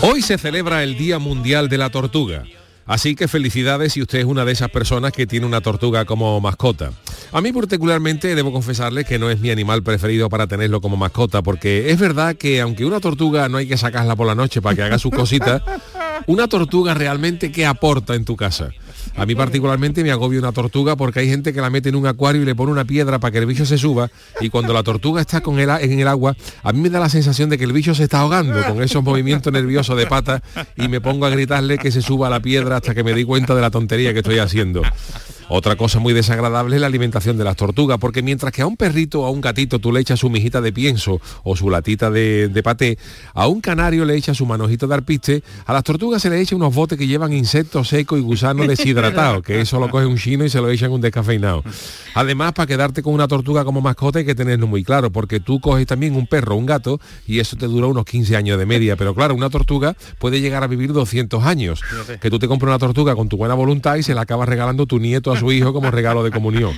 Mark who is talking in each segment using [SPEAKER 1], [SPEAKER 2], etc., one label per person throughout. [SPEAKER 1] Hoy se celebra el Día Mundial de la Tortuga. Así que felicidades si usted es una de esas personas que tiene una tortuga como mascota. A mí particularmente debo confesarle que no es mi animal preferido para tenerlo como mascota, porque es verdad que aunque una tortuga no hay que sacarla por la noche para que haga sus cositas, una tortuga realmente que aporta en tu casa. A mí particularmente me agobia una tortuga porque hay gente que la mete en un acuario y le pone una piedra para que el bicho se suba y cuando la tortuga está con el a- en el agua, a mí me da la sensación de que el bicho se está ahogando con esos movimientos nerviosos de patas y me pongo a gritarle que se suba a la piedra hasta que me di cuenta de la tontería que estoy haciendo. Otra cosa muy desagradable es la alimentación de las tortugas, porque mientras que a un perrito o a un gatito tú le echas su mijita de pienso o su latita de, de paté, a un canario le echas su manojito de arpiste, a las tortugas se le echa unos botes que llevan insectos secos y gusanos deshidratados, que eso lo coge un chino y se lo echan un descafeinado. Además, para quedarte con una tortuga como mascota hay que tenerlo muy claro, porque tú coges también un perro, un gato, y eso te dura unos 15 años de media, pero claro, una tortuga puede llegar a vivir 200 años, que tú te compras una tortuga con tu buena voluntad y se la acabas regalando tu nieto a su hijo como regalo de comunión.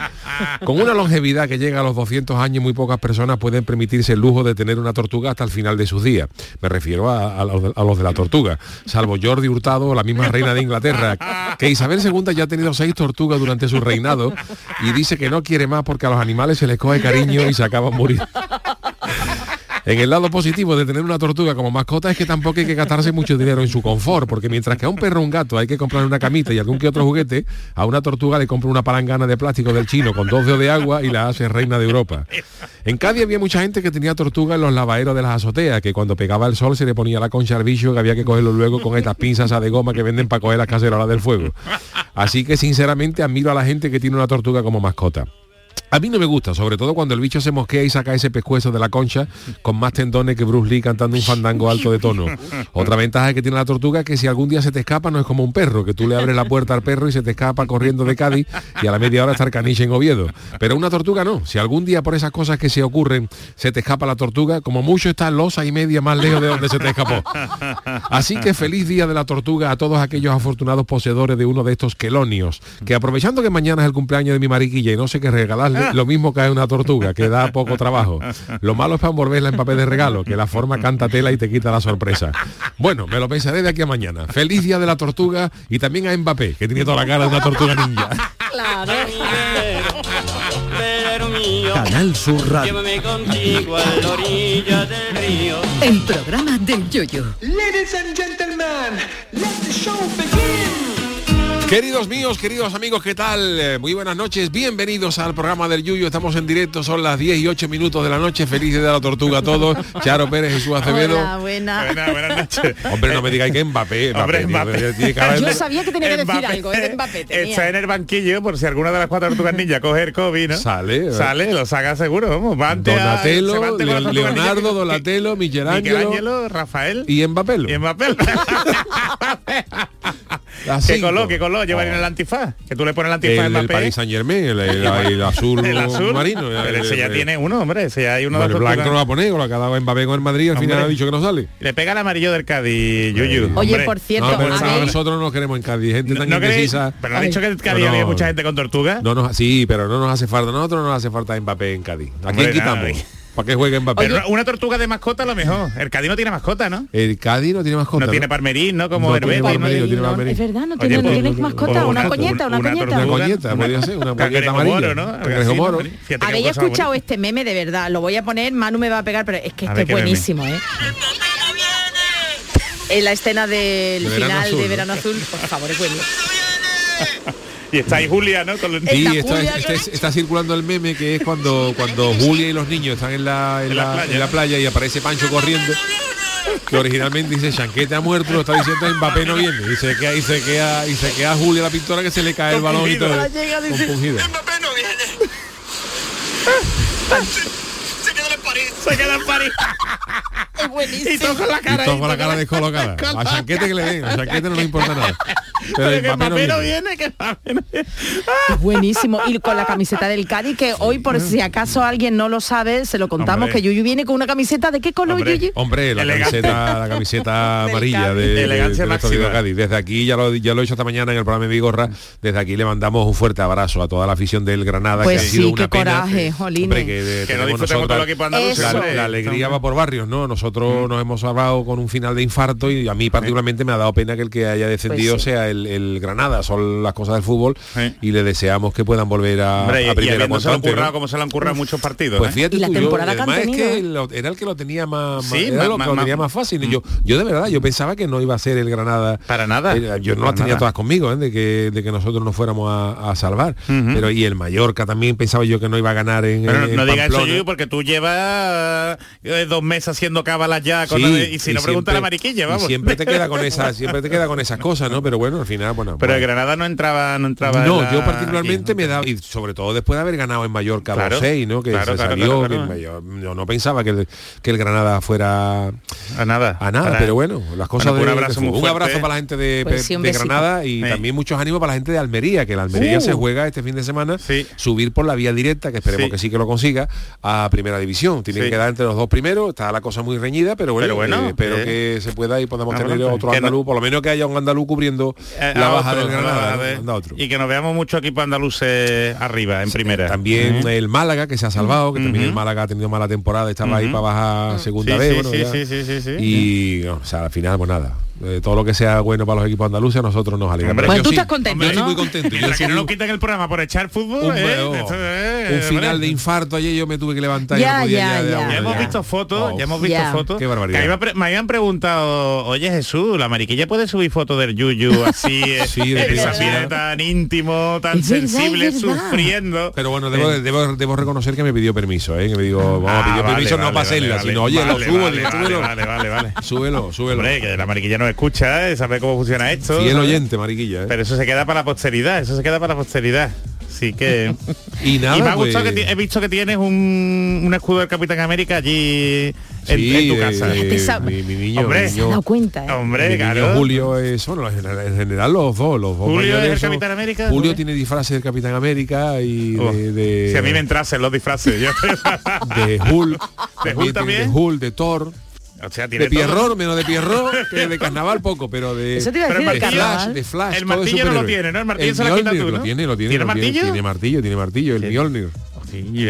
[SPEAKER 1] Con una longevidad que llega a los 200 años, muy pocas personas pueden permitirse el lujo de tener una tortuga hasta el final de sus días. Me refiero a, a los de- a los de la tortuga, salvo Jordi Hurtado o la misma reina de Inglaterra, que Isabel II ya ha tenido seis tortugas durante su reinado y dice que no quiere más porque a los animales se les coge cariño y se acaban muriendo. En el lado positivo de tener una tortuga como mascota es que tampoco hay que gastarse mucho dinero en su confort, porque mientras que a un perro o un gato hay que comprar una camita y algún que otro juguete, a una tortuga le compra una palangana de plástico del chino con dos dedos de agua y la hace reina de Europa. En Cádiz había mucha gente que tenía tortuga en los lavaderos de las azoteas, que cuando pegaba el sol se le ponía la concha al bicho que había que cogerlo luego con estas pinzas esas de goma que venden para coger las cacerolas del fuego. Así que sinceramente admiro a la gente que tiene una tortuga como mascota. A mí no me gusta, sobre todo cuando el bicho se mosquea y saca ese pescuezo de la concha con más tendones que Bruce Lee cantando un fandango alto de tono. Otra ventaja que tiene la tortuga es que si algún día se te escapa no es como un perro, que tú le abres la puerta al perro y se te escapa corriendo de Cádiz y a la media hora está el caniche en Oviedo. Pero una tortuga no. Si algún día por esas cosas que se ocurren se te escapa la tortuga, como mucho está losa y media más lejos de donde se te escapó. Así que feliz día de la tortuga a todos aquellos afortunados poseedores de uno de estos quelonios, que aprovechando que mañana es el cumpleaños de mi mariquilla y no sé qué regalarle, lo mismo cae una tortuga, que da poco trabajo. Lo malo es para envolverla en papel de regalo, que la forma canta tela y te quita la sorpresa. Bueno, me lo pensaré de aquí a mañana. Feliz día de la tortuga y también a Mbappé, que tiene toda la cara de una tortuga ninja.
[SPEAKER 2] Ah,
[SPEAKER 3] Claro. Pero mío,
[SPEAKER 4] Canal Sur Radio.
[SPEAKER 3] llévame contigo a la orilla del río.
[SPEAKER 5] El programa del yoyo.
[SPEAKER 6] Ladies and gentlemen, let the show begin.
[SPEAKER 1] Queridos míos, queridos amigos, ¿qué tal? Eh, Muy buenas noches, bienvenidos al programa del Yuyo. Estamos en directo, son las 10 y 8 minutos de la noche. Felices de la tortuga a todos. Charo Pérez, Jesús Acevedo.
[SPEAKER 2] Hola, buena.
[SPEAKER 7] Buenas, buenas noches.
[SPEAKER 1] Hombre, no me digáis que Mbappé. Mbappé,
[SPEAKER 7] Hombre,
[SPEAKER 1] tío, eh,
[SPEAKER 7] Mbappé.
[SPEAKER 1] tiene cara de-
[SPEAKER 2] Yo sabía que tenía que decir
[SPEAKER 7] Mbappé
[SPEAKER 2] algo, es de Mbappé. tenía.
[SPEAKER 7] Está en el banquillo por si alguna de las cuatro tortugas ninja coge el COVID, ¿no?
[SPEAKER 1] Sale, ¿eh?
[SPEAKER 7] Sale, lo saca seguro, vamos. va ante a- se va
[SPEAKER 1] Donatello,
[SPEAKER 7] ante con las
[SPEAKER 1] Leon-
[SPEAKER 7] tortugas ninja
[SPEAKER 1] Leonardo,
[SPEAKER 7] que-
[SPEAKER 1] Donatello, Michelangelo
[SPEAKER 7] Michelangelo, Rafael
[SPEAKER 1] y Mbappé.
[SPEAKER 7] y Mbappé.
[SPEAKER 1] Las
[SPEAKER 7] ¿Qué
[SPEAKER 1] cinco.
[SPEAKER 7] color, qué color llevan en el
[SPEAKER 1] Oh.
[SPEAKER 7] antifaz? Que tú le pones
[SPEAKER 1] El,
[SPEAKER 7] el antifaz a
[SPEAKER 1] el
[SPEAKER 7] Mbappé.
[SPEAKER 1] Paris Saint Germain, el, el- el azul,
[SPEAKER 7] el azul
[SPEAKER 1] marino. eh,
[SPEAKER 7] Pero
[SPEAKER 1] el-
[SPEAKER 7] ese ya
[SPEAKER 1] el-
[SPEAKER 7] tiene uno, hombre. Ese ya hay uno
[SPEAKER 1] Bueno, el
[SPEAKER 7] de las
[SPEAKER 1] blanco no lo va
[SPEAKER 7] tortugas.
[SPEAKER 1] a poner, lo ha quedado Mbappé con el Madrid y al final
[SPEAKER 7] Hombre.
[SPEAKER 1] ha dicho que no sale.
[SPEAKER 7] Le pega el amarillo del Cádiz, Yuyu.
[SPEAKER 2] Oye,
[SPEAKER 7] hombre.
[SPEAKER 2] por cierto,
[SPEAKER 1] No, pero
[SPEAKER 2] a
[SPEAKER 1] no,
[SPEAKER 2] mí-
[SPEAKER 1] nosotros no nos queremos en Cádiz, gente
[SPEAKER 7] ¿No,
[SPEAKER 1] tan
[SPEAKER 7] no creéis?
[SPEAKER 1] indecisa.
[SPEAKER 7] Pero no ha dicho que en Cádiz
[SPEAKER 1] No, no.
[SPEAKER 7] había mucha gente con tortuga.
[SPEAKER 1] No nos, sí, pero no nos hace falta. Nosotros no nos hace falta Mbappé en Cádiz. ¿A quién
[SPEAKER 7] Hombre, nada,
[SPEAKER 1] quitamos?
[SPEAKER 7] oye.
[SPEAKER 1] ¿Para qué juegue Mbappé?
[SPEAKER 7] Pero una tortuga de mascota a lo mejor. El Cádiz no tiene mascota, ¿no?
[SPEAKER 1] el Cádiz no tiene mascota.
[SPEAKER 7] No tiene parmerín, ¿no? Como
[SPEAKER 1] No tiene
[SPEAKER 7] Herbeti, ¿no?
[SPEAKER 1] parmerín,
[SPEAKER 2] Oye,
[SPEAKER 1] yo tiene
[SPEAKER 2] no,
[SPEAKER 1] papel.
[SPEAKER 2] es verdad, no,
[SPEAKER 7] Oye,
[SPEAKER 2] tiene- no
[SPEAKER 7] pues,
[SPEAKER 2] tienes
[SPEAKER 1] pues,
[SPEAKER 2] mascota,
[SPEAKER 1] pues,
[SPEAKER 2] una
[SPEAKER 1] una-
[SPEAKER 2] coñeta, una, coñeta.
[SPEAKER 1] tortuga. Una coñeta, podría ser, una coñeta
[SPEAKER 7] cangrejo
[SPEAKER 1] amarilla.
[SPEAKER 7] moro, ¿no? Algo
[SPEAKER 1] Cangrejo
[SPEAKER 7] así,
[SPEAKER 1] moro.
[SPEAKER 7] ¿no? Fíjate qué
[SPEAKER 2] Habéis
[SPEAKER 7] cosa
[SPEAKER 2] escuchado
[SPEAKER 7] bonita.
[SPEAKER 2] este meme de verdad, lo voy a poner, Manu me va a pegar, pero es que este
[SPEAKER 7] A ver
[SPEAKER 2] es
[SPEAKER 7] qué meme.
[SPEAKER 2] buenísimo, ¿eh? En la escena del
[SPEAKER 1] De Verano
[SPEAKER 2] final
[SPEAKER 1] Azul,
[SPEAKER 2] de
[SPEAKER 1] ¿no?
[SPEAKER 2] Verano Azul, por favor, es buenísimo.
[SPEAKER 7] Y está ahí Julia, ¿no? Con los-
[SPEAKER 2] Eh,
[SPEAKER 1] Y
[SPEAKER 2] Esta
[SPEAKER 1] está,
[SPEAKER 2] Julia
[SPEAKER 1] está-
[SPEAKER 2] que-
[SPEAKER 1] está circulando el meme que es cuando, cuando Julia y los niños están en la, en,
[SPEAKER 7] En la
[SPEAKER 1] la,
[SPEAKER 7] playa.
[SPEAKER 1] en la playa y aparece Pancho corriendo. Que originalmente dice Chanquete ha muerto, lo está diciendo Mbappé no viene. Y se queda, y se queda, y se queda Julia la pintora que se le cae el balón y todo.
[SPEAKER 7] Confundida.
[SPEAKER 2] Llega, dice,
[SPEAKER 1] Confundida.
[SPEAKER 8] Mbappé no viene. se, se quedó en el París.
[SPEAKER 7] Se queda en París.
[SPEAKER 2] Es buenísimo.
[SPEAKER 7] Y todo con la
[SPEAKER 1] Y
[SPEAKER 7] cara.
[SPEAKER 1] todo con la
[SPEAKER 7] todo
[SPEAKER 1] cara descolocada.
[SPEAKER 7] con
[SPEAKER 1] A
[SPEAKER 7] la
[SPEAKER 1] Chanquete que le den, a Chanquete no le importa nada. Pero
[SPEAKER 7] Pero
[SPEAKER 1] el
[SPEAKER 7] que
[SPEAKER 1] papel no
[SPEAKER 7] Mbappé no
[SPEAKER 1] viene.
[SPEAKER 7] viene, que Mbappé no viene.
[SPEAKER 2] Es buenísimo. Y con la camiseta del Cádiz, que hoy, por si acaso alguien no lo sabe, se lo contamos,
[SPEAKER 7] Hombre.
[SPEAKER 2] que Yuyu viene con una camiseta de qué color,
[SPEAKER 7] Hombre.
[SPEAKER 2] Yuyu?
[SPEAKER 1] Hombre, la
[SPEAKER 7] Elegante.
[SPEAKER 1] camiseta, la camiseta
[SPEAKER 2] Del
[SPEAKER 1] amarilla
[SPEAKER 2] Cádiz.
[SPEAKER 1] de, de-
[SPEAKER 7] Elegancia
[SPEAKER 1] de nuestro
[SPEAKER 7] máxima.
[SPEAKER 1] querido Cádiz. Desde aquí, ya lo, ya lo he hecho esta mañana en el programa de Vigorra, desde aquí le mandamos un fuerte abrazo a toda la afición del Granada,
[SPEAKER 2] Pues
[SPEAKER 1] que ha
[SPEAKER 2] sí,
[SPEAKER 1] sido
[SPEAKER 2] qué
[SPEAKER 1] una pena.
[SPEAKER 2] coraje, jolines.
[SPEAKER 1] Hombre, que, de-
[SPEAKER 7] Que no
[SPEAKER 1] tenemos
[SPEAKER 7] disfrutemos
[SPEAKER 1] nosotras-
[SPEAKER 7] todo el equipo andaluz.
[SPEAKER 2] Eso.
[SPEAKER 1] la, la alegría va por barrios, ¿no?
[SPEAKER 7] Mm.
[SPEAKER 1] Nosotros nos hemos salvado con un final de infarto y a mí particularmente me ha dado pena que el que haya descendido
[SPEAKER 2] Pues sí.
[SPEAKER 1] sea el, el Granada, son las cosas del fútbol
[SPEAKER 7] Sí.
[SPEAKER 1] y le deseamos que puedan volver a,
[SPEAKER 7] Hombre, y,
[SPEAKER 1] a
[SPEAKER 7] y
[SPEAKER 1] primera cuanto
[SPEAKER 7] habiéndose lo
[SPEAKER 1] antes, ¿no?
[SPEAKER 7] currado como se lo han currado muchos partidos.
[SPEAKER 1] Pues
[SPEAKER 7] ¿eh?
[SPEAKER 1] fíjate
[SPEAKER 2] Y la
[SPEAKER 1] tú, yo-
[SPEAKER 2] temporada que han
[SPEAKER 1] además es
[SPEAKER 2] tenido,
[SPEAKER 1] que
[SPEAKER 2] ¿eh?
[SPEAKER 1] lo- era el que lo tenía más, más-
[SPEAKER 7] Sí,
[SPEAKER 1] era
[SPEAKER 7] más-
[SPEAKER 1] lo que lo
[SPEAKER 7] más-
[SPEAKER 1] tenía
[SPEAKER 7] más- Mm.
[SPEAKER 1] más fácil. Y Yo, yo de verdad, yo pensaba que no iba a ser el Granada.
[SPEAKER 7] Para nada.
[SPEAKER 1] Era- yo no
[SPEAKER 7] Para
[SPEAKER 1] las tenía
[SPEAKER 7] nada.
[SPEAKER 1] todas conmigo, ¿eh? de, que, de que nosotros nos fuéramos a, a salvar.
[SPEAKER 7] Ujú.
[SPEAKER 1] Pero y el Mallorca también pensaba yo que no iba a ganar en,
[SPEAKER 7] Pero no,
[SPEAKER 1] en
[SPEAKER 7] no digas eso,
[SPEAKER 1] Eh, Pamplona.
[SPEAKER 7] Yuyu, porque tú llevas eh, dos meses haciendo cábalas ya. Con
[SPEAKER 1] Sí,
[SPEAKER 7] la de- y si no,
[SPEAKER 1] siempre-
[SPEAKER 7] pregunta la mariquilla,
[SPEAKER 1] y
[SPEAKER 7] vamos.
[SPEAKER 1] siempre te queda con esas, siempre te queda con esas cosas, ¿no? Pero bueno, al final, bueno.
[SPEAKER 7] Pero el
[SPEAKER 1] bueno.
[SPEAKER 7] Granada no entraba, no entraba.
[SPEAKER 1] No,
[SPEAKER 7] en la-
[SPEAKER 1] yo particularmente
[SPEAKER 7] aquí,
[SPEAKER 1] me da y sobre todo después de haber ganado en Mallorca
[SPEAKER 7] Claro,
[SPEAKER 1] 2-6, ¿no? Que
[SPEAKER 7] claro,
[SPEAKER 1] se
[SPEAKER 7] claro,
[SPEAKER 1] salió,
[SPEAKER 7] claro,
[SPEAKER 1] que
[SPEAKER 7] claro.
[SPEAKER 1] el Mallor- yo no pensaba que el, que el Granada fuera
[SPEAKER 7] A nada.
[SPEAKER 1] a nada,
[SPEAKER 7] Para-
[SPEAKER 1] pero bueno, las cosas de
[SPEAKER 7] Bueno, pues un abrazo
[SPEAKER 1] de
[SPEAKER 7] muy
[SPEAKER 1] fútbol. Un
[SPEAKER 7] fuerte,
[SPEAKER 1] abrazo
[SPEAKER 7] ¿eh?
[SPEAKER 1] para la gente de,
[SPEAKER 2] Pues
[SPEAKER 1] Pe-
[SPEAKER 2] sí, un
[SPEAKER 1] de
[SPEAKER 2] besito.
[SPEAKER 1] Granada y
[SPEAKER 7] Sí.
[SPEAKER 1] también muchos ánimos para la gente de Almería, que la Almería
[SPEAKER 2] Uh.
[SPEAKER 1] se juega este fin de semana,
[SPEAKER 7] Sí.
[SPEAKER 1] subir por la vía directa, que esperemos
[SPEAKER 7] Sí.
[SPEAKER 1] que sí que lo consiga, a primera división. Tienen
[SPEAKER 7] Sí.
[SPEAKER 1] que quedar entre los dos primeros, está la cosa muy reñida, pero bueno,
[SPEAKER 7] Pero bueno,
[SPEAKER 1] eh, espero
[SPEAKER 7] eh.
[SPEAKER 1] que se pueda y podamos
[SPEAKER 7] Vamos
[SPEAKER 1] tener
[SPEAKER 7] adelante.
[SPEAKER 1] otro
[SPEAKER 7] Que no-
[SPEAKER 1] andaluz, por lo menos que haya un andaluz cubriendo
[SPEAKER 7] Eh,
[SPEAKER 1] la
[SPEAKER 7] a
[SPEAKER 1] baja
[SPEAKER 7] otro,
[SPEAKER 1] del
[SPEAKER 7] a
[SPEAKER 1] Granada.
[SPEAKER 7] la
[SPEAKER 1] ¿no?
[SPEAKER 7] de-
[SPEAKER 1] Anda otro.
[SPEAKER 7] Y que nos veamos mucho equipo andaluces arriba, en primera.
[SPEAKER 1] También
[SPEAKER 7] Ujú.
[SPEAKER 1] el Málaga, que se ha salvado, que también el
[SPEAKER 7] Ujú.
[SPEAKER 1] Málaga ha tenido mala temporada, estaba ahí
[SPEAKER 7] Ujú.
[SPEAKER 1] para
[SPEAKER 2] Mm.
[SPEAKER 1] bajar segunda
[SPEAKER 7] Sí,
[SPEAKER 1] vez.
[SPEAKER 7] sí,
[SPEAKER 1] bueno,
[SPEAKER 7] sí,
[SPEAKER 1] ya.
[SPEAKER 7] sí, sí, sí, sí.
[SPEAKER 1] Y, o sea, al final, pues nada. eh, todo lo que sea bueno para los equipos andaluces, a nosotros nos alegra.
[SPEAKER 7] Hombre,
[SPEAKER 1] Pero
[SPEAKER 7] Bueno,
[SPEAKER 1] yo
[SPEAKER 2] tú
[SPEAKER 1] sí,
[SPEAKER 2] estás contento,
[SPEAKER 1] Yo sí
[SPEAKER 2] ¿no?
[SPEAKER 1] muy contento. Yo
[SPEAKER 7] Mientras
[SPEAKER 1] sí
[SPEAKER 7] que no
[SPEAKER 1] muy-
[SPEAKER 7] nos quitan el programa por echar fútbol,
[SPEAKER 1] un,
[SPEAKER 7] ¿eh?
[SPEAKER 1] oh,
[SPEAKER 7] Esto es-
[SPEAKER 1] un final
[SPEAKER 7] hombre.
[SPEAKER 1] de infarto ayer yo me tuve que levantar y
[SPEAKER 2] Ya,
[SPEAKER 1] no podía
[SPEAKER 2] ya,
[SPEAKER 1] de-
[SPEAKER 2] ya.
[SPEAKER 1] bueno,
[SPEAKER 7] Ya hemos
[SPEAKER 2] ya.
[SPEAKER 7] visto fotos,
[SPEAKER 1] Oh,
[SPEAKER 7] ya hemos visto
[SPEAKER 2] Ya.
[SPEAKER 7] fotos.
[SPEAKER 1] Qué barbaridad.
[SPEAKER 7] Que me pre- me habían preguntado, oye Jesús, la mariquilla puede subir fotos del Yuyu así, eh,
[SPEAKER 1] Sí, de
[SPEAKER 7] en esa
[SPEAKER 1] privacidad.
[SPEAKER 7] vida tan íntimo, tan
[SPEAKER 2] Es verdad,
[SPEAKER 7] sensible,
[SPEAKER 2] es verdad.
[SPEAKER 7] sufriendo.
[SPEAKER 1] Pero bueno, debo,
[SPEAKER 7] Eh,
[SPEAKER 1] debo- debo reconocer que me pidió permiso, ¿eh? Que me digo, vamos,
[SPEAKER 7] ah,
[SPEAKER 1] pidió
[SPEAKER 7] vale,
[SPEAKER 1] permiso no
[SPEAKER 7] vale,
[SPEAKER 1] para hacerla,
[SPEAKER 7] vale,
[SPEAKER 1] sino,
[SPEAKER 7] vale,
[SPEAKER 1] oye, lo
[SPEAKER 7] vale,
[SPEAKER 1] subo,
[SPEAKER 7] vale,
[SPEAKER 1] súbelo,
[SPEAKER 7] Vale, vale, vale.
[SPEAKER 1] súbelo, súbelo.
[SPEAKER 7] Hombre, que la mariquilla no escucha, eh, sabe cómo funciona esto.
[SPEAKER 1] Fiel
[SPEAKER 7] ¿sabes?
[SPEAKER 1] oyente, mariquilla, ¿eh?
[SPEAKER 7] Pero eso se queda para la posteridad, eso se queda para la posteridad. Así que...
[SPEAKER 1] y nada,
[SPEAKER 7] y me ha
[SPEAKER 1] pues,
[SPEAKER 7] gustado que ti- he visto que tienes un, un escudo del Capitán América allí en,
[SPEAKER 1] sí,
[SPEAKER 7] en tu casa.
[SPEAKER 1] eh,
[SPEAKER 2] Te sabe.
[SPEAKER 1] mi, mi niño,
[SPEAKER 7] Hombre.
[SPEAKER 1] mi
[SPEAKER 2] ¿Te has
[SPEAKER 1] niño-
[SPEAKER 2] dado cuenta? eh?
[SPEAKER 7] Hombre,
[SPEAKER 1] Mi niño
[SPEAKER 7] claro.
[SPEAKER 1] Julio es, bueno, en general- en general los dos, los dos
[SPEAKER 7] Julio
[SPEAKER 1] mayores
[SPEAKER 7] es el
[SPEAKER 1] son-
[SPEAKER 7] Capitán América,
[SPEAKER 1] Julio
[SPEAKER 7] Julio.
[SPEAKER 1] tiene disfraces del Capitán América y
[SPEAKER 7] Oh,
[SPEAKER 1] de, de-
[SPEAKER 7] Si a mí me entrasen los disfraces, yo...
[SPEAKER 1] de Hulk,
[SPEAKER 7] ¿De Hulk
[SPEAKER 1] tiene
[SPEAKER 7] también?
[SPEAKER 1] de Hulk, de Thor,
[SPEAKER 7] o sea, tiene
[SPEAKER 1] de
[SPEAKER 7] todo.
[SPEAKER 1] Pierrot, menos de Pierrot, que de Carnaval poco, pero de
[SPEAKER 2] Eso te iba a
[SPEAKER 7] Pero
[SPEAKER 2] decir del
[SPEAKER 7] el
[SPEAKER 1] de
[SPEAKER 7] martillo-
[SPEAKER 1] Flash,
[SPEAKER 2] carnaval.
[SPEAKER 1] de Flash,
[SPEAKER 7] El
[SPEAKER 1] todo es
[SPEAKER 7] martillo no lo
[SPEAKER 1] superhéroe.
[SPEAKER 7] tiene, ¿no? El martillo
[SPEAKER 1] El
[SPEAKER 7] se lo has quitado
[SPEAKER 1] Mjolnir
[SPEAKER 7] tú,
[SPEAKER 1] Lo
[SPEAKER 7] ¿no?
[SPEAKER 1] tiene, lo tiene,
[SPEAKER 7] ¿Tiene
[SPEAKER 1] lo tiene,
[SPEAKER 7] martillo?
[SPEAKER 1] tiene martillo, tiene martillo, el Mjolnir.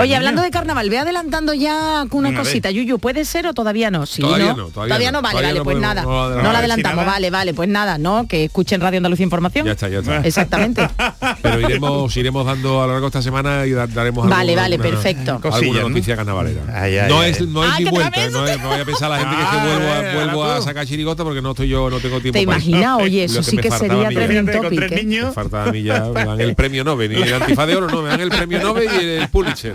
[SPEAKER 2] Oye, hablando de carnaval, ve adelantando ya una
[SPEAKER 7] Una vez.
[SPEAKER 2] cosita, Yuyu, ¿puede ser o todavía no? Sí,
[SPEAKER 1] Todavía no, todavía
[SPEAKER 2] todavía,
[SPEAKER 1] no.
[SPEAKER 2] no, vale,
[SPEAKER 1] Todavía
[SPEAKER 2] vale,
[SPEAKER 1] no
[SPEAKER 2] pues
[SPEAKER 1] podemos-
[SPEAKER 2] nada.
[SPEAKER 1] no lo
[SPEAKER 2] No, la
[SPEAKER 1] adelantamos.
[SPEAKER 7] Si
[SPEAKER 2] adelantamos,
[SPEAKER 7] nada-
[SPEAKER 2] vale, vale, pues nada, ¿no? Que escuchen Radio Andalucía Información.
[SPEAKER 1] Ya está, ya
[SPEAKER 7] Ah.
[SPEAKER 1] está.
[SPEAKER 2] Exactamente.
[SPEAKER 1] Pero iremos, iremos dando a lo largo de esta semana y da- daremos
[SPEAKER 2] Vale,
[SPEAKER 1] alguna-
[SPEAKER 2] vale,
[SPEAKER 1] alguna-
[SPEAKER 2] perfecto.
[SPEAKER 1] alguna
[SPEAKER 7] Cosillas, ¿no?
[SPEAKER 1] noticia carnavalera.
[SPEAKER 7] Ay, ay,
[SPEAKER 1] no
[SPEAKER 7] ay.
[SPEAKER 1] es, no es
[SPEAKER 2] Ah,
[SPEAKER 1] mi
[SPEAKER 2] que otra
[SPEAKER 1] vuelta,
[SPEAKER 2] vez.
[SPEAKER 1] no, es- no vaya a pensar la gente que, es que
[SPEAKER 7] Ah,
[SPEAKER 1] vuelvo, a,
[SPEAKER 7] eh,
[SPEAKER 1] vuelvo
[SPEAKER 7] ahora
[SPEAKER 1] a
[SPEAKER 7] tú.
[SPEAKER 1] sacar chirigota porque no estoy yo, no tengo tiempo.
[SPEAKER 2] ¿Te
[SPEAKER 1] para-
[SPEAKER 2] imaginas? Oye,
[SPEAKER 1] Lo
[SPEAKER 2] eso
[SPEAKER 1] que
[SPEAKER 2] sí
[SPEAKER 1] me
[SPEAKER 2] que
[SPEAKER 1] faltaba a
[SPEAKER 2] sería
[SPEAKER 1] mí.
[SPEAKER 2] trending
[SPEAKER 7] Fíjate, con
[SPEAKER 2] topic.
[SPEAKER 7] tres
[SPEAKER 2] ¿eh?
[SPEAKER 7] niños.
[SPEAKER 1] Me faltaba a mí ya, me dan el premio Nobel, ni el antifaz de oro, no, me dan el premio Nobel y el Pulitzer.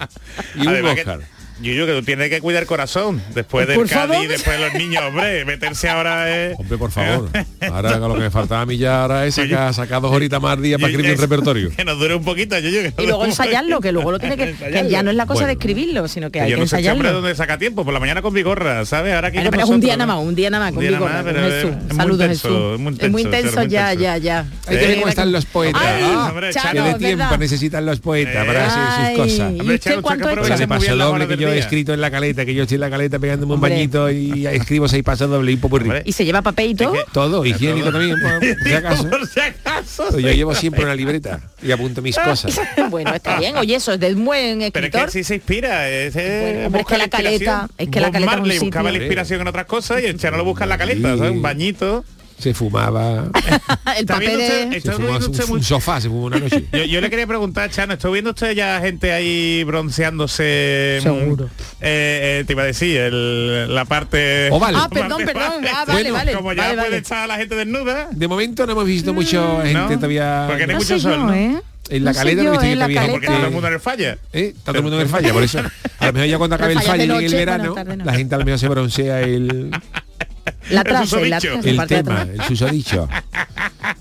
[SPEAKER 1] Y un
[SPEAKER 7] Además que-
[SPEAKER 1] Oscar.
[SPEAKER 7] Yuyu, que tú tienes que cuidar el corazón después del
[SPEAKER 2] Pues Por
[SPEAKER 7] Cádiz,
[SPEAKER 2] favor.
[SPEAKER 7] después de los niños, hombre, meterse ahora eh. es...
[SPEAKER 1] Hombre, por favor. Ah, Ahora lo que me faltaba a mí ya ahora es sacar, sacar dos horitas más al día para escribir el repertorio.
[SPEAKER 7] Que nos dure un poquito, Yuyu. que nos
[SPEAKER 2] Y
[SPEAKER 7] dure
[SPEAKER 2] luego
[SPEAKER 7] un
[SPEAKER 2] ensayarlo, que luego lo tiene que... que ya no es la cosa de
[SPEAKER 1] Bueno.
[SPEAKER 2] escribirlo, sino que
[SPEAKER 7] poquito.
[SPEAKER 2] hay
[SPEAKER 7] Yo
[SPEAKER 2] que
[SPEAKER 7] no sé este hombre
[SPEAKER 2] ensayarlo.
[SPEAKER 7] dónde saca tiempo, por la mañana con Vigorra, ¿sabes? Ahora aquí
[SPEAKER 2] Bueno,
[SPEAKER 7] con
[SPEAKER 2] pero es un día
[SPEAKER 7] nosotros,
[SPEAKER 2] nada
[SPEAKER 7] ¿no?
[SPEAKER 2] más, un día nada más
[SPEAKER 7] Un día
[SPEAKER 2] conmigo.
[SPEAKER 7] nada más,
[SPEAKER 2] con
[SPEAKER 7] pero es-
[SPEAKER 2] Jesús.
[SPEAKER 7] es muy
[SPEAKER 2] Saludos,
[SPEAKER 7] intenso,
[SPEAKER 2] Jesús.
[SPEAKER 7] es muy
[SPEAKER 2] es muy
[SPEAKER 7] intenso,
[SPEAKER 2] intenso,
[SPEAKER 7] es muy
[SPEAKER 2] ya,
[SPEAKER 7] intenso.
[SPEAKER 2] ya, ya.
[SPEAKER 1] Hay que ver cómo están los poetas.
[SPEAKER 2] Ay,
[SPEAKER 1] Ah,
[SPEAKER 7] hombre,
[SPEAKER 1] que
[SPEAKER 2] Chano,
[SPEAKER 1] de
[SPEAKER 2] ¿verdad?
[SPEAKER 1] tiempo necesitan los poetas para hacer
[SPEAKER 2] Ay,
[SPEAKER 1] sus cosas.
[SPEAKER 2] ¿Y
[SPEAKER 7] Hombre,
[SPEAKER 2] usted
[SPEAKER 7] Chano,
[SPEAKER 2] cuánto
[SPEAKER 7] usted que
[SPEAKER 1] Pues
[SPEAKER 2] echa?
[SPEAKER 1] el
[SPEAKER 7] aprovecha muy
[SPEAKER 1] paso
[SPEAKER 7] bien la
[SPEAKER 1] doble
[SPEAKER 7] hora
[SPEAKER 1] que
[SPEAKER 7] del
[SPEAKER 1] yo he
[SPEAKER 7] día.
[SPEAKER 1] escrito en la caleta, que yo estoy en la caleta pegándome un
[SPEAKER 2] Hombre.
[SPEAKER 1] bañito y escribo seis pasos doble y popurrí.
[SPEAKER 7] Hombre.
[SPEAKER 2] ¿Y se lleva papel y todo?
[SPEAKER 7] que-
[SPEAKER 1] Todo, higiénico también, por, por si acaso. Pues
[SPEAKER 7] Por si acaso.
[SPEAKER 1] Yo llevo siempre una libreta y apunto mis cosas.
[SPEAKER 2] bueno, está bien. Oye, eso es de un buen
[SPEAKER 7] Pero es que
[SPEAKER 2] escritor.
[SPEAKER 7] él sí se inspira. Es, es-
[SPEAKER 2] Bueno, hombre, es
[SPEAKER 7] busca
[SPEAKER 2] que la
[SPEAKER 7] inspiración.
[SPEAKER 2] caleta- es que la
[SPEAKER 7] Bob
[SPEAKER 2] caleta es un
[SPEAKER 7] Marley
[SPEAKER 2] sitio.
[SPEAKER 7] buscaba la inspiración en otras cosas y el Chano lo busca en la caleta, ¿sabes? Un bañito.
[SPEAKER 1] Se fumaba,
[SPEAKER 2] El
[SPEAKER 7] ¿Está
[SPEAKER 2] papel
[SPEAKER 7] viendo usted-
[SPEAKER 2] es...
[SPEAKER 7] está
[SPEAKER 1] se fumaba
[SPEAKER 7] viendo
[SPEAKER 1] un,
[SPEAKER 7] usted
[SPEAKER 1] un
[SPEAKER 7] mucho-
[SPEAKER 1] sofá, se fumó una noche.
[SPEAKER 7] Yo, yo le quería preguntar, Chano, ¿estoy viendo usted ya gente ahí bronceándose? mm,
[SPEAKER 2] Seguro.
[SPEAKER 7] eh, eh, te iba a decir, el- la parte...
[SPEAKER 1] Oval.
[SPEAKER 2] Ah, perdón, perdón. Ah, vale,
[SPEAKER 7] Bueno,
[SPEAKER 2] vale.
[SPEAKER 7] Como ya
[SPEAKER 2] Vale,
[SPEAKER 7] puede
[SPEAKER 2] vale.
[SPEAKER 7] estar la gente desnuda.
[SPEAKER 1] De momento no hemos visto
[SPEAKER 2] Mm,
[SPEAKER 1] mucha gente
[SPEAKER 7] no,
[SPEAKER 1] todavía
[SPEAKER 7] porque no hay
[SPEAKER 2] No
[SPEAKER 7] mucho
[SPEAKER 2] sé
[SPEAKER 7] sol,
[SPEAKER 2] yo,
[SPEAKER 7] ¿no?
[SPEAKER 2] ¿eh?
[SPEAKER 1] en la
[SPEAKER 2] No sé
[SPEAKER 1] caleta.
[SPEAKER 2] yo,
[SPEAKER 1] no he visto
[SPEAKER 2] ¿eh? La
[SPEAKER 1] yo todavía gente-
[SPEAKER 7] Porque todo el mundo en el falla.
[SPEAKER 1] ¿Eh? Está todo el mundo en el falla, por eso. A lo mejor ya cuando acabe el
[SPEAKER 2] Las fallas
[SPEAKER 1] falla
[SPEAKER 2] de
[SPEAKER 1] y llegue el
[SPEAKER 2] noche,
[SPEAKER 1] verano,
[SPEAKER 2] buenas tardes, no.
[SPEAKER 1] la gente a lo mejor se broncea el...
[SPEAKER 2] La
[SPEAKER 7] El
[SPEAKER 2] trace, la
[SPEAKER 7] susodicho.
[SPEAKER 2] trace,
[SPEAKER 1] El
[SPEAKER 2] parte de
[SPEAKER 1] tema,
[SPEAKER 2] atrás.
[SPEAKER 1] el susodicho.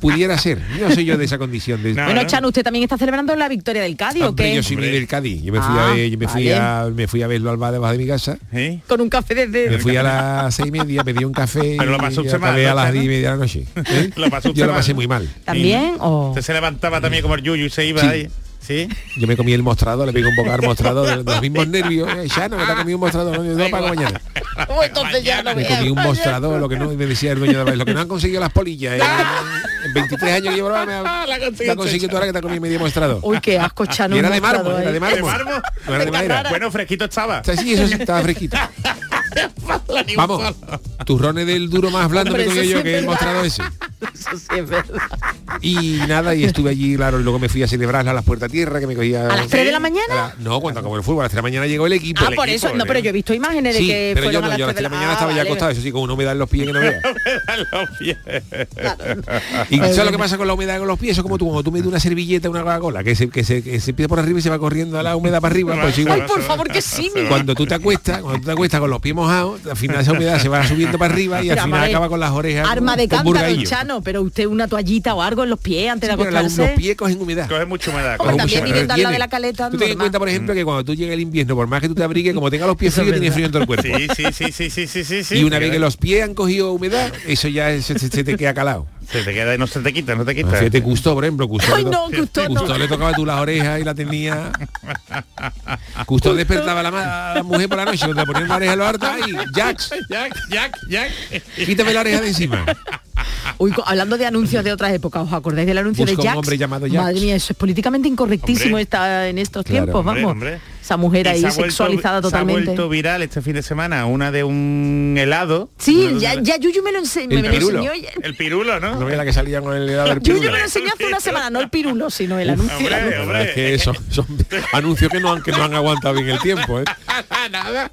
[SPEAKER 1] Pudiera ser. No soy yo de esa condición. De...
[SPEAKER 7] No,
[SPEAKER 2] Bueno, Chan, ¿usted también está celebrando la victoria del Cádiz o
[SPEAKER 1] Hombre,
[SPEAKER 2] qué?
[SPEAKER 1] yo soy muy del Cádiz. Yo me fui,
[SPEAKER 2] Ah,
[SPEAKER 1] a, ver- yo me, fui
[SPEAKER 2] vale.
[SPEAKER 1] a, me fui a verlo al bar debajo de mi casa.
[SPEAKER 7] ¿Eh?
[SPEAKER 2] Con un café desde...
[SPEAKER 1] Me fui a las seis y media, pedí un café
[SPEAKER 7] Pero lo
[SPEAKER 1] y
[SPEAKER 7] pasó usted
[SPEAKER 1] acabé
[SPEAKER 7] mal,
[SPEAKER 1] a las
[SPEAKER 7] ¿no?
[SPEAKER 1] diez y media de la noche. ¿eh?
[SPEAKER 7] Lo pasó usted
[SPEAKER 1] Yo lo pasé
[SPEAKER 7] mal.
[SPEAKER 1] muy mal.
[SPEAKER 2] ¿También? o-
[SPEAKER 7] Usted se levantaba también como el yuyu y se iba
[SPEAKER 1] Sí.
[SPEAKER 7] ahí. ¿Sí?
[SPEAKER 1] Yo me comí el mostrado, le pegué un bocado al mostrado de los mismos nervios. Eh, ya no me está comido un mostrado, no, no para mañana.
[SPEAKER 2] entonces ya no
[SPEAKER 1] Me comí un mostrado, lo que no me decía el dueño de la lo que no han conseguido las polillas. eh, en 23 años que llevo me ha-
[SPEAKER 7] La consiguió
[SPEAKER 1] la ha conseguido tú ahora que te has comido medio mostrado.
[SPEAKER 2] Uy, qué asco, Chan.
[SPEAKER 1] Y
[SPEAKER 2] un
[SPEAKER 1] era de
[SPEAKER 2] mostrado
[SPEAKER 1] mármol,
[SPEAKER 2] ahí.
[SPEAKER 1] era de mármol.
[SPEAKER 7] ¿De mármol?
[SPEAKER 1] No era pues. de madera.
[SPEAKER 7] Bueno, fresquito estaba.
[SPEAKER 1] Está así, eso sí, estaba fresquito. Vamos, turrones del duro más blando
[SPEAKER 2] Hombre,
[SPEAKER 1] me comí
[SPEAKER 2] eso
[SPEAKER 1] yo
[SPEAKER 2] sí
[SPEAKER 1] que
[SPEAKER 2] es
[SPEAKER 1] he mostrado ese.
[SPEAKER 2] Eso sí es verdad.
[SPEAKER 1] Y nada, y estuve allí, claro, y luego me fui a celebrarla a las puertas tierra, que me cogía...
[SPEAKER 2] ¿A las tres de la mañana?
[SPEAKER 1] A la- no, cuando acabó el fútbol, a las 3 de la mañana llegó el equipo.
[SPEAKER 2] Ah,
[SPEAKER 1] El
[SPEAKER 2] por
[SPEAKER 1] equipo,
[SPEAKER 2] eso, no,
[SPEAKER 1] ¿eh?
[SPEAKER 2] pero yo he visto imágenes de
[SPEAKER 1] Sí,
[SPEAKER 2] que
[SPEAKER 1] pero yo
[SPEAKER 2] fueron
[SPEAKER 1] no,
[SPEAKER 2] a las
[SPEAKER 1] yo a
[SPEAKER 2] 3
[SPEAKER 1] las 3 de la mañana estaba ya acostado, eso sí, con una humedad en los pies que no veas.
[SPEAKER 7] Los pies.
[SPEAKER 1] Y ¿sabes lo que pasa con la humedad con los pies? Eso es como tú, cuando tú metes una servilleta, una Coca-Cola, que se, que, se, que se empieza por arriba y se va corriendo a la humedad para arriba, pues igual.
[SPEAKER 2] Ay, por favor, que sí, mi
[SPEAKER 1] Cuando tú te acuestas, cuando tú te acuestas con los pies mojados, al final esa humedad se va subiendo para arriba y al
[SPEAKER 2] Pero,
[SPEAKER 1] final
[SPEAKER 2] Amadeo,
[SPEAKER 1] acaba con las orejas.
[SPEAKER 2] Arma de
[SPEAKER 1] con
[SPEAKER 2] cántaro,
[SPEAKER 1] burgadillo.
[SPEAKER 2] Chano, pero usted una toallita o algo en los pies antes
[SPEAKER 1] Sí,
[SPEAKER 2] de
[SPEAKER 1] pero la- los
[SPEAKER 2] acostarse.
[SPEAKER 1] pies cogen humedad.
[SPEAKER 7] Coge mucho humedad.
[SPEAKER 2] Hombre,
[SPEAKER 7] coge
[SPEAKER 2] también
[SPEAKER 7] mucha
[SPEAKER 1] Mucho,
[SPEAKER 2] viviendo al lado
[SPEAKER 1] ¿entiendes?
[SPEAKER 2] de la caleta,
[SPEAKER 1] Tú ten en
[SPEAKER 2] normal.
[SPEAKER 1] cuenta, por ejemplo, que cuando tú llega el invierno, por más que tú te abrigues, como tengas los pies fríos, tienes frío en todo el cuerpo.
[SPEAKER 7] humedad. Sí, sí, sí, sí, sí, sí, sí, sí.
[SPEAKER 1] y una
[SPEAKER 2] ¿eh?
[SPEAKER 1] vez que los pies han cogido humedad, eso ya es- se, se- se te queda calado.
[SPEAKER 7] Se te queda y no se te quita, no te quita.
[SPEAKER 1] Fíjate, Custó, por ejemplo, Custó.
[SPEAKER 2] Ay,
[SPEAKER 1] le
[SPEAKER 2] no,
[SPEAKER 1] to-
[SPEAKER 2] Custó, no.
[SPEAKER 1] Custó le tocaba tú las orejas y la tenía. Custó despertaba a la, ma- a la mujer por la noche, le ponía una oreja a lo harto y Jax,
[SPEAKER 7] Jack, Jack, Jack.
[SPEAKER 1] quítame la oreja de encima.
[SPEAKER 2] Uy, co- hablando de anuncios de otras épocas, ¿os acordáis del anuncio
[SPEAKER 1] Busca
[SPEAKER 2] de
[SPEAKER 1] un
[SPEAKER 2] Jax?
[SPEAKER 1] hombre llamado Jax.
[SPEAKER 2] Madre mía, eso es políticamente incorrectísimo
[SPEAKER 7] Hombre.
[SPEAKER 2] esta, en estos
[SPEAKER 1] Claro,
[SPEAKER 2] tiempos,
[SPEAKER 7] hombre,
[SPEAKER 2] vamos.
[SPEAKER 7] hombre.
[SPEAKER 2] Esa mujer
[SPEAKER 7] Y
[SPEAKER 2] ahí
[SPEAKER 7] se ha vuelto-
[SPEAKER 2] sexualizada
[SPEAKER 7] Se ha
[SPEAKER 2] totalmente.
[SPEAKER 7] vuelto viral este fin de semana, una de un helado.
[SPEAKER 2] Sí,
[SPEAKER 7] Una-
[SPEAKER 2] ya, ya Yuyu me lo, ense- me
[SPEAKER 1] El
[SPEAKER 2] lo
[SPEAKER 1] pirulo.
[SPEAKER 2] enseñó. ya-
[SPEAKER 7] El pirulo, ¿no?
[SPEAKER 1] No veía la que salía con el helado del
[SPEAKER 2] Yuyu
[SPEAKER 1] pirulo.
[SPEAKER 2] me lo enseñó hace una semana, no el pirulo, sino el anuncio.
[SPEAKER 7] hombre.
[SPEAKER 1] La verdad es que eso- son anuncios que no, han, que no han aguantado bien el tiempo, ¿eh?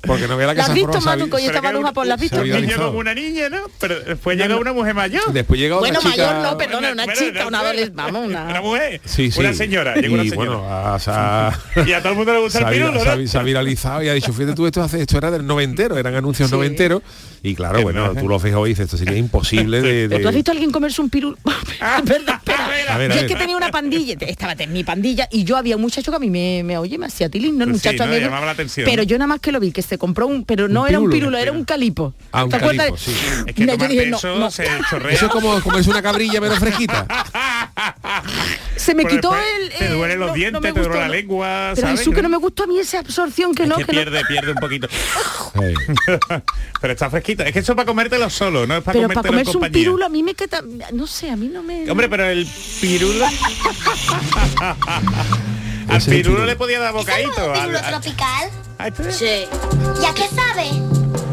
[SPEAKER 1] Porque no veía la que
[SPEAKER 2] ¿La has
[SPEAKER 1] esa
[SPEAKER 2] visto,
[SPEAKER 1] forma se ha-
[SPEAKER 2] Matuco? Y esta
[SPEAKER 7] Pero que
[SPEAKER 2] maruja,
[SPEAKER 7] un-
[SPEAKER 2] por la has visto.
[SPEAKER 1] se ha
[SPEAKER 7] Un niño
[SPEAKER 1] viralizado.
[SPEAKER 7] como una niña, ¿no? Pero después llega una mujer mayor.
[SPEAKER 1] Después llega otra
[SPEAKER 2] Bueno,
[SPEAKER 1] chica-
[SPEAKER 2] mayor no, perdona, una
[SPEAKER 7] Bueno,
[SPEAKER 2] chica,
[SPEAKER 7] no
[SPEAKER 2] una
[SPEAKER 7] sé.
[SPEAKER 2] adolescente, vamos,
[SPEAKER 7] Una
[SPEAKER 2] una...
[SPEAKER 7] mujer.
[SPEAKER 1] Sí, sí.
[SPEAKER 7] Una señora.
[SPEAKER 1] Y
[SPEAKER 7] Llegó una señora.
[SPEAKER 1] bueno, a- a-
[SPEAKER 7] y a todo el mundo le gusta
[SPEAKER 1] se, ha,
[SPEAKER 7] el
[SPEAKER 1] vira-
[SPEAKER 7] pirulo,
[SPEAKER 1] se ha
[SPEAKER 7] ¿no?
[SPEAKER 1] vi- se ha viralizado y ha dicho, fíjate tú, esto, hace, esto era del noventero, eran anuncios
[SPEAKER 2] Sí.
[SPEAKER 1] noventeros. Y claro, bueno, tú lo ves hoy y dices, esto sería imposible de... de-
[SPEAKER 2] ¿Pero tú has visto a alguien comerse un pirulo? Perdón, Ah, espera.
[SPEAKER 7] A
[SPEAKER 1] ver, a
[SPEAKER 2] yo es
[SPEAKER 1] ver.
[SPEAKER 2] que tenía una pandilla, te- estaba en mi pandilla y yo había un muchacho que a mí me, me oye, me hacía tilín, no el
[SPEAKER 7] Pues sí,
[SPEAKER 2] muchacho a
[SPEAKER 7] ¿no?
[SPEAKER 2] mí me-
[SPEAKER 7] Llamaba la atención.
[SPEAKER 2] Pero yo nada más que lo vi, que se compró un, pero no
[SPEAKER 1] Un
[SPEAKER 2] era un
[SPEAKER 1] pirulo,
[SPEAKER 2] pirulo, era
[SPEAKER 1] espera.
[SPEAKER 2] un calipo.
[SPEAKER 1] Ah, un
[SPEAKER 2] ¿Te acuerdas?
[SPEAKER 1] calipo, sí.
[SPEAKER 7] Es que
[SPEAKER 2] Mira, yo
[SPEAKER 7] tomar
[SPEAKER 2] dije, no,
[SPEAKER 7] peso
[SPEAKER 2] no.
[SPEAKER 7] se chorrea.
[SPEAKER 1] Eso es como comerse una cabrilla pero fresquita.
[SPEAKER 2] Se me
[SPEAKER 7] Pero
[SPEAKER 2] quitó
[SPEAKER 7] después
[SPEAKER 2] el...
[SPEAKER 7] Te
[SPEAKER 2] el-
[SPEAKER 7] duelen los
[SPEAKER 2] no- no
[SPEAKER 7] dientes,
[SPEAKER 2] me
[SPEAKER 7] te duele
[SPEAKER 2] gustó,
[SPEAKER 7] la
[SPEAKER 2] no.
[SPEAKER 7] lengua,
[SPEAKER 2] Pero
[SPEAKER 7] ¿sabes?
[SPEAKER 2] Jesús, que no me gustó a mí esa absorción, que
[SPEAKER 7] Es
[SPEAKER 2] no,
[SPEAKER 7] que
[SPEAKER 2] que no.
[SPEAKER 7] pierde, pierde un poquito.
[SPEAKER 1] Eh,
[SPEAKER 7] Pero está fresquita. Es que eso es para comértelo solo, no es para
[SPEAKER 2] Pero para
[SPEAKER 7] comértelo en
[SPEAKER 2] comerse un
[SPEAKER 7] compañía.
[SPEAKER 2] pirulo a mí me queda... No sé, a mí no me...
[SPEAKER 7] Hombre, pero el pirulo...
[SPEAKER 1] Ese
[SPEAKER 7] al
[SPEAKER 1] es el pirulo.
[SPEAKER 7] pirulo le podía dar bocadito.
[SPEAKER 4] ¿Cómo un
[SPEAKER 7] al-
[SPEAKER 4] pirulo
[SPEAKER 7] al-
[SPEAKER 4] tropical?
[SPEAKER 7] a este.
[SPEAKER 8] Sí.
[SPEAKER 4] ¿Y a qué sabe?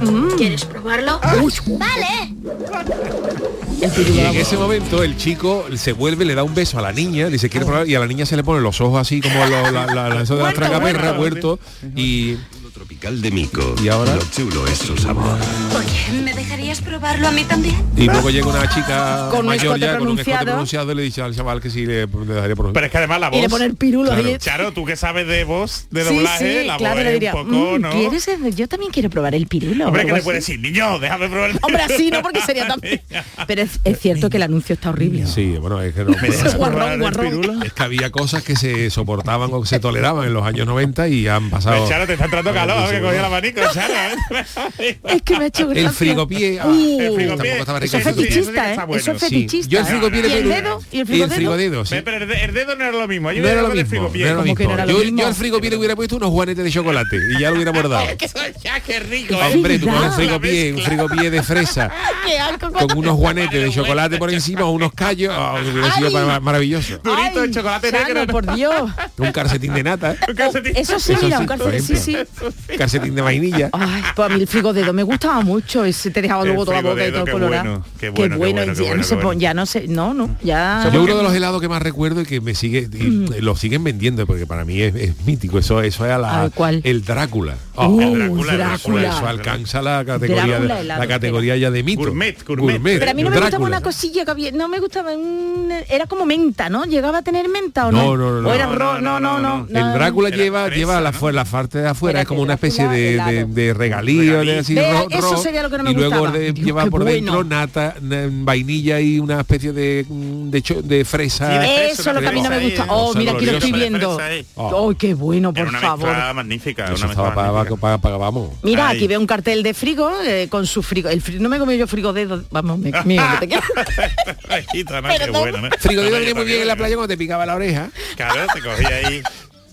[SPEAKER 2] Mm.
[SPEAKER 8] ¿Quieres probarlo?
[SPEAKER 4] Vale.
[SPEAKER 1] y en ese momento el chico se vuelve, le da un beso a la niña, dice, ¿quieres probar? Y a la niña se le ponen los ojos así, como lo- la, la, la- eso de la
[SPEAKER 2] Muerto,
[SPEAKER 1] tragaperra, muerto. Y,
[SPEAKER 9] Tropical de Mico.
[SPEAKER 1] ¿Y ahora?
[SPEAKER 9] Lo chulo es su sabor.
[SPEAKER 8] Oye, ¿me dejarías probarlo a mí también?
[SPEAKER 1] y luego llega una chica
[SPEAKER 2] Con un
[SPEAKER 1] mayor
[SPEAKER 2] escote
[SPEAKER 1] ya con un escote
[SPEAKER 2] pronunciado.
[SPEAKER 1] pronunciado y le dice al chaval que sí le, le daría por
[SPEAKER 7] Pero es que además la voz...
[SPEAKER 2] Y le poner pirulo
[SPEAKER 1] Claro.
[SPEAKER 2] ahí.
[SPEAKER 7] Charo, tú que sabes de voz, de
[SPEAKER 2] sí,
[SPEAKER 7] doblaje,
[SPEAKER 2] sí,
[SPEAKER 7] la
[SPEAKER 2] claro,
[SPEAKER 7] voz
[SPEAKER 2] le
[SPEAKER 7] es
[SPEAKER 2] diría,
[SPEAKER 7] un poco,
[SPEAKER 2] "Mm,
[SPEAKER 7] ¿no?
[SPEAKER 2] ¿quieres el- Yo también quiero probar el pirulo. o
[SPEAKER 7] Hombre,
[SPEAKER 2] algo
[SPEAKER 7] que le
[SPEAKER 2] así".
[SPEAKER 7] puedes decir, niño, déjame probar. el
[SPEAKER 2] Hombre, así no,
[SPEAKER 7] pirulo".
[SPEAKER 2] porque sería tan... Pero es, es cierto que el anuncio está horrible. Pues
[SPEAKER 1] Sí, bueno, es que no.
[SPEAKER 7] ¿Me dejas
[SPEAKER 2] Guarrón,
[SPEAKER 7] probar el
[SPEAKER 2] guarrón.
[SPEAKER 7] pirulo?
[SPEAKER 1] Es que había cosas que se soportaban o que se toleraban en los años 90 y han pasado.
[SPEAKER 7] Charo, te está entrando calor, que cogía el abanico, Charo. ¿eh?
[SPEAKER 2] Es que me ha hecho gracia.
[SPEAKER 1] El frigopié. ah,
[SPEAKER 2] Uh,
[SPEAKER 7] el frigopié.
[SPEAKER 1] tampoco estaba rico.
[SPEAKER 2] Eso es
[SPEAKER 7] Eso sí, eso sí que
[SPEAKER 2] fetichista, ¿eh?
[SPEAKER 7] está bueno,
[SPEAKER 2] Eso es
[SPEAKER 1] Sí.
[SPEAKER 2] fetichista.
[SPEAKER 1] Yo el
[SPEAKER 2] ¿eh?
[SPEAKER 1] frigopié
[SPEAKER 2] ¿Y
[SPEAKER 1] le
[SPEAKER 2] el
[SPEAKER 1] pedí-
[SPEAKER 2] dedo? ¿Y el
[SPEAKER 1] y el
[SPEAKER 2] frigodedo?
[SPEAKER 1] frigodedo, sí.
[SPEAKER 7] Ve, Pero el de- el dedo no era lo mismo. Yo
[SPEAKER 1] No
[SPEAKER 7] voy a
[SPEAKER 1] era lo
[SPEAKER 7] hablar del
[SPEAKER 1] mismo.
[SPEAKER 7] frigopié.
[SPEAKER 1] no era lo
[SPEAKER 2] ¿Cómo que no
[SPEAKER 1] mismo.
[SPEAKER 2] era lo
[SPEAKER 1] Yo,
[SPEAKER 2] mismo?
[SPEAKER 1] yo al frigopié le hubiera puesto unos juanetes de chocolate y ya lo hubiera bordado.
[SPEAKER 7] Que eso ya, qué rico. ¿eh?
[SPEAKER 1] Hombre, tú con un
[SPEAKER 2] verdad.
[SPEAKER 1] frigopié, un frigopié de fresa,
[SPEAKER 2] Qué asco,
[SPEAKER 1] con unos juanetes de
[SPEAKER 7] Ay,
[SPEAKER 1] chocolate por encima, o unos callos, ah, hubiera sido
[SPEAKER 2] Ay. Ah.
[SPEAKER 1] mar- maravilloso.
[SPEAKER 7] Durito de
[SPEAKER 2] Ay,
[SPEAKER 7] chocolate
[SPEAKER 2] Chano,
[SPEAKER 7] negro.
[SPEAKER 2] por Dios.
[SPEAKER 1] Un calcetín de nata, ¿eh?
[SPEAKER 7] Un calcetín.
[SPEAKER 2] Eso sí,
[SPEAKER 1] Eso
[SPEAKER 2] mira,
[SPEAKER 1] sí,
[SPEAKER 2] un
[SPEAKER 1] por
[SPEAKER 2] calcetín, sí, sí.
[SPEAKER 1] ejemplo. calcetín de vainilla.
[SPEAKER 2] Ay, pues a mí el frigodedo me gustaba mucho, ese te dejaba
[SPEAKER 7] El
[SPEAKER 2] luego toda la boca y
[SPEAKER 7] frigodedo,
[SPEAKER 2] todo
[SPEAKER 7] qué
[SPEAKER 2] colorado.
[SPEAKER 7] bueno, qué bueno, qué bueno,
[SPEAKER 2] y
[SPEAKER 7] qué
[SPEAKER 2] ya
[SPEAKER 7] bueno,
[SPEAKER 2] no se
[SPEAKER 7] qué bueno.
[SPEAKER 2] pon- ya no sé, no, no, ya
[SPEAKER 1] Yo uno de los helados que más recuerdo y que me sigue
[SPEAKER 2] Mm.
[SPEAKER 1] y lo siguen vendiendo porque para mí es, es mítico eso eso es a la
[SPEAKER 2] Ay, ¿cuál?
[SPEAKER 1] el Drácula. Oh,
[SPEAKER 2] Uh,
[SPEAKER 7] el Oh, Drácula, el
[SPEAKER 1] Eso,
[SPEAKER 7] Drácula.
[SPEAKER 1] eso alcanza la categoría
[SPEAKER 2] Drácula
[SPEAKER 1] de-
[SPEAKER 2] helado,
[SPEAKER 1] la categoría ya de mito.
[SPEAKER 7] Gourmet, gourmet.
[SPEAKER 2] Pero a mí no me
[SPEAKER 1] Drácula.
[SPEAKER 2] gustaba una cosilla que había, no me gustaba, un- era como menta, ¿no? Llegaba a tener menta o no.
[SPEAKER 1] No, no, no,
[SPEAKER 2] O era
[SPEAKER 7] no,
[SPEAKER 2] ro- no, no, no,
[SPEAKER 1] El Drácula
[SPEAKER 7] Era
[SPEAKER 1] lleva
[SPEAKER 7] fresa,
[SPEAKER 1] lleva la,
[SPEAKER 7] ¿no?
[SPEAKER 1] fu- la parte de afuera
[SPEAKER 2] Era
[SPEAKER 1] es como una
[SPEAKER 2] que era
[SPEAKER 1] especie
[SPEAKER 2] helado,
[SPEAKER 1] de, de-
[SPEAKER 2] helado.
[SPEAKER 1] de regalío, de así,
[SPEAKER 2] Vea,
[SPEAKER 1] ro-
[SPEAKER 2] eso
[SPEAKER 1] ro-
[SPEAKER 2] sería lo que no me
[SPEAKER 1] y luego
[SPEAKER 2] gustaba.
[SPEAKER 1] de-
[SPEAKER 2] Dios,
[SPEAKER 1] lleva
[SPEAKER 2] qué
[SPEAKER 1] por dentro
[SPEAKER 2] bueno.
[SPEAKER 1] nata, na- vainilla y una especie de mm, de, cho- de
[SPEAKER 7] Sí,
[SPEAKER 1] fresa.
[SPEAKER 7] de fresa,
[SPEAKER 2] Eso es lo que a mí no me
[SPEAKER 7] fresa
[SPEAKER 2] gusta.
[SPEAKER 7] ahí,
[SPEAKER 2] Oh,
[SPEAKER 7] cosa
[SPEAKER 2] mira, aquí lo estoy
[SPEAKER 7] gloriosa, la
[SPEAKER 2] viendo.
[SPEAKER 7] fresa ahí. Ah.
[SPEAKER 2] Oh, qué bueno, por
[SPEAKER 7] Era una
[SPEAKER 2] favor.
[SPEAKER 7] mezcla magnífica,
[SPEAKER 1] Eso
[SPEAKER 7] una mezcla
[SPEAKER 1] estaba para,
[SPEAKER 7] magnífica.
[SPEAKER 1] para- para- vamos.
[SPEAKER 2] Mira,
[SPEAKER 7] Ahí.
[SPEAKER 2] aquí veo un cartel de frigo eh, con su frigo. El frigo. No me he comido yo frigo de... do- Vamos, me, mira, te quiero-
[SPEAKER 7] Rajita, ¿no? Qué bueno, ¿no?
[SPEAKER 1] Frigodero
[SPEAKER 7] No,
[SPEAKER 1] venía
[SPEAKER 7] yo
[SPEAKER 1] muy bien en la playa
[SPEAKER 7] también,
[SPEAKER 1] cuando te picaba la oreja,
[SPEAKER 7] Claro, te cogí ahí.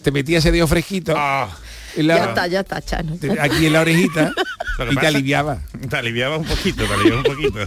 [SPEAKER 1] te metía ese dedo fresquito
[SPEAKER 7] Ah,
[SPEAKER 1] en la-
[SPEAKER 2] Ya está, ya está, Chano.
[SPEAKER 1] te- aquí en la orejita
[SPEAKER 7] Lo que
[SPEAKER 1] y te
[SPEAKER 7] pasa-
[SPEAKER 1] aliviaba.
[SPEAKER 7] te aliviaba un poquito, te aliviaba un poquito.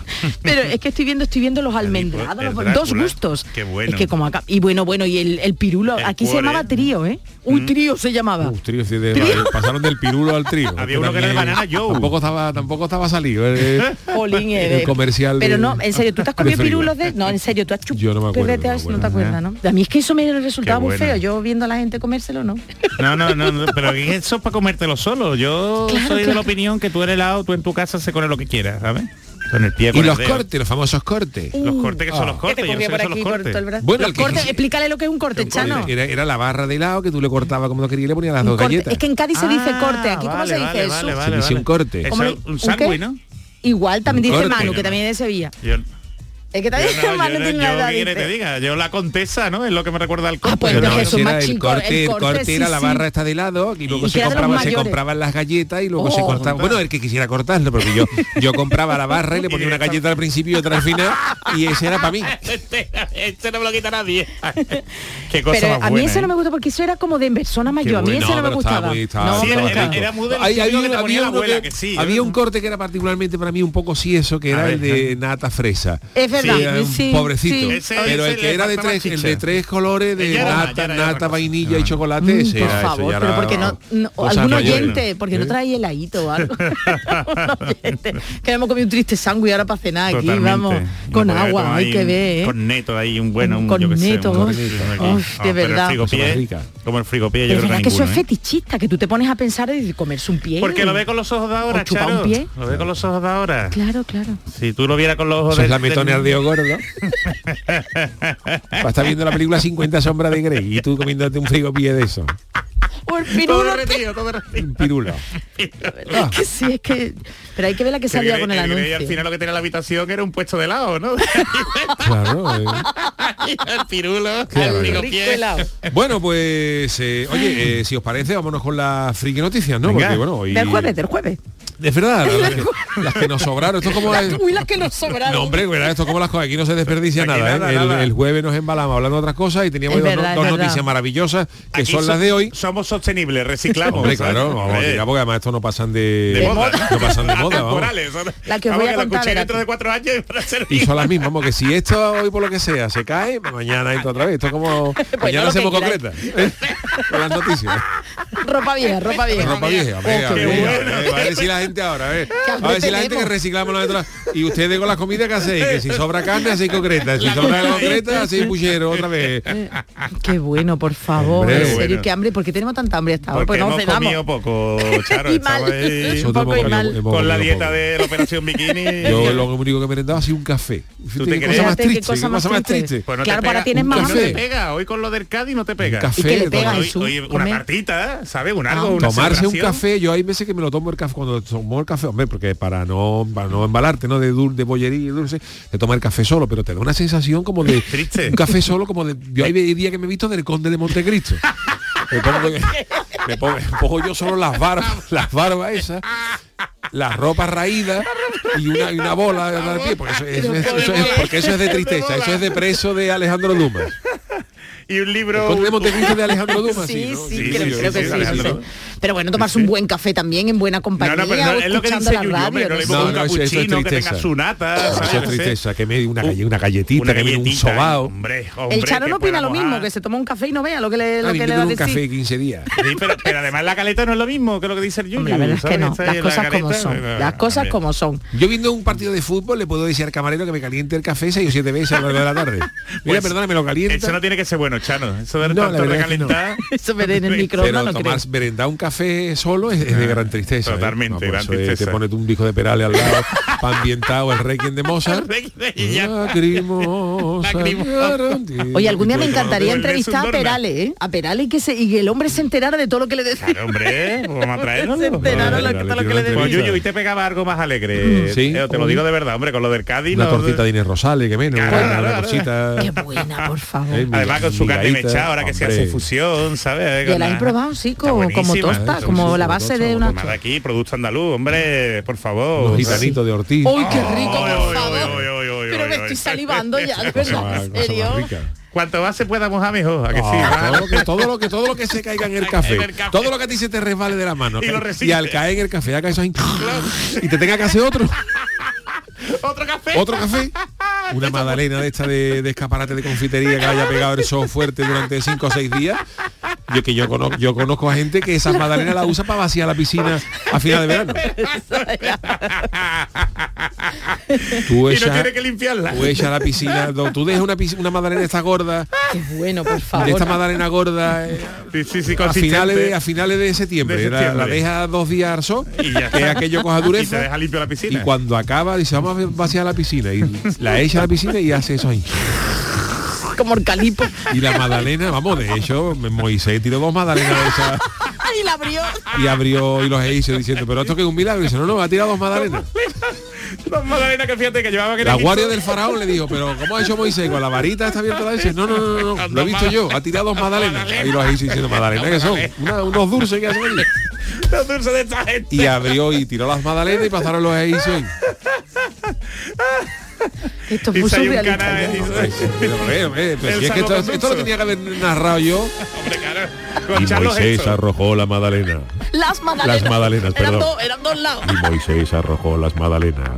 [SPEAKER 2] Pero es que estoy viendo, estoy viendo los
[SPEAKER 7] tipo,
[SPEAKER 2] almendrados,
[SPEAKER 7] el
[SPEAKER 2] los- dos
[SPEAKER 7] Drácula.
[SPEAKER 2] gustos.
[SPEAKER 7] Qué bueno.
[SPEAKER 2] Es que como acá, y bueno, bueno, y el, el pirulo,
[SPEAKER 7] El
[SPEAKER 2] aquí se
[SPEAKER 7] cuore. Mm.
[SPEAKER 2] llamaba trío, ¿eh? Un trío se llamaba.
[SPEAKER 1] Uf, Uh, trío, sí, de- pasaron del pirulo al trío. Este
[SPEAKER 7] Había uno que era el
[SPEAKER 1] También-
[SPEAKER 7] Banana Joe.
[SPEAKER 1] Tampoco estaba, tampoco estaba salido. eh.
[SPEAKER 2] Polín
[SPEAKER 1] El comercial
[SPEAKER 2] Pero
[SPEAKER 1] de-
[SPEAKER 2] no, en serio, ¿tú te has
[SPEAKER 1] de
[SPEAKER 2] comido
[SPEAKER 1] frigo.
[SPEAKER 2] pirulos de...? No, en serio, ¿tú has chupado
[SPEAKER 1] Yo no me acuerdo,
[SPEAKER 2] perretes?
[SPEAKER 1] no me
[SPEAKER 2] No te
[SPEAKER 1] acuerdo.
[SPEAKER 2] acuerdas, ¿no? A mí es que eso me resultaba
[SPEAKER 7] Qué
[SPEAKER 2] muy
[SPEAKER 7] bueno.
[SPEAKER 2] feo, yo viendo a la gente comérselo, ¿no?
[SPEAKER 7] No, no, no, no, pero ¿qué es eso es para comértelo solo. Yo
[SPEAKER 2] Claro,
[SPEAKER 7] soy de
[SPEAKER 2] claro.
[SPEAKER 7] la opinión que tú eres helado, tú en tu casa se come lo que quieras, ¿sabes? Con el pie, con
[SPEAKER 1] Y
[SPEAKER 7] el
[SPEAKER 1] los
[SPEAKER 7] dedo.
[SPEAKER 1] cortes, Uh. los famosos cortes.
[SPEAKER 2] Uh,
[SPEAKER 7] Los cortes que son los
[SPEAKER 2] ¿Qué
[SPEAKER 7] cortes,
[SPEAKER 2] te
[SPEAKER 7] yo no
[SPEAKER 2] corría Este
[SPEAKER 7] sé
[SPEAKER 2] por
[SPEAKER 7] qué son
[SPEAKER 2] aquí,
[SPEAKER 7] los
[SPEAKER 2] por
[SPEAKER 7] cortes.
[SPEAKER 2] todo el brazo?
[SPEAKER 1] Bueno,
[SPEAKER 2] Los
[SPEAKER 1] el que-
[SPEAKER 2] cortes, explícale lo que es un corte, Chano.
[SPEAKER 1] Era, era la barra de helado que tú le cortabas como lo querías y le ponías las
[SPEAKER 2] Un
[SPEAKER 1] dos
[SPEAKER 2] corte.
[SPEAKER 1] galletas.
[SPEAKER 2] Es que en Cádiz se dice
[SPEAKER 7] Ah,
[SPEAKER 2] corte, aquí cómo se dice eso.
[SPEAKER 1] Se dice un corte.
[SPEAKER 7] Eso
[SPEAKER 2] ¿Cómo
[SPEAKER 7] es
[SPEAKER 2] le-
[SPEAKER 7] un
[SPEAKER 2] qué?
[SPEAKER 7] sándwich, ¿no?
[SPEAKER 2] Igual también
[SPEAKER 1] Un
[SPEAKER 2] dice
[SPEAKER 1] corte.
[SPEAKER 2] Manu, que también es de Sevilla.
[SPEAKER 7] Yo, yo
[SPEAKER 2] Es que
[SPEAKER 7] no,
[SPEAKER 2] también
[SPEAKER 7] yo
[SPEAKER 2] Manu
[SPEAKER 7] no-
[SPEAKER 2] tiene
[SPEAKER 7] yo
[SPEAKER 2] una edad
[SPEAKER 7] qué quieres que
[SPEAKER 2] dice-
[SPEAKER 7] te diga, yo la contesa, ¿no? Es lo que me recuerda al
[SPEAKER 2] Ah,
[SPEAKER 7] corte.
[SPEAKER 2] pues
[SPEAKER 7] pero
[SPEAKER 1] Pero
[SPEAKER 2] entonces eso
[SPEAKER 1] no,
[SPEAKER 7] no,
[SPEAKER 2] es
[SPEAKER 1] era
[SPEAKER 2] más
[SPEAKER 1] el
[SPEAKER 2] chico,
[SPEAKER 1] corte,
[SPEAKER 2] el
[SPEAKER 1] el
[SPEAKER 2] corte,
[SPEAKER 1] corte
[SPEAKER 2] sí,
[SPEAKER 1] era la
[SPEAKER 2] sí.
[SPEAKER 1] barra esta de helado y luego
[SPEAKER 2] Y
[SPEAKER 1] se,
[SPEAKER 2] que era de los
[SPEAKER 1] compraba- se
[SPEAKER 2] mayores.
[SPEAKER 1] compraban las galletas y luego se
[SPEAKER 2] Oh.
[SPEAKER 1] cortaba. Bueno, el que quisiera cortarlo, porque yo, yo compraba la barra y le ponía una galleta al principio y otra al final y ese era para mí.
[SPEAKER 7] este, este no me lo quita nadie. Qué cosa
[SPEAKER 2] Pero
[SPEAKER 7] más
[SPEAKER 2] a mí
[SPEAKER 7] buena,
[SPEAKER 2] eso
[SPEAKER 7] ¿eh?
[SPEAKER 2] no me gusta porque eso era como de persona mayor. A mí
[SPEAKER 1] bueno.
[SPEAKER 2] eso no me
[SPEAKER 1] pero estaba
[SPEAKER 2] gustaba.
[SPEAKER 1] muy- estaba-
[SPEAKER 2] No,
[SPEAKER 7] Sí,
[SPEAKER 2] me
[SPEAKER 7] era-
[SPEAKER 2] gustaba.
[SPEAKER 7] era- era muy de los
[SPEAKER 1] Ahí
[SPEAKER 7] típicos
[SPEAKER 1] había
[SPEAKER 7] que te
[SPEAKER 1] un-
[SPEAKER 7] ponía
[SPEAKER 1] había
[SPEAKER 7] la
[SPEAKER 1] uno
[SPEAKER 7] abuela,
[SPEAKER 1] que-
[SPEAKER 7] que sí,
[SPEAKER 1] había
[SPEAKER 7] ¿eh?
[SPEAKER 1] un corte que era particularmente para mí un poco eso que
[SPEAKER 7] A
[SPEAKER 1] era el
[SPEAKER 7] ver,
[SPEAKER 1] de nata fresa.
[SPEAKER 2] Es verdad,
[SPEAKER 1] Sí, era un
[SPEAKER 2] sí,
[SPEAKER 1] pobrecito.
[SPEAKER 2] sí.
[SPEAKER 7] Ese-
[SPEAKER 1] pero
[SPEAKER 7] ese
[SPEAKER 1] el que
[SPEAKER 7] le
[SPEAKER 1] era de
[SPEAKER 7] faltaba
[SPEAKER 1] tres, el
[SPEAKER 7] chicha.
[SPEAKER 1] de tres colores de
[SPEAKER 7] Ya era una- ya
[SPEAKER 1] nata,
[SPEAKER 7] era otra
[SPEAKER 1] nata,
[SPEAKER 7] cosa.
[SPEAKER 1] vainilla y chocolate,
[SPEAKER 2] Mm,
[SPEAKER 1] ese
[SPEAKER 2] por
[SPEAKER 1] era eso,
[SPEAKER 2] favor,
[SPEAKER 1] ya
[SPEAKER 2] pero
[SPEAKER 1] era
[SPEAKER 2] porque no, no- o
[SPEAKER 1] cosas
[SPEAKER 2] algún
[SPEAKER 1] mayores.
[SPEAKER 2] oyente, porque no
[SPEAKER 1] ¿Eh?
[SPEAKER 2] trae heladito o algo. Un oyente, que hemos comido un triste sándwich ahora para cenar aquí,
[SPEAKER 7] Totalmente.
[SPEAKER 2] vamos,
[SPEAKER 7] No
[SPEAKER 2] con
[SPEAKER 7] podía
[SPEAKER 2] agua,
[SPEAKER 7] tomar
[SPEAKER 2] hay
[SPEAKER 7] ahí
[SPEAKER 2] que
[SPEAKER 7] un-
[SPEAKER 2] ver. ¿eh?
[SPEAKER 7] Con neto ahí, un bueno, un
[SPEAKER 2] Con
[SPEAKER 7] yo que sé,
[SPEAKER 2] neto,
[SPEAKER 7] un
[SPEAKER 2] uf,
[SPEAKER 7] gordito, aquí.
[SPEAKER 2] uf, de
[SPEAKER 7] pero el
[SPEAKER 2] verdad.
[SPEAKER 7] frigopié,
[SPEAKER 1] Cosa más rica.
[SPEAKER 7] como el frigopié,
[SPEAKER 2] Es
[SPEAKER 7] yo creo
[SPEAKER 2] verdad
[SPEAKER 7] que,
[SPEAKER 2] que eso es
[SPEAKER 7] ninguno, ¿eh?
[SPEAKER 2] fetichista, que tú te pones a pensar de comerse un pie.
[SPEAKER 7] Porque lo ve con los ojos de ahora,
[SPEAKER 2] O chupar un
[SPEAKER 7] Charo.
[SPEAKER 2] pie.
[SPEAKER 7] Lo ve con los ojos de ahora.
[SPEAKER 2] Claro, claro.
[SPEAKER 7] Si tú lo vieras con los ojos
[SPEAKER 1] Eso es
[SPEAKER 7] del-
[SPEAKER 1] la metone
[SPEAKER 7] del-
[SPEAKER 1] ardeo gordo. Va a estar viendo la película 50 sombras de Grey y tú comiéndote un frigopié de eso.
[SPEAKER 2] O el
[SPEAKER 7] Todo
[SPEAKER 2] pirulo,
[SPEAKER 7] retiro, todo retiro.
[SPEAKER 1] Un pirulo.
[SPEAKER 2] es que sí, es que... Pero hay que ver la que
[SPEAKER 7] Que
[SPEAKER 2] salía
[SPEAKER 7] Grey-
[SPEAKER 2] con el
[SPEAKER 7] que Grey al
[SPEAKER 2] anuncio.
[SPEAKER 7] final lo que tenía la habitación era un puesto de helado, ¿no?
[SPEAKER 1] Claro. eh.
[SPEAKER 7] el pirulo,
[SPEAKER 1] Qué
[SPEAKER 7] el
[SPEAKER 1] barbaridad.
[SPEAKER 2] Rico
[SPEAKER 7] frigopié.
[SPEAKER 2] helado.
[SPEAKER 1] Bueno, pues, eh, oye, eh, si os parece, vámonos con las friki noticias, ¿no?
[SPEAKER 7] Venga.
[SPEAKER 1] Porque, bueno, hoy...
[SPEAKER 2] Del jueves, del jueves.
[SPEAKER 1] Es verdad, la- las, que, las que nos sobraron. Esto es como...
[SPEAKER 2] Las- Uy, las que nos sobraron.
[SPEAKER 1] No, hombre, ¿verdad? esto es como las cosas, aquí no se desperdicia
[SPEAKER 7] Aquí
[SPEAKER 1] nada, ¿eh?
[SPEAKER 7] nada,
[SPEAKER 1] el,
[SPEAKER 7] nada.
[SPEAKER 1] el jueves nos embalamos hablando de otras cosas y teníamos
[SPEAKER 2] Es
[SPEAKER 1] dos,
[SPEAKER 2] verdad,
[SPEAKER 1] dos
[SPEAKER 2] es verdad.
[SPEAKER 1] noticias maravillosas que
[SPEAKER 7] Aquí
[SPEAKER 1] son
[SPEAKER 7] so-
[SPEAKER 1] las de hoy.
[SPEAKER 7] Somos sostenibles, reciclamos.
[SPEAKER 1] Hombre,
[SPEAKER 7] ¿sabes?
[SPEAKER 1] claro, vamos a
[SPEAKER 7] Eh,
[SPEAKER 1] tirar, porque además esto no pasan de,
[SPEAKER 7] De moda.
[SPEAKER 1] No pasan de moda, vamos.
[SPEAKER 7] Temporales, son-
[SPEAKER 2] La que os voy
[SPEAKER 7] vamos,
[SPEAKER 2] a contar,
[SPEAKER 7] escuché
[SPEAKER 2] verás.
[SPEAKER 7] dentro de cuatro años y para ser
[SPEAKER 1] Y son las mismas, vamos, que si esto hoy por lo que sea se cae, pues mañana esto otra vez. Esto es como mañana
[SPEAKER 2] Pues lo que
[SPEAKER 1] hacemos
[SPEAKER 2] queráis.
[SPEAKER 1] concreta. ¿eh? Con las noticias.
[SPEAKER 2] Ropa vieja, ropa vieja.
[SPEAKER 1] Ropa vieja, venga,
[SPEAKER 2] Oh, qué
[SPEAKER 1] venga,
[SPEAKER 7] bueno.
[SPEAKER 1] eh, va a decir la gente ahora, a ver.
[SPEAKER 2] hambre
[SPEAKER 1] A ver si la gente
[SPEAKER 2] tenemos.
[SPEAKER 1] que reciclamos la otra. Y ustedes con las comidas que hacéis, que si sobra carne, hacéis concreta. Si sobra concreta, hacéis puchero otra vez.
[SPEAKER 2] Qué bueno, por favor.
[SPEAKER 1] Hombre,
[SPEAKER 2] en serio,
[SPEAKER 7] bueno.
[SPEAKER 2] qué hambre. ¿Por qué tenemos tanta hambre hasta ahora? Pues
[SPEAKER 7] Porque
[SPEAKER 2] no
[SPEAKER 7] hemos
[SPEAKER 2] cenamos.
[SPEAKER 7] comido poco, Charo.
[SPEAKER 2] Y mal.
[SPEAKER 7] estaba ahí
[SPEAKER 2] Un poco y mal.
[SPEAKER 7] Con la dieta
[SPEAKER 1] de
[SPEAKER 7] de la operación bikini.
[SPEAKER 1] Yo lo único que me rendaba ha sido un café. Fíjate
[SPEAKER 7] te
[SPEAKER 1] qué cosa
[SPEAKER 7] crees?
[SPEAKER 2] Fíjate
[SPEAKER 1] más
[SPEAKER 2] qué
[SPEAKER 1] triste, qué
[SPEAKER 2] cosa más
[SPEAKER 1] cosa más
[SPEAKER 2] triste.
[SPEAKER 1] triste.
[SPEAKER 2] Claro,
[SPEAKER 7] te
[SPEAKER 2] pero ahora tienes
[SPEAKER 1] Un más
[SPEAKER 7] hoy Pues No
[SPEAKER 1] hambre.
[SPEAKER 7] te pega, hoy con lo del Cádiz no te pega.
[SPEAKER 1] café,
[SPEAKER 2] ¿Y qué le
[SPEAKER 1] Bueno,
[SPEAKER 2] pega
[SPEAKER 7] Hoy-
[SPEAKER 2] Jesús?
[SPEAKER 7] hoy una
[SPEAKER 2] Comer.
[SPEAKER 7] partita, ¿sabes? Un
[SPEAKER 2] Ah.
[SPEAKER 7] algo, una
[SPEAKER 1] tomarse un
[SPEAKER 7] celebración.
[SPEAKER 1] café yo hay veces que me lo tomo el café cuando tomo el café hombre porque para no para no embalarte no de dulce de bollería y dulce te toma el café solo pero te da una sensación como de
[SPEAKER 7] Triste.
[SPEAKER 1] un café solo como de yo hay días que me he visto del conde de Montecristo me pongo, me pongo- me pongo yo solo las barbas las barbas esas las ropas raídas y una, y una bola de pie porque eso, eso- eso- eso es, porque eso es de tristeza eso es de preso de Alejandro Dumas
[SPEAKER 7] Y un
[SPEAKER 1] el
[SPEAKER 7] libro.
[SPEAKER 1] conde de
[SPEAKER 7] un-
[SPEAKER 1] Montecristo de Alejandro Dumas
[SPEAKER 2] Sí,
[SPEAKER 1] ¿no?
[SPEAKER 2] sí,
[SPEAKER 7] Sí,
[SPEAKER 2] creo,
[SPEAKER 7] sí,
[SPEAKER 2] creo
[SPEAKER 7] sí,
[SPEAKER 2] que sí, sí,
[SPEAKER 7] Alejandro.
[SPEAKER 2] sí. Pero bueno, tomarse un buen café también en buena
[SPEAKER 7] No,
[SPEAKER 2] compañía
[SPEAKER 7] no, pero no,
[SPEAKER 2] o
[SPEAKER 7] es lo que
[SPEAKER 2] escuchando
[SPEAKER 7] dice
[SPEAKER 2] la
[SPEAKER 7] Yuyu, hombre,
[SPEAKER 2] radio.
[SPEAKER 7] no le
[SPEAKER 2] no
[SPEAKER 7] pongo un
[SPEAKER 1] No, no, eso- eso es
[SPEAKER 7] capuchino que
[SPEAKER 1] tristeza.
[SPEAKER 7] tenga su nata, ¿sabes?
[SPEAKER 1] Eso es
[SPEAKER 7] Yo qué sé.
[SPEAKER 1] tristeza, que me di una, galle- una
[SPEAKER 7] Una
[SPEAKER 1] galletita, que me di un
[SPEAKER 7] galletita, ¿eh?
[SPEAKER 1] sobao.
[SPEAKER 7] Hombre,
[SPEAKER 2] sé.
[SPEAKER 7] hombre,
[SPEAKER 2] el Charo
[SPEAKER 7] que
[SPEAKER 2] no opina
[SPEAKER 7] pueda
[SPEAKER 2] lo mismo,
[SPEAKER 7] mojar.
[SPEAKER 2] que se toma un café y no vea lo que le, lo
[SPEAKER 1] Ah, yo
[SPEAKER 2] que le
[SPEAKER 1] tengo
[SPEAKER 2] va a
[SPEAKER 1] un café
[SPEAKER 2] decir.
[SPEAKER 1] de 15 días.
[SPEAKER 7] Sí, pero, pero además la caleta no es lo mismo que lo que dice el Yuyu.
[SPEAKER 2] Hombre, la verdad es que
[SPEAKER 7] ¿sabes?
[SPEAKER 2] no.
[SPEAKER 7] Está ahí
[SPEAKER 2] Las
[SPEAKER 7] en
[SPEAKER 2] cosas
[SPEAKER 7] la
[SPEAKER 2] como
[SPEAKER 7] caleta,
[SPEAKER 2] son.
[SPEAKER 7] no, no,
[SPEAKER 2] Las cosas
[SPEAKER 7] hombre.
[SPEAKER 2] como son.
[SPEAKER 1] Yo viendo un partido de fútbol le puedo decir al camarero que me caliente el café 6 o 7 veces a lo largo de la tarde. Mira,
[SPEAKER 7] Pues,
[SPEAKER 1] perdona, me lo
[SPEAKER 7] Eso
[SPEAKER 1] calienta.
[SPEAKER 7] no tiene que ser bueno, bueno, Chano. Eso de
[SPEAKER 10] No, la
[SPEAKER 7] tanto
[SPEAKER 10] verdad es que no.
[SPEAKER 7] recalentar.
[SPEAKER 2] Eso veré en el
[SPEAKER 1] Pero
[SPEAKER 2] microondas, no creo.
[SPEAKER 1] tomar merendar un café solo es, es de gran tristeza. ¿eh?
[SPEAKER 7] Ah, Totalmente,
[SPEAKER 1] por
[SPEAKER 7] gran
[SPEAKER 1] eso, eh,
[SPEAKER 7] tristeza.
[SPEAKER 1] Te pones un disco de Perales al lado, pa' ambientar o el Requiem de Mozart.
[SPEAKER 7] Y ya.
[SPEAKER 1] Lacrimosa.
[SPEAKER 7] Lacrimosa.
[SPEAKER 2] Oye, algún día me encantaría
[SPEAKER 7] Vuelve su
[SPEAKER 2] entrevistar a
[SPEAKER 7] dorna.
[SPEAKER 2] Perales, ¿eh? A Perales y que, se, y que el hombre se enterara de todo lo que le decía.
[SPEAKER 7] Claro, hombre, pues vamos a traerlo.
[SPEAKER 2] Se enteraron lo que- todo lo que le
[SPEAKER 1] Pues,
[SPEAKER 7] Pues
[SPEAKER 2] decía.
[SPEAKER 7] Yuyu, y te pegaba algo más alegre.
[SPEAKER 1] Sí.
[SPEAKER 7] Eh, te lo digo de verdad, hombre, con lo del Cádiz.
[SPEAKER 1] Una
[SPEAKER 7] no-
[SPEAKER 1] tortita de Inés Rosales, que menos.
[SPEAKER 7] Claro,
[SPEAKER 1] una,
[SPEAKER 7] claro,
[SPEAKER 1] una
[SPEAKER 7] claro.
[SPEAKER 1] tortita.
[SPEAKER 2] Qué buena, por favor.
[SPEAKER 1] Eh, mi-
[SPEAKER 7] Además con su carne
[SPEAKER 1] migaíta,
[SPEAKER 7] mechada, ahora que se hace
[SPEAKER 1] hombre.
[SPEAKER 7] fusión, ¿sabes?
[SPEAKER 2] Ya
[SPEAKER 7] Con
[SPEAKER 2] la he
[SPEAKER 7] la-
[SPEAKER 2] probado, sí,
[SPEAKER 7] Está
[SPEAKER 2] como, como
[SPEAKER 7] buenísima,
[SPEAKER 2] tosta,
[SPEAKER 7] está
[SPEAKER 2] como la
[SPEAKER 1] buenísima,
[SPEAKER 2] base
[SPEAKER 1] tosta,
[SPEAKER 2] de una...
[SPEAKER 7] Tomada aquí, producto andaluz, hombre, por favor.
[SPEAKER 1] Los gitanitos de Ortiz.
[SPEAKER 2] ¡Uy, qué
[SPEAKER 7] Ay,
[SPEAKER 2] rico,
[SPEAKER 7] ay,
[SPEAKER 2] por
[SPEAKER 7] ay,
[SPEAKER 2] favor!
[SPEAKER 7] ay, ay, ay,
[SPEAKER 2] Pero
[SPEAKER 7] ay,
[SPEAKER 2] me
[SPEAKER 7] ay.
[SPEAKER 2] estoy salivando ya, de verdad,
[SPEAKER 1] Ah,
[SPEAKER 2] en
[SPEAKER 1] cosa
[SPEAKER 2] serio.
[SPEAKER 1] más rica.
[SPEAKER 7] Cuanto más se pueda mojar mejor, ¿a que sí?
[SPEAKER 1] Ah,
[SPEAKER 7] Ah,
[SPEAKER 1] todo, lo que, todo, lo que, todo lo que se caiga en el café,
[SPEAKER 7] En el café.
[SPEAKER 1] todo lo que a ti se te resbale de la mano
[SPEAKER 7] Y lo resiste.
[SPEAKER 1] al caer en el café haga eso ahí, y te tenga que hacer otro
[SPEAKER 7] Otro café.
[SPEAKER 1] otro café una magdalena de esta de, de escaparate de confitería que haya pegado el sol fuerte durante 5 o 6 días yo que yo conozco yo conozco a gente que esa magdalena la usa para vaciar la piscina a final de verano tú
[SPEAKER 7] Y no
[SPEAKER 1] echas
[SPEAKER 7] tiene que limpiarla.
[SPEAKER 1] tú echas la piscina tú dejas una, piscina, una magdalena esta gorda
[SPEAKER 2] Qué bueno, por
[SPEAKER 1] de esta
[SPEAKER 2] favor.
[SPEAKER 1] magdalena gorda eh,
[SPEAKER 7] Ah, Sí, sí, sí,
[SPEAKER 1] a
[SPEAKER 7] consistente.
[SPEAKER 1] finales de, a finales de septiembre, la-
[SPEAKER 7] De
[SPEAKER 1] La,
[SPEAKER 7] septiembre.
[SPEAKER 1] deja dos días al sol,
[SPEAKER 7] Y ya
[SPEAKER 1] que
[SPEAKER 7] está.
[SPEAKER 1] aquello coja
[SPEAKER 7] Y te
[SPEAKER 1] dureza
[SPEAKER 7] deja limpio la
[SPEAKER 1] y,
[SPEAKER 7] piscina.
[SPEAKER 1] cuando acaba dice vamos a vaciar la piscina y la echa a la piscina y hace eso ahí
[SPEAKER 2] Como orcalipo.
[SPEAKER 1] y la magdalena vamos de hecho Moisés tiró dos magdalenas de esas
[SPEAKER 2] ¡Ay, la abrió!
[SPEAKER 1] y abrió y los hizo diciendo pero esto que es un milagro y dice no no ha tirado dos magdalenas
[SPEAKER 7] Los magdalenas que fíjate que llevaba que
[SPEAKER 1] la
[SPEAKER 7] era
[SPEAKER 1] guardia
[SPEAKER 7] quinto.
[SPEAKER 1] del faraón le dijo pero cómo ha hecho Moisés con la varita está abierta la dice no no no, no, no, lo he visto yo ha tirado dos magdalenas y los hizo diciendo magdalenas que son Una- unos dulces que hacen allí".
[SPEAKER 7] Los dulces de esta gente.
[SPEAKER 1] y abrió y tiró las magdalenas y pasaron los egipcios
[SPEAKER 2] Esto es muy
[SPEAKER 7] Dice, hay un
[SPEAKER 2] surrealista.
[SPEAKER 7] canal,
[SPEAKER 2] ¿no?
[SPEAKER 7] dice-
[SPEAKER 1] Ay, pero, eh, eh, pero
[SPEAKER 7] El
[SPEAKER 1] si es que
[SPEAKER 7] saco
[SPEAKER 1] esto,
[SPEAKER 7] con
[SPEAKER 1] esto lo
[SPEAKER 7] dulce.
[SPEAKER 1] tenía que haber narrado yo.
[SPEAKER 7] Hombre, claro, con Charlos Henson.
[SPEAKER 1] arrojó la magdalena.
[SPEAKER 2] Las magdalenas.
[SPEAKER 1] Las magdalenas,
[SPEAKER 2] eran,
[SPEAKER 1] perdón.
[SPEAKER 2] dos, eran dos lados.
[SPEAKER 1] Y Moisés arrojó las magdalenas.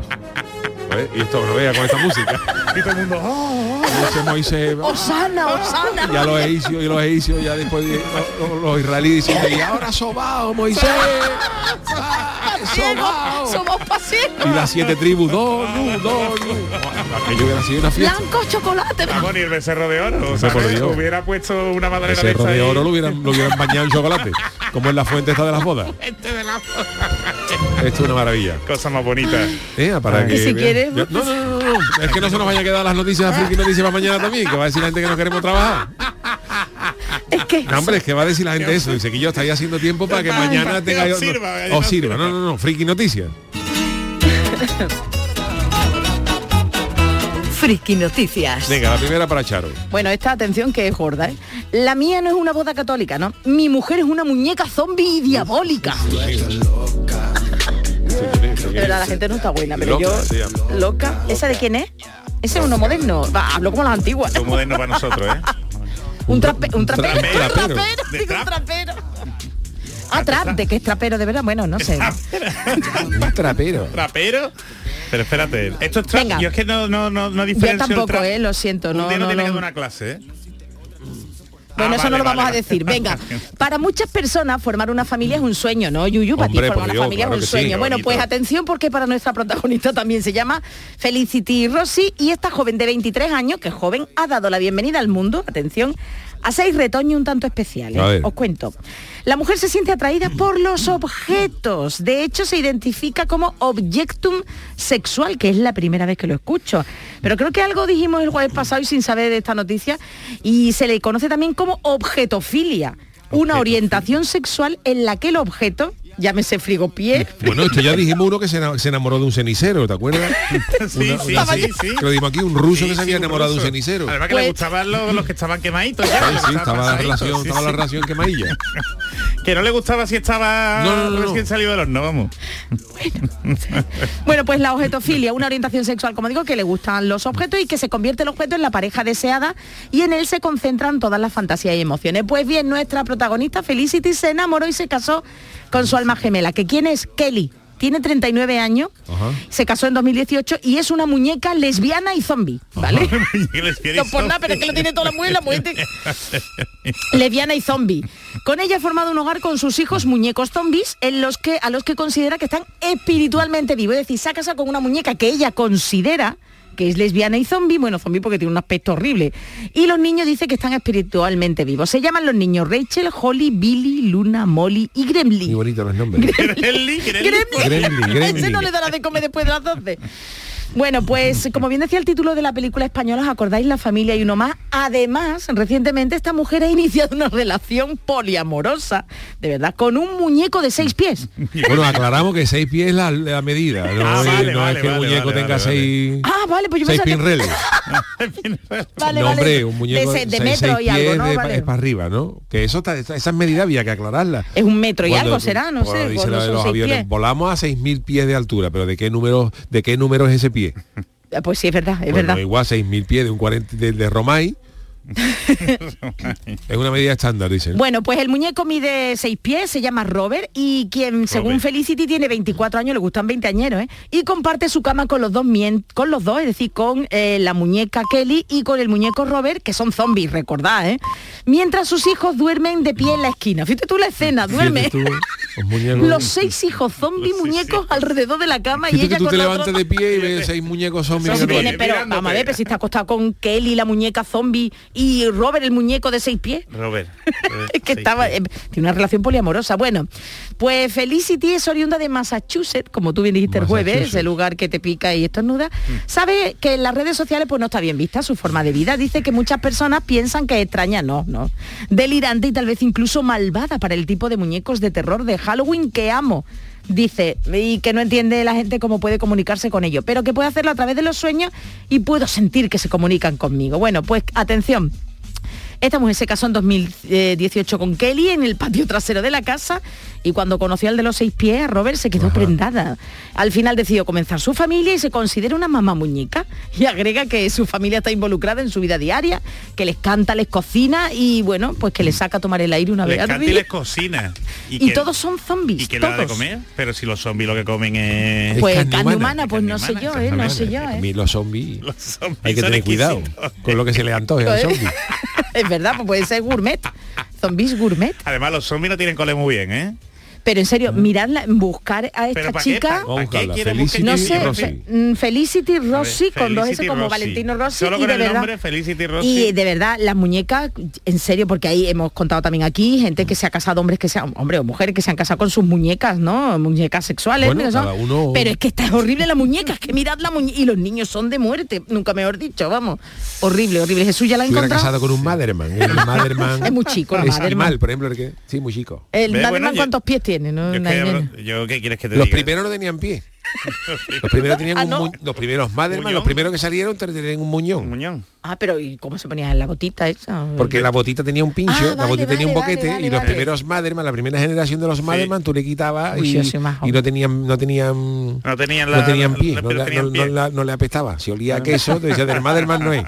[SPEAKER 1] Y esto lo vea con esta música.
[SPEAKER 7] Y todo el mundo, oh,
[SPEAKER 1] Dice Moisés.
[SPEAKER 2] Osana, Osana.
[SPEAKER 1] Ya los egipcios y los egipcios ya después de- lo- lo- los, israelíes diciendo, y ahora sobao, Moisés. Ah,
[SPEAKER 2] Ciego,
[SPEAKER 1] Sobao.
[SPEAKER 2] somos
[SPEAKER 1] Y
[SPEAKER 2] pacientes.
[SPEAKER 1] las siete tribus, dos, nu, dos, nu. Aquello hubiera sido una fiesta.
[SPEAKER 2] Blanco chocolate.
[SPEAKER 1] Ah,
[SPEAKER 7] oh. Vamos, ni el becerro de oro. O sea,
[SPEAKER 1] por Dios.
[SPEAKER 7] hubiera puesto una magdalena
[SPEAKER 1] Ese
[SPEAKER 7] esta
[SPEAKER 1] de
[SPEAKER 7] ahí.
[SPEAKER 1] oro lo hubieran, lo hubieran bañado en chocolate, como en la fuente esta de las bodas.
[SPEAKER 7] Este
[SPEAKER 1] Esto es una maravilla.
[SPEAKER 7] Cosa más bonita.
[SPEAKER 1] Eh, para que
[SPEAKER 2] Y si
[SPEAKER 1] vean.
[SPEAKER 2] quieres-
[SPEAKER 1] Yo- no, no, no, no, no. Es que no se nos vaya a quedar las noticias friki noticias para mañana también, que va a decir la gente que no queremos trabajar.
[SPEAKER 2] Es que
[SPEAKER 1] No, hombre, es que va a decir la gente eso. Dice que yo estáis haciendo tiempo para que
[SPEAKER 7] Para
[SPEAKER 1] mañana
[SPEAKER 7] que
[SPEAKER 1] tenga
[SPEAKER 7] os sirva, que
[SPEAKER 1] os
[SPEAKER 7] no
[SPEAKER 1] sirva.
[SPEAKER 7] sirva.
[SPEAKER 1] No, no, no, friki noticias.
[SPEAKER 5] Friki Noticias.
[SPEAKER 1] Venga, la primera para Charo.
[SPEAKER 2] Bueno, esta atención que es gorda, ¿eh? La mía no es una boda católica, ¿no? Mi mujer es una muñeca zombie y diabólica. De verdad, la gente no está buena, pero
[SPEAKER 1] Loca,
[SPEAKER 2] yo...
[SPEAKER 1] se llama.
[SPEAKER 2] ¿Loca? ¿Esa de quién es? Ese es uno moderno. Va, hablo como las antiguas.
[SPEAKER 7] Lo moderno para nosotros, ¿eh?
[SPEAKER 2] Un, trape- un trapero, un
[SPEAKER 1] trapero.
[SPEAKER 2] trapero,
[SPEAKER 7] De
[SPEAKER 2] digo, un
[SPEAKER 7] trap.
[SPEAKER 2] trapero. Ah, trap, ¿de qué es trapero? De verdad, bueno, no sé.
[SPEAKER 1] Un trapero.
[SPEAKER 7] ¿Trapero? Pero espérate, esto es trap.
[SPEAKER 2] Venga.
[SPEAKER 7] Yo es que no, no, no, no
[SPEAKER 2] Yo
[SPEAKER 7] diferencio el
[SPEAKER 2] tampoco,
[SPEAKER 7] trap.
[SPEAKER 2] eh, lo siento,
[SPEAKER 7] Un
[SPEAKER 2] no,
[SPEAKER 7] día
[SPEAKER 2] no,
[SPEAKER 7] tiene
[SPEAKER 2] no.
[SPEAKER 7] que dar una clase, ¿eh?
[SPEAKER 2] Bueno,
[SPEAKER 7] Ah,
[SPEAKER 2] eso
[SPEAKER 7] vale,
[SPEAKER 2] no lo
[SPEAKER 7] vale,
[SPEAKER 2] vamos a
[SPEAKER 7] vale.
[SPEAKER 2] decir. Venga, para muchas personas formar una familia es un sueño, ¿no, Yuyu? Para ti
[SPEAKER 1] Hombre, por
[SPEAKER 2] formar una
[SPEAKER 1] Dios,
[SPEAKER 2] familia es
[SPEAKER 1] claro que
[SPEAKER 2] un
[SPEAKER 1] sí,
[SPEAKER 2] sueño.
[SPEAKER 1] qué
[SPEAKER 2] bueno,
[SPEAKER 7] bonito.
[SPEAKER 2] pues atención porque para nuestra protagonista también se llama Felicity Rossi y esta joven de 23 años, que es joven, ha dado la bienvenida al mundo, atención, a seis retoños un tanto especiales.
[SPEAKER 1] A ver.
[SPEAKER 2] Os cuento. La mujer se siente atraída por los objetos. De hecho, se identifica como objectum sexual, que es la primera vez que lo escucho. Pero creo que algo dijimos el jueves pasado y sin saber de esta noticia. Y se le conoce también como objetofilia, una orientación sexual en la que el objeto, llámese frigopié,
[SPEAKER 1] Bueno, esto ya dijimos uno que se ena- se enamoró de un cenicero, ¿te acuerdas?
[SPEAKER 7] Sí, sí, sí, sí.
[SPEAKER 1] Que lo dijimos aquí, un ruso
[SPEAKER 7] Sí,
[SPEAKER 1] que se
[SPEAKER 7] sí,
[SPEAKER 1] había
[SPEAKER 7] un
[SPEAKER 1] enamorado de un
[SPEAKER 7] ruso.
[SPEAKER 1] cenicero.
[SPEAKER 7] Además que
[SPEAKER 2] Pues-
[SPEAKER 7] le gustaban los, los que estaban quemaditos ya.
[SPEAKER 1] Sí,
[SPEAKER 7] los que
[SPEAKER 1] sí,
[SPEAKER 7] estaban
[SPEAKER 1] estaba la
[SPEAKER 7] pasaditos,
[SPEAKER 1] relación,
[SPEAKER 7] sí,
[SPEAKER 1] estaba la
[SPEAKER 7] sí.
[SPEAKER 1] relación quemadilla.
[SPEAKER 7] Que no le gustaba si estaba
[SPEAKER 1] No, no, no, no.
[SPEAKER 7] recién salido del horno, vamos.
[SPEAKER 2] Bueno, pues la objetofilia, una orientación sexual, como digo, que le gustan los objetos y que se convierte el objeto en la pareja deseada y en él se concentran todas las fantasías y emociones. Pues bien, nuestra protagonista Felicity se enamoró y se casó con su alma gemela, que quién es Kelly. Tiene 39 años,
[SPEAKER 1] Ajá.
[SPEAKER 2] se casó en 2018 y es una muñeca lesbiana y zombie, ¿vale?
[SPEAKER 7] Y les viene
[SPEAKER 2] No por nada, pero es que lo tiene toda la mujer, la mujer tiene- Leviana y zombie. Con ella ha formado un hogar con sus hijos muñecos zombies en los que, a los que considera que están espiritualmente vivos. Es decir, se ha casado con una muñeca que ella considera que es lesbiana y zombie, bueno, zombie porque tiene un aspecto horrible. Y los niños dice que están espiritualmente vivos. Se llaman los niños Rachel, Holly, Billy, Luna, Molly y
[SPEAKER 1] Muy
[SPEAKER 2] Gremlin.
[SPEAKER 1] bonito los nombres.
[SPEAKER 7] Gremlin, Gremlin.
[SPEAKER 1] Gremlin,
[SPEAKER 2] Ese
[SPEAKER 1] Gremlin.
[SPEAKER 2] no le dará de comer después de las 12. Bueno, pues como bien decía el título de la película española, ¿os acordáis? La familia y uno más. Además, recientemente esta mujer ha iniciado una relación poliamorosa, de verdad, con un muñeco de seis pies.
[SPEAKER 1] Bueno, aclaramos que seis pies es la, la medida. No,
[SPEAKER 7] Ah,
[SPEAKER 1] es-
[SPEAKER 7] vale,
[SPEAKER 1] no
[SPEAKER 7] vale,
[SPEAKER 1] es que el
[SPEAKER 7] vale,
[SPEAKER 1] muñeco
[SPEAKER 7] vale,
[SPEAKER 1] tenga
[SPEAKER 7] vale,
[SPEAKER 1] seis,
[SPEAKER 2] Ah, vale, pues yo
[SPEAKER 1] seis
[SPEAKER 2] pensaba que...
[SPEAKER 1] pinreles.
[SPEAKER 2] Vale,
[SPEAKER 1] no,
[SPEAKER 2] vale,
[SPEAKER 1] hombre, un muñeco
[SPEAKER 2] de, se- de
[SPEAKER 1] seis-
[SPEAKER 2] metro
[SPEAKER 1] seis
[SPEAKER 2] y algo,
[SPEAKER 1] pies
[SPEAKER 2] ¿no?
[SPEAKER 1] de-
[SPEAKER 2] Vale.
[SPEAKER 1] es para arriba, ¿no? Que eso está- esa- esas medidas había que aclararlas.
[SPEAKER 2] Es un metro y
[SPEAKER 1] Cuando-
[SPEAKER 2] algo será, no
[SPEAKER 1] cuando
[SPEAKER 2] sé.
[SPEAKER 1] dice
[SPEAKER 2] cuando
[SPEAKER 1] la de
[SPEAKER 2] son
[SPEAKER 1] los
[SPEAKER 2] seis
[SPEAKER 1] aviones,
[SPEAKER 2] pies.
[SPEAKER 1] volamos a 6.000 pies de altura, pero ¿de qué número, de qué número es ese pie?
[SPEAKER 2] Ah, Pues sí, es verdad, es
[SPEAKER 1] Bueno,
[SPEAKER 2] verdad.
[SPEAKER 1] igual 6.000 pies de un 40 de, de Romay. es una medida estándar, dicen.
[SPEAKER 2] Bueno, pues el muñeco mide seis pies, se llama Robert y quien, según Felicity, tiene 24 años, le gustan 20 añeros, ¿eh? Y comparte su cama con los dos, mien- con los dos, es decir, con eh, la muñeca Kelly y con el muñeco Robert, que son zombies, recordad, ¿eh? Mientras sus hijos duermen de pie en la esquina. Fíjate tú la escena, duerme.
[SPEAKER 1] Fíjate tú, los muñecos.
[SPEAKER 2] Los seis hijos zombies muñecos alrededor de la cama y
[SPEAKER 1] Fíjate
[SPEAKER 2] ella
[SPEAKER 1] que tú
[SPEAKER 2] con
[SPEAKER 1] te
[SPEAKER 2] la
[SPEAKER 1] levantas
[SPEAKER 2] otra-
[SPEAKER 1] de pie y ves seis muñecos zombies.
[SPEAKER 2] Sí,
[SPEAKER 7] Zombie,
[SPEAKER 2] tiene,
[SPEAKER 7] eh,
[SPEAKER 2] pero
[SPEAKER 7] mirándote.
[SPEAKER 2] vamos a ver, pero si está acostado con Kelly, la muñeca zombie, y Robert, el muñeco de seis pies.
[SPEAKER 7] Robert. Robert,
[SPEAKER 2] Es que
[SPEAKER 7] sí,
[SPEAKER 2] estaba,
[SPEAKER 7] sí.
[SPEAKER 2] eh, tiene una relación poliamorosa. Bueno, pues Felicity es oriunda de Massachusetts, como tú bien dijiste el jueves,
[SPEAKER 1] Massachusetts.
[SPEAKER 2] ese lugar que te pica y estornuda.
[SPEAKER 7] Mm.
[SPEAKER 2] Sabe que en las redes sociales pues no está bien vista su forma de vida. Dice que muchas personas piensan que es extraña, no, no. Delirante y tal vez incluso malvada para el tipo de muñecos de terror de Halloween que amo. Dice, y que no entiende la gente cómo puede comunicarse con ello, pero que puede hacerlo a través de los sueños y puedo sentir que se comunican conmigo. Bueno, pues atención, esta mujer se casó en 2018 con Kelly en el patio trasero de la casa y cuando conoció al de los seis pies, Robert se quedó prendada. Al final decidió comenzar su familia y se considera una mamá muñeca y agrega que su familia está involucrada en su vida diaria, que les canta, les cocina y bueno, pues que les saca a tomar el aire una
[SPEAKER 7] Les
[SPEAKER 2] vez al
[SPEAKER 7] canta y
[SPEAKER 2] día.
[SPEAKER 7] les cocina.
[SPEAKER 2] Y
[SPEAKER 7] que-
[SPEAKER 2] todos son zombies,
[SPEAKER 7] ¿Y que le da de
[SPEAKER 2] todos.
[SPEAKER 7] comer? Pero si los zombies lo que comen es...
[SPEAKER 1] Es
[SPEAKER 2] Pues
[SPEAKER 1] carne
[SPEAKER 2] carne,
[SPEAKER 1] humana,
[SPEAKER 2] humana,
[SPEAKER 7] es
[SPEAKER 2] pues
[SPEAKER 7] carne
[SPEAKER 2] no sé
[SPEAKER 7] humana,
[SPEAKER 2] yo, ¿eh?
[SPEAKER 7] es carne
[SPEAKER 2] no
[SPEAKER 7] humana.
[SPEAKER 2] sé yo,
[SPEAKER 1] A
[SPEAKER 2] ¿eh?
[SPEAKER 1] mí los zombies.
[SPEAKER 7] Los zombies
[SPEAKER 1] Hay que
[SPEAKER 7] son
[SPEAKER 1] tener cuidado
[SPEAKER 7] exquisitos.
[SPEAKER 1] con lo que se le antoje al zombie.
[SPEAKER 2] es verdad, pues puede ser gourmet, zombies gourmet.
[SPEAKER 7] Además, los zombies no tienen cole muy bien, ¿eh?
[SPEAKER 2] Pero en serio, miradla, buscar a
[SPEAKER 7] Pero
[SPEAKER 2] esta
[SPEAKER 7] ¿para
[SPEAKER 2] chica...
[SPEAKER 7] qué?
[SPEAKER 1] Vamos a
[SPEAKER 7] ¿Para, para qué
[SPEAKER 1] buscarla.
[SPEAKER 7] quieren
[SPEAKER 1] Felicity
[SPEAKER 2] No
[SPEAKER 1] y
[SPEAKER 2] sé,
[SPEAKER 1] Rossi.
[SPEAKER 2] Fe- mm, Felicity
[SPEAKER 7] A ver,
[SPEAKER 2] Rossi con dos S
[SPEAKER 7] Felicity
[SPEAKER 2] como
[SPEAKER 7] Rossi.
[SPEAKER 2] Valentino Rossi
[SPEAKER 7] Solo
[SPEAKER 2] y
[SPEAKER 7] con
[SPEAKER 2] de
[SPEAKER 7] el
[SPEAKER 2] verdad.
[SPEAKER 7] nombre Felicity Rossi.
[SPEAKER 2] Y de verdad, las muñecas, en serio, porque ahí hemos contado también aquí gente que se ha casado, hombres que se han, hombre o mujeres que se han casado con sus muñecas, ¿no? Muñecas sexuales,
[SPEAKER 1] Bueno,
[SPEAKER 2] pero, son-
[SPEAKER 1] cada uno-
[SPEAKER 2] pero es que está horrible la muñeca, es que mirad la muñeca y los niños son de muerte, nunca mejor dicho, vamos. Horrible, horrible. Jesús ya la ha
[SPEAKER 1] Si hubiera
[SPEAKER 2] encontrado.
[SPEAKER 1] casado con un Maderman. ¿eh? El Maderman
[SPEAKER 2] Es muy chico, el
[SPEAKER 1] es
[SPEAKER 2] Maderman.
[SPEAKER 1] animal, por ejemplo, el que... Sí, muy chico.
[SPEAKER 2] El
[SPEAKER 7] Ve,
[SPEAKER 2] Dadman,
[SPEAKER 7] bueno, yo-
[SPEAKER 2] ¿cuántos pies tiene? No,
[SPEAKER 7] Yo, es
[SPEAKER 2] Una
[SPEAKER 7] que-
[SPEAKER 2] nena.
[SPEAKER 7] yo, ¿qué quieres que te
[SPEAKER 1] Los
[SPEAKER 7] diga?
[SPEAKER 1] primeros no tenían pie. Los primeros tenían
[SPEAKER 2] Ah,
[SPEAKER 1] un
[SPEAKER 2] ¿no?
[SPEAKER 1] mu- los primeros Maderman,
[SPEAKER 7] Muñón.
[SPEAKER 1] los primeros que salieron tenían un muñón.
[SPEAKER 7] Muñón.
[SPEAKER 2] Ah, pero ¿y cómo se ponía en la botita esa?
[SPEAKER 1] Porque la botita tenía un pincho,
[SPEAKER 2] Ah,
[SPEAKER 1] la
[SPEAKER 2] vale,
[SPEAKER 1] botita tenía un
[SPEAKER 2] vale,
[SPEAKER 1] boquete
[SPEAKER 2] vale,
[SPEAKER 1] y los
[SPEAKER 2] vale.
[SPEAKER 1] primeros Maderman, la primera generación de los Maderman, tú le quitabas
[SPEAKER 2] Uy,
[SPEAKER 1] y,
[SPEAKER 2] Pues yo soy más
[SPEAKER 1] y
[SPEAKER 2] joven.
[SPEAKER 1] no tenían no tenían
[SPEAKER 7] No tenían la-
[SPEAKER 1] no tenían
[SPEAKER 7] la-
[SPEAKER 1] pie,
[SPEAKER 7] la-
[SPEAKER 1] no,
[SPEAKER 7] pero
[SPEAKER 1] la-
[SPEAKER 7] tenían
[SPEAKER 1] no-
[SPEAKER 7] pie.
[SPEAKER 1] no la- no le apestaba. Si olía a queso, te decía del Maderman no es.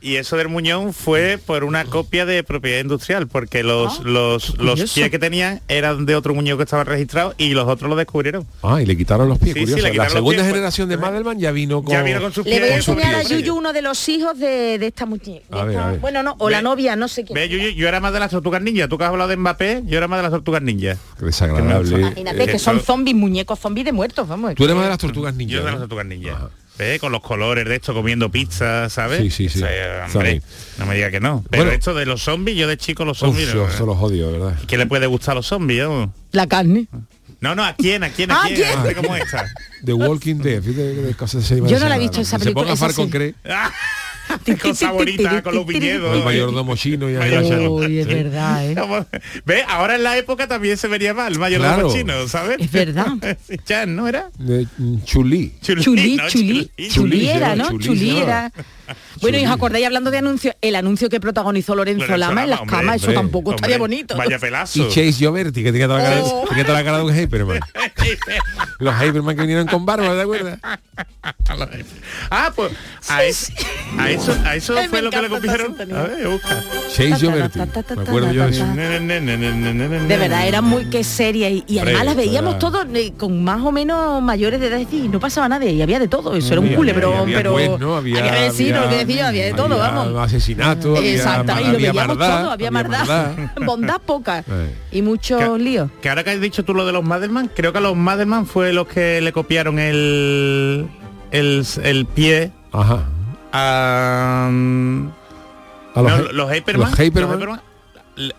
[SPEAKER 7] Y eso del muñón fue por una copia de propiedad industrial, porque los, los, los
[SPEAKER 2] Ah, curioso.
[SPEAKER 7] pies que tenían eran de otro muñón que estaba registrado y los otros lo descubrieron.
[SPEAKER 1] Ah, y le quitaron los pies,
[SPEAKER 7] Sí, sí,
[SPEAKER 1] curioso.
[SPEAKER 7] le
[SPEAKER 1] la
[SPEAKER 7] quitaron los
[SPEAKER 1] segunda
[SPEAKER 7] pies,
[SPEAKER 1] generación de
[SPEAKER 7] pues,
[SPEAKER 1] Madelman ya vino con...
[SPEAKER 7] Ya vino con sus
[SPEAKER 2] Le voy a
[SPEAKER 7] pies. con
[SPEAKER 2] enseñar a
[SPEAKER 7] sus pies,
[SPEAKER 2] Yuyu
[SPEAKER 7] sí.
[SPEAKER 2] uno de los hijos de, de esta muñeca.
[SPEAKER 1] A ver, a ver.
[SPEAKER 2] Bueno, no, o la
[SPEAKER 7] Ve-
[SPEAKER 2] novia, no sé quién.
[SPEAKER 7] Ve, Yuyu, yo era más de las tortugas ninja. Tú que has hablado de Mbappé, yo era más de las tortugas ninja.
[SPEAKER 1] Qué desagradable.
[SPEAKER 2] Imagínate
[SPEAKER 7] Eh,
[SPEAKER 2] que son
[SPEAKER 7] eso-
[SPEAKER 2] zombies, muñecos zombies de muertos, vamos.
[SPEAKER 1] Tú eres más de las tortugas
[SPEAKER 7] Yo
[SPEAKER 1] ninja.
[SPEAKER 7] era de las
[SPEAKER 1] ¿no?
[SPEAKER 7] tortugas ninja.
[SPEAKER 1] Ajá.
[SPEAKER 7] Ve, Con los colores de esto, comiendo pizza, ¿sabes?
[SPEAKER 1] Sí, sí, sí.
[SPEAKER 7] O sea, hombre,
[SPEAKER 1] Sabe.
[SPEAKER 7] no me diga que no. Pero
[SPEAKER 1] Bueno.
[SPEAKER 7] esto de los zombies, yo de chico los
[SPEAKER 1] Uf,
[SPEAKER 7] zombies...
[SPEAKER 1] yo
[SPEAKER 7] no-
[SPEAKER 1] se los odio, de ¿verdad?
[SPEAKER 7] ¿Qué le puede gustar a los zombies? vamos?
[SPEAKER 2] La carne.
[SPEAKER 7] No, no, ¿a quién? ¿A quién? ¿A
[SPEAKER 2] Ah, ¿A
[SPEAKER 7] quién?
[SPEAKER 2] quién?
[SPEAKER 7] Gente como esta.
[SPEAKER 1] The Walking Dead, fíjate que de cosas se iban
[SPEAKER 2] Yo no la he visto
[SPEAKER 1] haciendo raras.
[SPEAKER 2] esa película,
[SPEAKER 1] Se ponga
[SPEAKER 2] esa
[SPEAKER 1] Far con
[SPEAKER 2] sí.
[SPEAKER 1] Cre,
[SPEAKER 7] Ah, Qué cosa bonita con los
[SPEAKER 1] con el
[SPEAKER 7] viñedos.
[SPEAKER 1] mayordomo chino y
[SPEAKER 7] eh,
[SPEAKER 1] a-
[SPEAKER 2] Uy, es verdad, ¿eh?
[SPEAKER 7] Como- ¿Ves? Ahora en la época también se vería mal, mayor de
[SPEAKER 1] Claro.
[SPEAKER 7] los chinos, ¿sabes?
[SPEAKER 2] Es verdad.
[SPEAKER 7] Chan, ¿no era?
[SPEAKER 1] de- mm, Chulí.
[SPEAKER 7] Chulí,
[SPEAKER 2] Chulí,
[SPEAKER 7] no,
[SPEAKER 2] chulí, chuliera, ¿no?
[SPEAKER 1] chulí,
[SPEAKER 2] Chuliera. Bueno, y os
[SPEAKER 1] Chulí.
[SPEAKER 2] acordáis hablando de anuncios, el anuncio que protagonizó Lorenzo,
[SPEAKER 7] Lorenzo
[SPEAKER 2] Lama en
[SPEAKER 7] Lama,
[SPEAKER 2] las
[SPEAKER 7] hombre,
[SPEAKER 2] camas, eso
[SPEAKER 1] hombre,
[SPEAKER 2] tampoco estaría
[SPEAKER 7] Hombre,
[SPEAKER 2] bonito.
[SPEAKER 7] Vaya
[SPEAKER 1] Y
[SPEAKER 7] pelazo.
[SPEAKER 1] Chase Gioberti, que tenía toda la cara,
[SPEAKER 2] Oh.
[SPEAKER 1] tenía toda la cara de un Hyperman. Los Hyperman que vinieron con barba, ¿te acuerdas?
[SPEAKER 7] ah, pues a, es- a eso, a eso
[SPEAKER 2] Ay, me
[SPEAKER 7] fue lo que le
[SPEAKER 2] encanta esta
[SPEAKER 7] copiaron.
[SPEAKER 2] sintonía.
[SPEAKER 7] A ver, busca.
[SPEAKER 1] Chase Gioberti. Me acuerdo yo de eso.
[SPEAKER 2] De
[SPEAKER 7] De
[SPEAKER 2] verdad, era muy que seria y, y además
[SPEAKER 1] Mm. Hombre,
[SPEAKER 2] las veíamos
[SPEAKER 1] era-
[SPEAKER 2] todos eh, con más o menos mayores de edad y no pasaba nada y había de todo, eso era un
[SPEAKER 1] Había-
[SPEAKER 2] culebrón,
[SPEAKER 1] había
[SPEAKER 2] pero
[SPEAKER 1] juez, ¿no? había,
[SPEAKER 2] había vecinos, había vecinos, había de todo,
[SPEAKER 1] había
[SPEAKER 2] vamos.
[SPEAKER 1] Asesinato, había-
[SPEAKER 2] Exactamente, y lo
[SPEAKER 1] había
[SPEAKER 2] veíamos
[SPEAKER 1] maldad,
[SPEAKER 2] todo, había maldad, bondad poca
[SPEAKER 1] Eh.
[SPEAKER 2] y muchos líos.
[SPEAKER 7] Que ahora que has dicho tú lo de los Madelman, creo que a los Madelman fue los que le copiaron el el, el pie
[SPEAKER 1] Ajá.
[SPEAKER 7] a... mm,
[SPEAKER 1] A los
[SPEAKER 7] no,
[SPEAKER 1] Hi-
[SPEAKER 7] los Hyperman.
[SPEAKER 1] los Hyperman.
[SPEAKER 7] los Hyperman,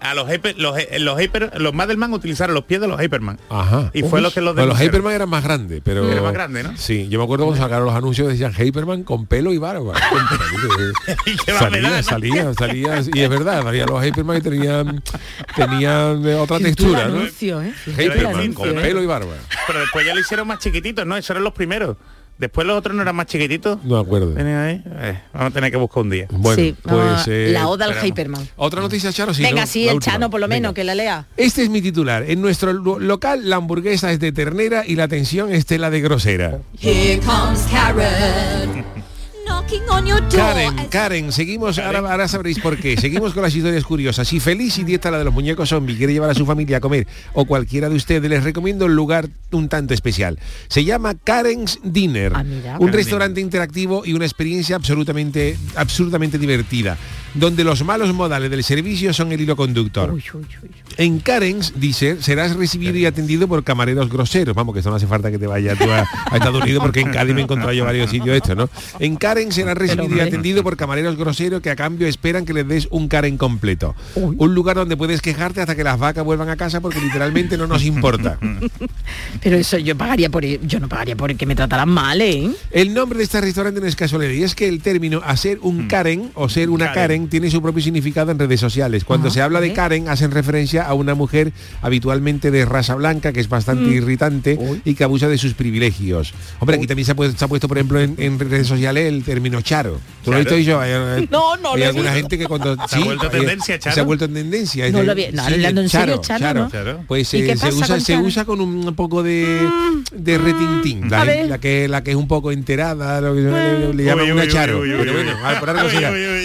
[SPEAKER 7] a los, Hyper- los, los Hyper- los Madelman utilizaron los pies de los Hyperman.
[SPEAKER 1] Ajá.
[SPEAKER 7] Y fue
[SPEAKER 1] Uy.
[SPEAKER 7] lo que los
[SPEAKER 1] Bueno, los
[SPEAKER 7] denunciaron.
[SPEAKER 1] Hyperman eran más grandes, pero...
[SPEAKER 7] Era más grande, ¿no?
[SPEAKER 1] Sí, yo me acuerdo cuando sacaron los anuncios decían Hyperman con pelo y barba.
[SPEAKER 7] Y qué barbaridad,
[SPEAKER 1] salía,
[SPEAKER 7] ¿no?
[SPEAKER 1] salía, salía, y es verdad, salía los Hyperman que tenían, tenían eh, otra textura, ¿no?
[SPEAKER 2] anuncio, ¿eh? Qué dura
[SPEAKER 1] Hyperman
[SPEAKER 2] anuncio,
[SPEAKER 1] con
[SPEAKER 2] ¿eh?
[SPEAKER 1] pelo y barba.
[SPEAKER 7] Pero después ya lo hicieron más chiquititos, ¿no? Esos eran los primeros. Después los otros no eran más chiquititos.
[SPEAKER 1] No me acuerdo.
[SPEAKER 7] Tenían ahí. Eh, vamos a tener que buscar un día.
[SPEAKER 1] Bueno,
[SPEAKER 2] ¿eh? Sí,
[SPEAKER 1] pues
[SPEAKER 2] vamos a-
[SPEAKER 1] eh,
[SPEAKER 2] la oda al
[SPEAKER 7] esperamos.
[SPEAKER 2] Hyperman.
[SPEAKER 1] otra noticia, Charo, si
[SPEAKER 2] Venga,
[SPEAKER 1] no,
[SPEAKER 2] sí,
[SPEAKER 1] la
[SPEAKER 2] el
[SPEAKER 1] última.
[SPEAKER 2] Chano por lo menos,
[SPEAKER 1] Venga.
[SPEAKER 2] que la lea.
[SPEAKER 1] Este es mi titular. En nuestro lo- local la hamburguesa es de ternera y la tensión es tela de grosera.
[SPEAKER 10] Here comes Karen. Knocking on your door.
[SPEAKER 1] Karen, Karen, seguimos, Ahora, ahora sabréis por qué. Seguimos con las historias curiosas. Si Feliz y Dieta, la de los muñecos zombie, quiere llevar a su familia a comer o cualquiera de ustedes, les recomiendo un lugar un tanto especial. Se llama Karen's Dinner.
[SPEAKER 2] Ah, mira.
[SPEAKER 1] un
[SPEAKER 7] Karen's
[SPEAKER 1] restaurante interactivo y una experiencia absolutamente, absolutamente divertida, donde los malos modales del servicio son el hilo conductor.
[SPEAKER 2] Uy, uy, uy.
[SPEAKER 1] En Karens, dice, serás recibido y atendido por camareros groseros. Vamos, que eso no hace falta que te vayas tú a, a Estados Unidos porque en Cádiz me he encontrado yo varios sitios esto, ¿no? En Karen serás recibido y
[SPEAKER 2] hombre.
[SPEAKER 1] atendido por camareros groseros que a cambio esperan que les des un Karen completo.
[SPEAKER 2] Uy.
[SPEAKER 1] Un lugar donde puedes quejarte hasta que las vacas vuelvan a casa porque literalmente no nos importa.
[SPEAKER 2] Pero eso yo pagaría por yo no pagaría por que me trataran mal, ¿eh?
[SPEAKER 1] El nombre de este restaurante no es casualidad y es que el término hacer un Karen o ser una Karen,
[SPEAKER 7] Hmm. Karen.
[SPEAKER 1] tiene su propio significado en redes sociales. Cuando
[SPEAKER 2] Ah,
[SPEAKER 1] se habla de
[SPEAKER 2] ¿eh?
[SPEAKER 1] Karen hacen referencia a una mujer habitualmente de raza blanca que es bastante
[SPEAKER 2] Hmm.
[SPEAKER 1] irritante y que abusa de sus privilegios. Hombre, aquí también se ha, puesto, se ha puesto, por ejemplo, en, en redes sociales el término charo. ¿Tú lo has
[SPEAKER 7] Claro.
[SPEAKER 1] visto yo? Hay, eh,
[SPEAKER 2] No, no
[SPEAKER 1] hay
[SPEAKER 2] lo he
[SPEAKER 1] alguna
[SPEAKER 2] visto.
[SPEAKER 1] gente que cuando...
[SPEAKER 7] Se ha vuelto
[SPEAKER 1] hay-
[SPEAKER 7] tendencia,
[SPEAKER 1] Se ha
[SPEAKER 7] charo.
[SPEAKER 1] vuelto en tendencia.
[SPEAKER 2] No
[SPEAKER 1] Es
[SPEAKER 2] lo
[SPEAKER 1] de-
[SPEAKER 2] vi- no, hablando en serio, charo, ¿no?
[SPEAKER 7] Claro.
[SPEAKER 1] Pues
[SPEAKER 2] ¿Y
[SPEAKER 1] eh,
[SPEAKER 2] qué
[SPEAKER 1] se,
[SPEAKER 2] pasa
[SPEAKER 1] usa,
[SPEAKER 2] con
[SPEAKER 1] se
[SPEAKER 2] charo?
[SPEAKER 1] usa con un poco de, de
[SPEAKER 7] Mm.
[SPEAKER 1] retintín.
[SPEAKER 2] A
[SPEAKER 1] La,
[SPEAKER 2] ver.
[SPEAKER 1] la que, la que es un poco enterada, lo que le, le- le llaman
[SPEAKER 7] Mm. Uy,
[SPEAKER 1] una
[SPEAKER 7] uy, uy,
[SPEAKER 1] charo.
[SPEAKER 7] uy, uy,
[SPEAKER 1] Pero
[SPEAKER 7] uy.
[SPEAKER 1] bueno, a ver, por algo
[SPEAKER 7] Uy,
[SPEAKER 1] será.
[SPEAKER 7] uy, uy, uy,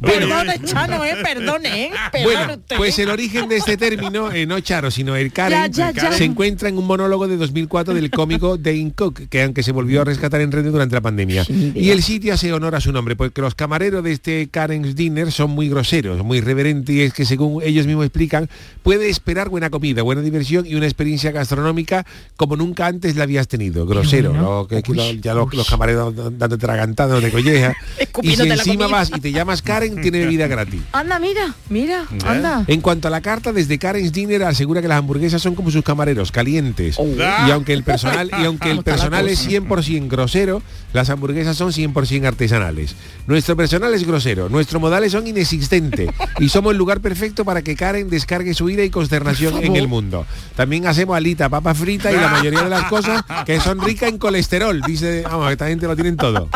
[SPEAKER 2] Perdón, Chano, eh, perdón, eh.
[SPEAKER 1] Bueno,
[SPEAKER 2] Perdón, te-
[SPEAKER 1] pues el origen de este término, eh, no Charo, sino el Karen,
[SPEAKER 2] Ya, ya, ya.
[SPEAKER 1] se encuentra en un monólogo de 2004 del cómico Dane Cook, que aunque se volvió a rescatar en redes durante la pandemia.
[SPEAKER 2] Sí,
[SPEAKER 1] Y el sitio hace honor a su nombre, porque los camareros de este Karen's Dinner son muy groseros, muy irreverentes, y es que según ellos mismos explican, puede esperar buena comida, buena diversión y una experiencia gastronómica como nunca antes la habías tenido. Grosero,
[SPEAKER 2] bueno.
[SPEAKER 1] ¿no? Que- que lo-
[SPEAKER 2] Uy,
[SPEAKER 1] ya los,
[SPEAKER 2] uy.
[SPEAKER 1] los camareros dándote tragantadas, de colleja. y si
[SPEAKER 2] Escupiéndote la
[SPEAKER 1] encima
[SPEAKER 2] comida.
[SPEAKER 1] vas y te llamas Karen, tiene bebida gratis.
[SPEAKER 2] Anda, mira, mira, anda.
[SPEAKER 1] En cuanto a la carta, desde Karen's Dinner asegura que las hamburguesas son como sus camareros, calientes.
[SPEAKER 2] Oh.
[SPEAKER 1] Y aunque el personal, y aunque el personal es 100% grosero, las hamburguesas son 100% artesanales. Nuestro personal es grosero, nuestros modales son inexistentes y somos el lugar perfecto para que Karen descargue su ira y consternación en el mundo. También hacemos alita, papa frita y la mayoría de las cosas que son ricas en colesterol. Dice, vamos, esta gente lo tienen todo.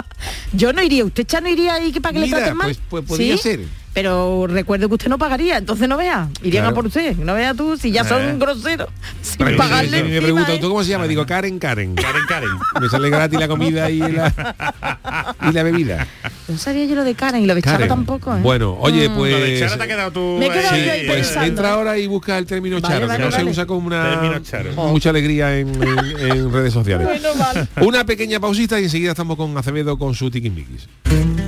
[SPEAKER 2] Yo no iría, usted Chano iría ahí que para que le
[SPEAKER 1] Mira,
[SPEAKER 2] traten mal.
[SPEAKER 1] pues- pues podría ser.
[SPEAKER 2] Pero recuerdo que usted no pagaría, entonces no vea. Irían
[SPEAKER 1] Claro.
[SPEAKER 2] a por usted, no vea tú si ya son
[SPEAKER 7] Eh.
[SPEAKER 2] groseros. Sin
[SPEAKER 7] Pero
[SPEAKER 2] pagarle.
[SPEAKER 1] Y me
[SPEAKER 2] encima,
[SPEAKER 1] preguntan,
[SPEAKER 2] ¿eh?
[SPEAKER 1] ¿tú cómo se llama? Digo, Karen, Karen.
[SPEAKER 7] Karen, Karen.
[SPEAKER 1] Me sale gratis la comida y la, y la bebida.
[SPEAKER 2] No sabía yo lo de Karen y lo de Chano
[SPEAKER 1] Karen.
[SPEAKER 2] tampoco. ¿eh?
[SPEAKER 1] Bueno, oye,
[SPEAKER 7] Lo
[SPEAKER 1] pues...
[SPEAKER 7] de Charo te ha quedado tú. eh,
[SPEAKER 2] Me he quedado
[SPEAKER 7] ahí,
[SPEAKER 2] yo
[SPEAKER 1] Sí,
[SPEAKER 2] ahí
[SPEAKER 1] pues
[SPEAKER 2] pensando.
[SPEAKER 1] entra ahora y busca el término
[SPEAKER 2] Vale,
[SPEAKER 1] charo, que
[SPEAKER 2] vale,
[SPEAKER 1] no se
[SPEAKER 2] vale.
[SPEAKER 1] usa con una
[SPEAKER 7] Término charo.
[SPEAKER 1] mucha alegría en, en- en redes sociales.
[SPEAKER 2] Bueno, vale.
[SPEAKER 1] Una pequeña pausita y enseguida estamos con Acevedo con su tiquismiquis.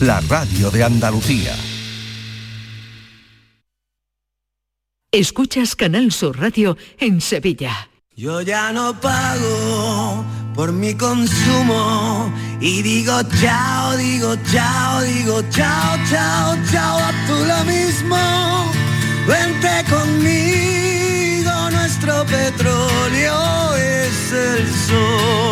[SPEAKER 9] la radio de Andalucía.
[SPEAKER 5] Escuchas Canal Sur Radio en Sevilla.
[SPEAKER 6] Yo ya no pago por mi consumo y digo chao, digo chao, digo chao, chao, chao, a tú lo mismo. Vente conmigo, nuestro petróleo es el sol.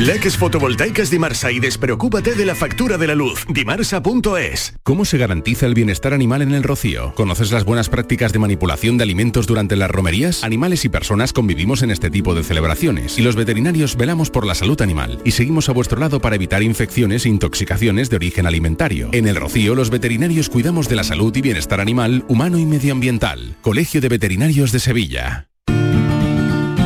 [SPEAKER 11] Leques fotovoltaicas Dimarsa y despreocúpate de la factura de la luz. Dimarsa.es.
[SPEAKER 9] ¿Cómo se garantiza el bienestar animal en el rocío? ¿Conoces las buenas prácticas de manipulación de alimentos durante las romerías? Animales y personas convivimos en este tipo de celebraciones y los veterinarios velamos por la salud animal y seguimos a vuestro lado para evitar infecciones e intoxicaciones de origen alimentario. En el rocío los veterinarios cuidamos de la salud y bienestar animal, humano y medioambiental. Colegio de Veterinarios de Sevilla.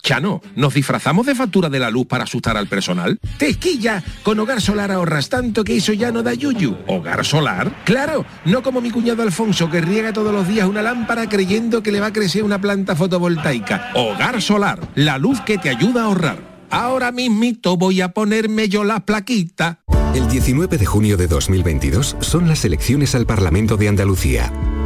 [SPEAKER 12] Chano, ¿nos disfrazamos de factura de la luz para asustar al personal? ¡Tequilla! Con Hogar Solar ahorras tanto que eso ya no da yuyu. ¿Hogar Solar? Claro, no como mi cuñado Alfonso que riega todos los días una lámpara creyendo que le va a crecer una planta fotovoltaica. Hogar Solar, la luz que te ayuda a ahorrar. Ahora mismito voy a ponerme yo la plaquita.
[SPEAKER 13] El 19 de junio de 2022 son las elecciones al Parlamento de Andalucía.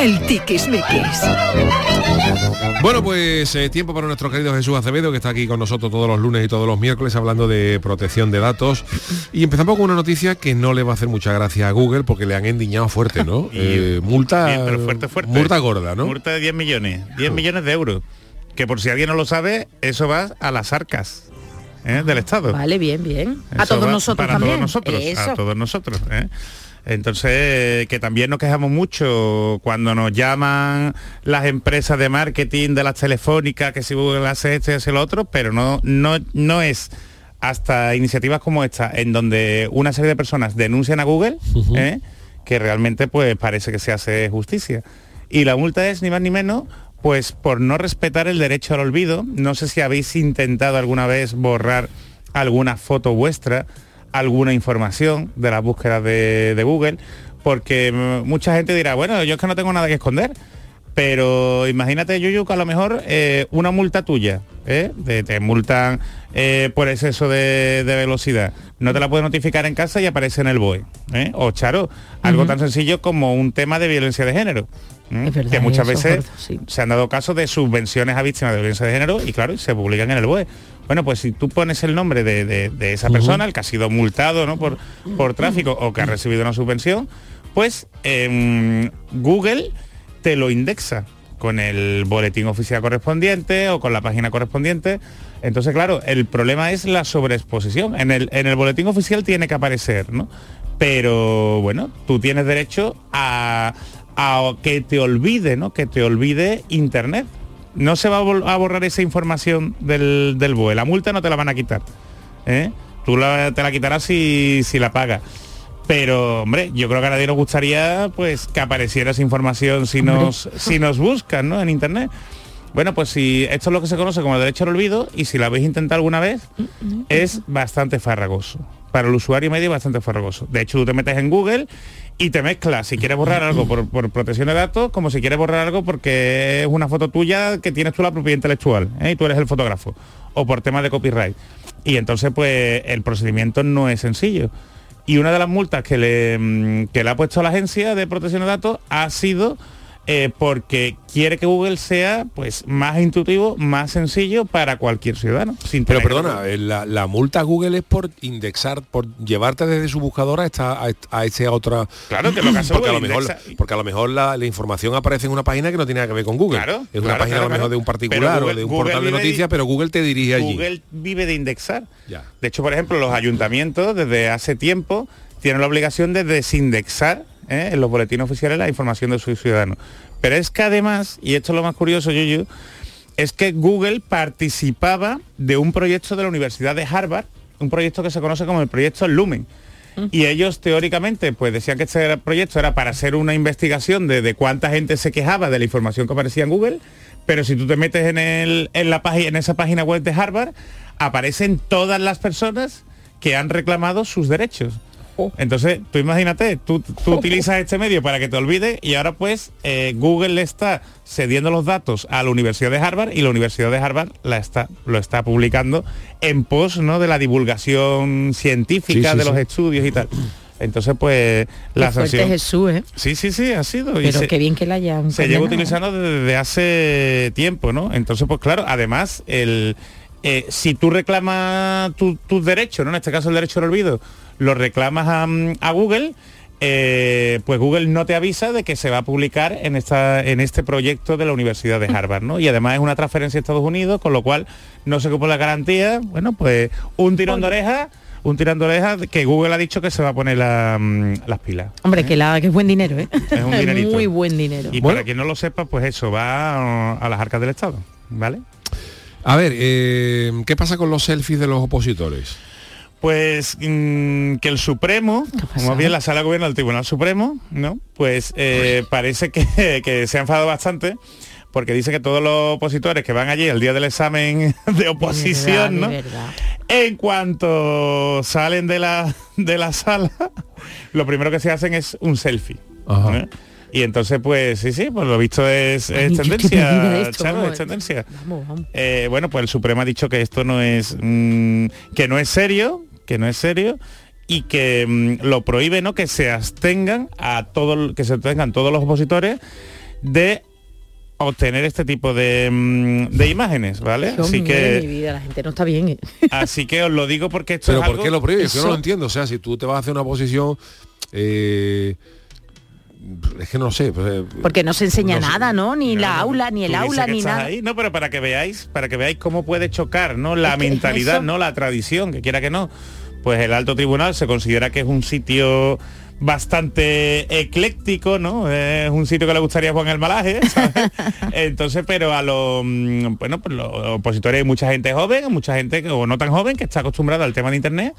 [SPEAKER 5] El tiquismiquis.
[SPEAKER 1] Bueno, pues eh, tiempo para nuestro querido Jesús Acevedo, que está aquí con nosotros todos los lunes y todos los miércoles hablando de protección de datos. Y empezamos con una noticia que no le va a hacer mucha gracia a Google porque le han endiñado fuerte, ¿no? Eh, multa,
[SPEAKER 7] ah, Bien, pero fuerte, fuerte.
[SPEAKER 1] multa gorda, ¿no? Oh.
[SPEAKER 7] Multa de 10 millones, 10 millones de euros. Que por si alguien no lo sabe, eso va a las arcas ¿eh? del Estado.
[SPEAKER 2] Vale, bien, bien. a
[SPEAKER 7] Eso
[SPEAKER 2] todos
[SPEAKER 7] va
[SPEAKER 2] nosotros
[SPEAKER 7] para
[SPEAKER 2] también.
[SPEAKER 7] Todos nosotros,
[SPEAKER 2] Eso.
[SPEAKER 7] A todos nosotros. ¿eh? Entonces, que también nos quejamos mucho cuando nos llaman las empresas de marketing de las telefónicas, que si Google hace esto y hace lo otro, pero no, no, no es hasta iniciativas como esta, en donde una serie de personas denuncian a Google, ¿eh? que realmente pues parece que se hace justicia. Y la multa es ni más ni menos pues por no respetar el derecho al olvido. No sé si habéis intentado alguna vez borrar alguna foto vuestra, alguna información de las búsquedas de, de Google, porque mm, mucha gente dirá, bueno, yo es que no tengo nada que esconder. Pero imagínate, Yuyu, que a lo mejor eh, una multa tuya, ¿eh? te, te multan eh, por exceso de, de velocidad, no te la puede notificar en casa y aparece en el BOE. ¿eh? O Charo, algo tan sencillo como un tema de violencia de género. ¿eh?
[SPEAKER 2] verdad,
[SPEAKER 7] que muchas
[SPEAKER 2] eso es
[SPEAKER 7] veces
[SPEAKER 2] gordo, sí.
[SPEAKER 7] se han dado casos de subvenciones a víctimas de violencia de género y claro, se publican en el BOE. Bueno, pues si tú pones el nombre de, de- de esa persona, el que ha sido multado ¿no? por, por tráfico o que ha recibido una subvención, pues em, Google te lo indexa con el boletín oficial correspondiente o con la página correspondiente. Entonces, claro, el problema es la sobreexposición. En el, en el boletín oficial tiene que aparecer, ¿no? Pero bueno, tú tienes derecho a, a que te olvide, ¿no? Que te olvide Internet. No se va a, bol- a borrar esa información del, del BOE. La multa no te la van a quitar. ¿eh? Tú la- te la quitarás si, si la pagas. Pero, hombre, yo creo que a nadie nos gustaría pues que apareciera esa información si nos, si nos buscan, ¿no? En internet. Bueno, pues si esto es lo que se conoce como el derecho al olvido, y si lo habéis intentado alguna vez, es bastante farragoso. Para el usuario medio es bastante farragoso. De hecho, tú te metes en Google y te mezclas si quieres borrar algo por, por protección de datos, como si quieres borrar algo porque es una foto tuya que tienes tú la propiedad intelectual ¿eh? y tú eres el fotógrafo, o por tema de copyright. Y entonces, pues, el procedimiento no es sencillo. Y una de las multas que le, mm, que le ha puesto la Agencia de Protección de Datos ha sido eh, porque quiere que Google sea pues más intuitivo, más sencillo para cualquier ciudadano. sin
[SPEAKER 1] Pero
[SPEAKER 7] tener que-
[SPEAKER 1] perdona, eh, la, la multa a Google es por indexar, por llevarte desde su buscador a esta a, est- a esta otra.
[SPEAKER 7] Claro que lo que hace
[SPEAKER 1] porque a lo
[SPEAKER 7] Google
[SPEAKER 1] mejor,
[SPEAKER 7] indexa-
[SPEAKER 1] porque a lo mejor la, la información aparece en una página que no tiene nada que ver con Google.
[SPEAKER 7] Claro,
[SPEAKER 1] es una
[SPEAKER 7] claro,
[SPEAKER 1] página a
[SPEAKER 7] claro,
[SPEAKER 1] lo mejor
[SPEAKER 7] claro.
[SPEAKER 1] de un particular
[SPEAKER 7] Pero Google-
[SPEAKER 1] o de un
[SPEAKER 7] Google
[SPEAKER 1] portal de
[SPEAKER 7] vive di-
[SPEAKER 1] noticias, pero Google te dirige allí.
[SPEAKER 7] Google vive de indexar.
[SPEAKER 1] Ya.
[SPEAKER 7] De hecho, por ejemplo, los ayuntamientos desde hace tiempo tienen la obligación de desindexar ¿eh? en los boletines oficiales la información de sus ciudadanos. Pero es que además, y esto es lo más curioso, Yuyu, es que Google participaba de un proyecto de la Universidad de Harvard, un proyecto que se conoce como el proyecto Lumen. Y ellos teóricamente pues decían que este era- proyecto era para hacer una investigación de, de cuánta gente se quejaba de la información que aparecía en Google, pero si tú te metes en, el- en la página, en esa página web de Harvard, aparecen todas las personas que han reclamado sus derechos. Entonces, tú imagínate, tú, tú utilizas este medio para que te olvides y ahora pues eh, Google le está cediendo los datos a la Universidad de Harvard y la Universidad de Harvard la está, lo está publicando en pos ¿no? de la divulgación científica
[SPEAKER 2] Sí, sí,
[SPEAKER 7] de los
[SPEAKER 2] sí.
[SPEAKER 7] estudios y tal. Entonces, pues la
[SPEAKER 2] Qué fuerte
[SPEAKER 7] sanción...
[SPEAKER 2] Jesús, ¿eh?
[SPEAKER 7] Sí, sí, sí, ha sido. y
[SPEAKER 2] Pero
[SPEAKER 7] se-
[SPEAKER 2] qué bien que la hayan
[SPEAKER 7] se lleva
[SPEAKER 2] condenado.
[SPEAKER 7] utilizando desde hace tiempo, ¿no? Entonces, pues claro, además, el, eh, si tú reclamas tu- tus derechos, ¿no? En este caso el derecho al olvido, lo reclamas a, mm, a Google, eh, pues Google no te avisa de que se va a publicar en, esta, en este proyecto de la Universidad de Harvard, ¿no? Y además es una transferencia a Estados Unidos, con lo cual no se cumple la garantía, bueno, pues un tirón de oreja. Un tirón de oreja que Google ha dicho que se va a poner la, mm, las pilas.
[SPEAKER 2] Hombre, que, la, que es buen dinero, ¿eh?
[SPEAKER 7] Es un dinerito.
[SPEAKER 2] Muy buen dinero.
[SPEAKER 7] Y para quien no lo sepa, pues eso va uh, a las arcas del Estado, ¿vale?
[SPEAKER 1] A ver, eh, ¿qué pasa con los selfies de los opositores?
[SPEAKER 7] Pues mm, que el Supremo, como bien la sala de gobierno del Tribunal Supremo, ¿no? Pues eh, parece que, que se ha enfadado bastante porque dice que todos los opositores que van allí el día del examen de oposición, ¿no? Pues En cuanto salen de la, de la sala, lo primero que se hacen es un selfie. ¿no? Y entonces, pues sí, sí, por lo visto es, es
[SPEAKER 2] Ay, yo estoy perdida de
[SPEAKER 7] tendencia,
[SPEAKER 2] esto,
[SPEAKER 7] Charo,
[SPEAKER 2] vamos.
[SPEAKER 7] es tendencia.
[SPEAKER 2] Vamos, vamos.
[SPEAKER 7] Eh, bueno, pues el Supremo ha dicho que esto no es mm, que no es serio, que no es serio y que mm, lo prohíbe, ¿no? Que se abstengan a todo, que se abstengan todos los opositores de obtener este tipo de, mm, de imágenes, ¿vale?
[SPEAKER 2] Dios
[SPEAKER 7] Así
[SPEAKER 2] mío de mi
[SPEAKER 7] que,
[SPEAKER 2] vida, la gente no está bien. ¿eh?
[SPEAKER 7] así que os lo digo porque esto
[SPEAKER 1] Pero
[SPEAKER 7] es
[SPEAKER 1] ¿por
[SPEAKER 7] algo-
[SPEAKER 1] qué lo prohíbe? Yo no lo
[SPEAKER 7] Eso-
[SPEAKER 1] entiendo. O sea, si tú te vas a hacer una posición... eh, es que no sé. pues, eh,
[SPEAKER 2] Porque no se enseña
[SPEAKER 1] No sé.
[SPEAKER 2] nada, ¿no? Ni la aula, ni el
[SPEAKER 7] Tú dices
[SPEAKER 2] aula,
[SPEAKER 7] que
[SPEAKER 2] ni
[SPEAKER 7] estás
[SPEAKER 2] nada.
[SPEAKER 7] ahí, No, pero para que veáis, para que veáis cómo puede chocar, ¿no? La mentalidad,
[SPEAKER 2] eso.
[SPEAKER 7] no la tradición, que quiera que no. Pues el alto tribunal se considera que es un sitio bastante ecléctico, ¿no? Es un sitio que le gustaría a Juan el Malaje, ¿sabes? Entonces, pero a los mm, bueno, pues los opositores hay mucha gente joven, mucha gente que- o no tan joven que está acostumbrada al tema de internet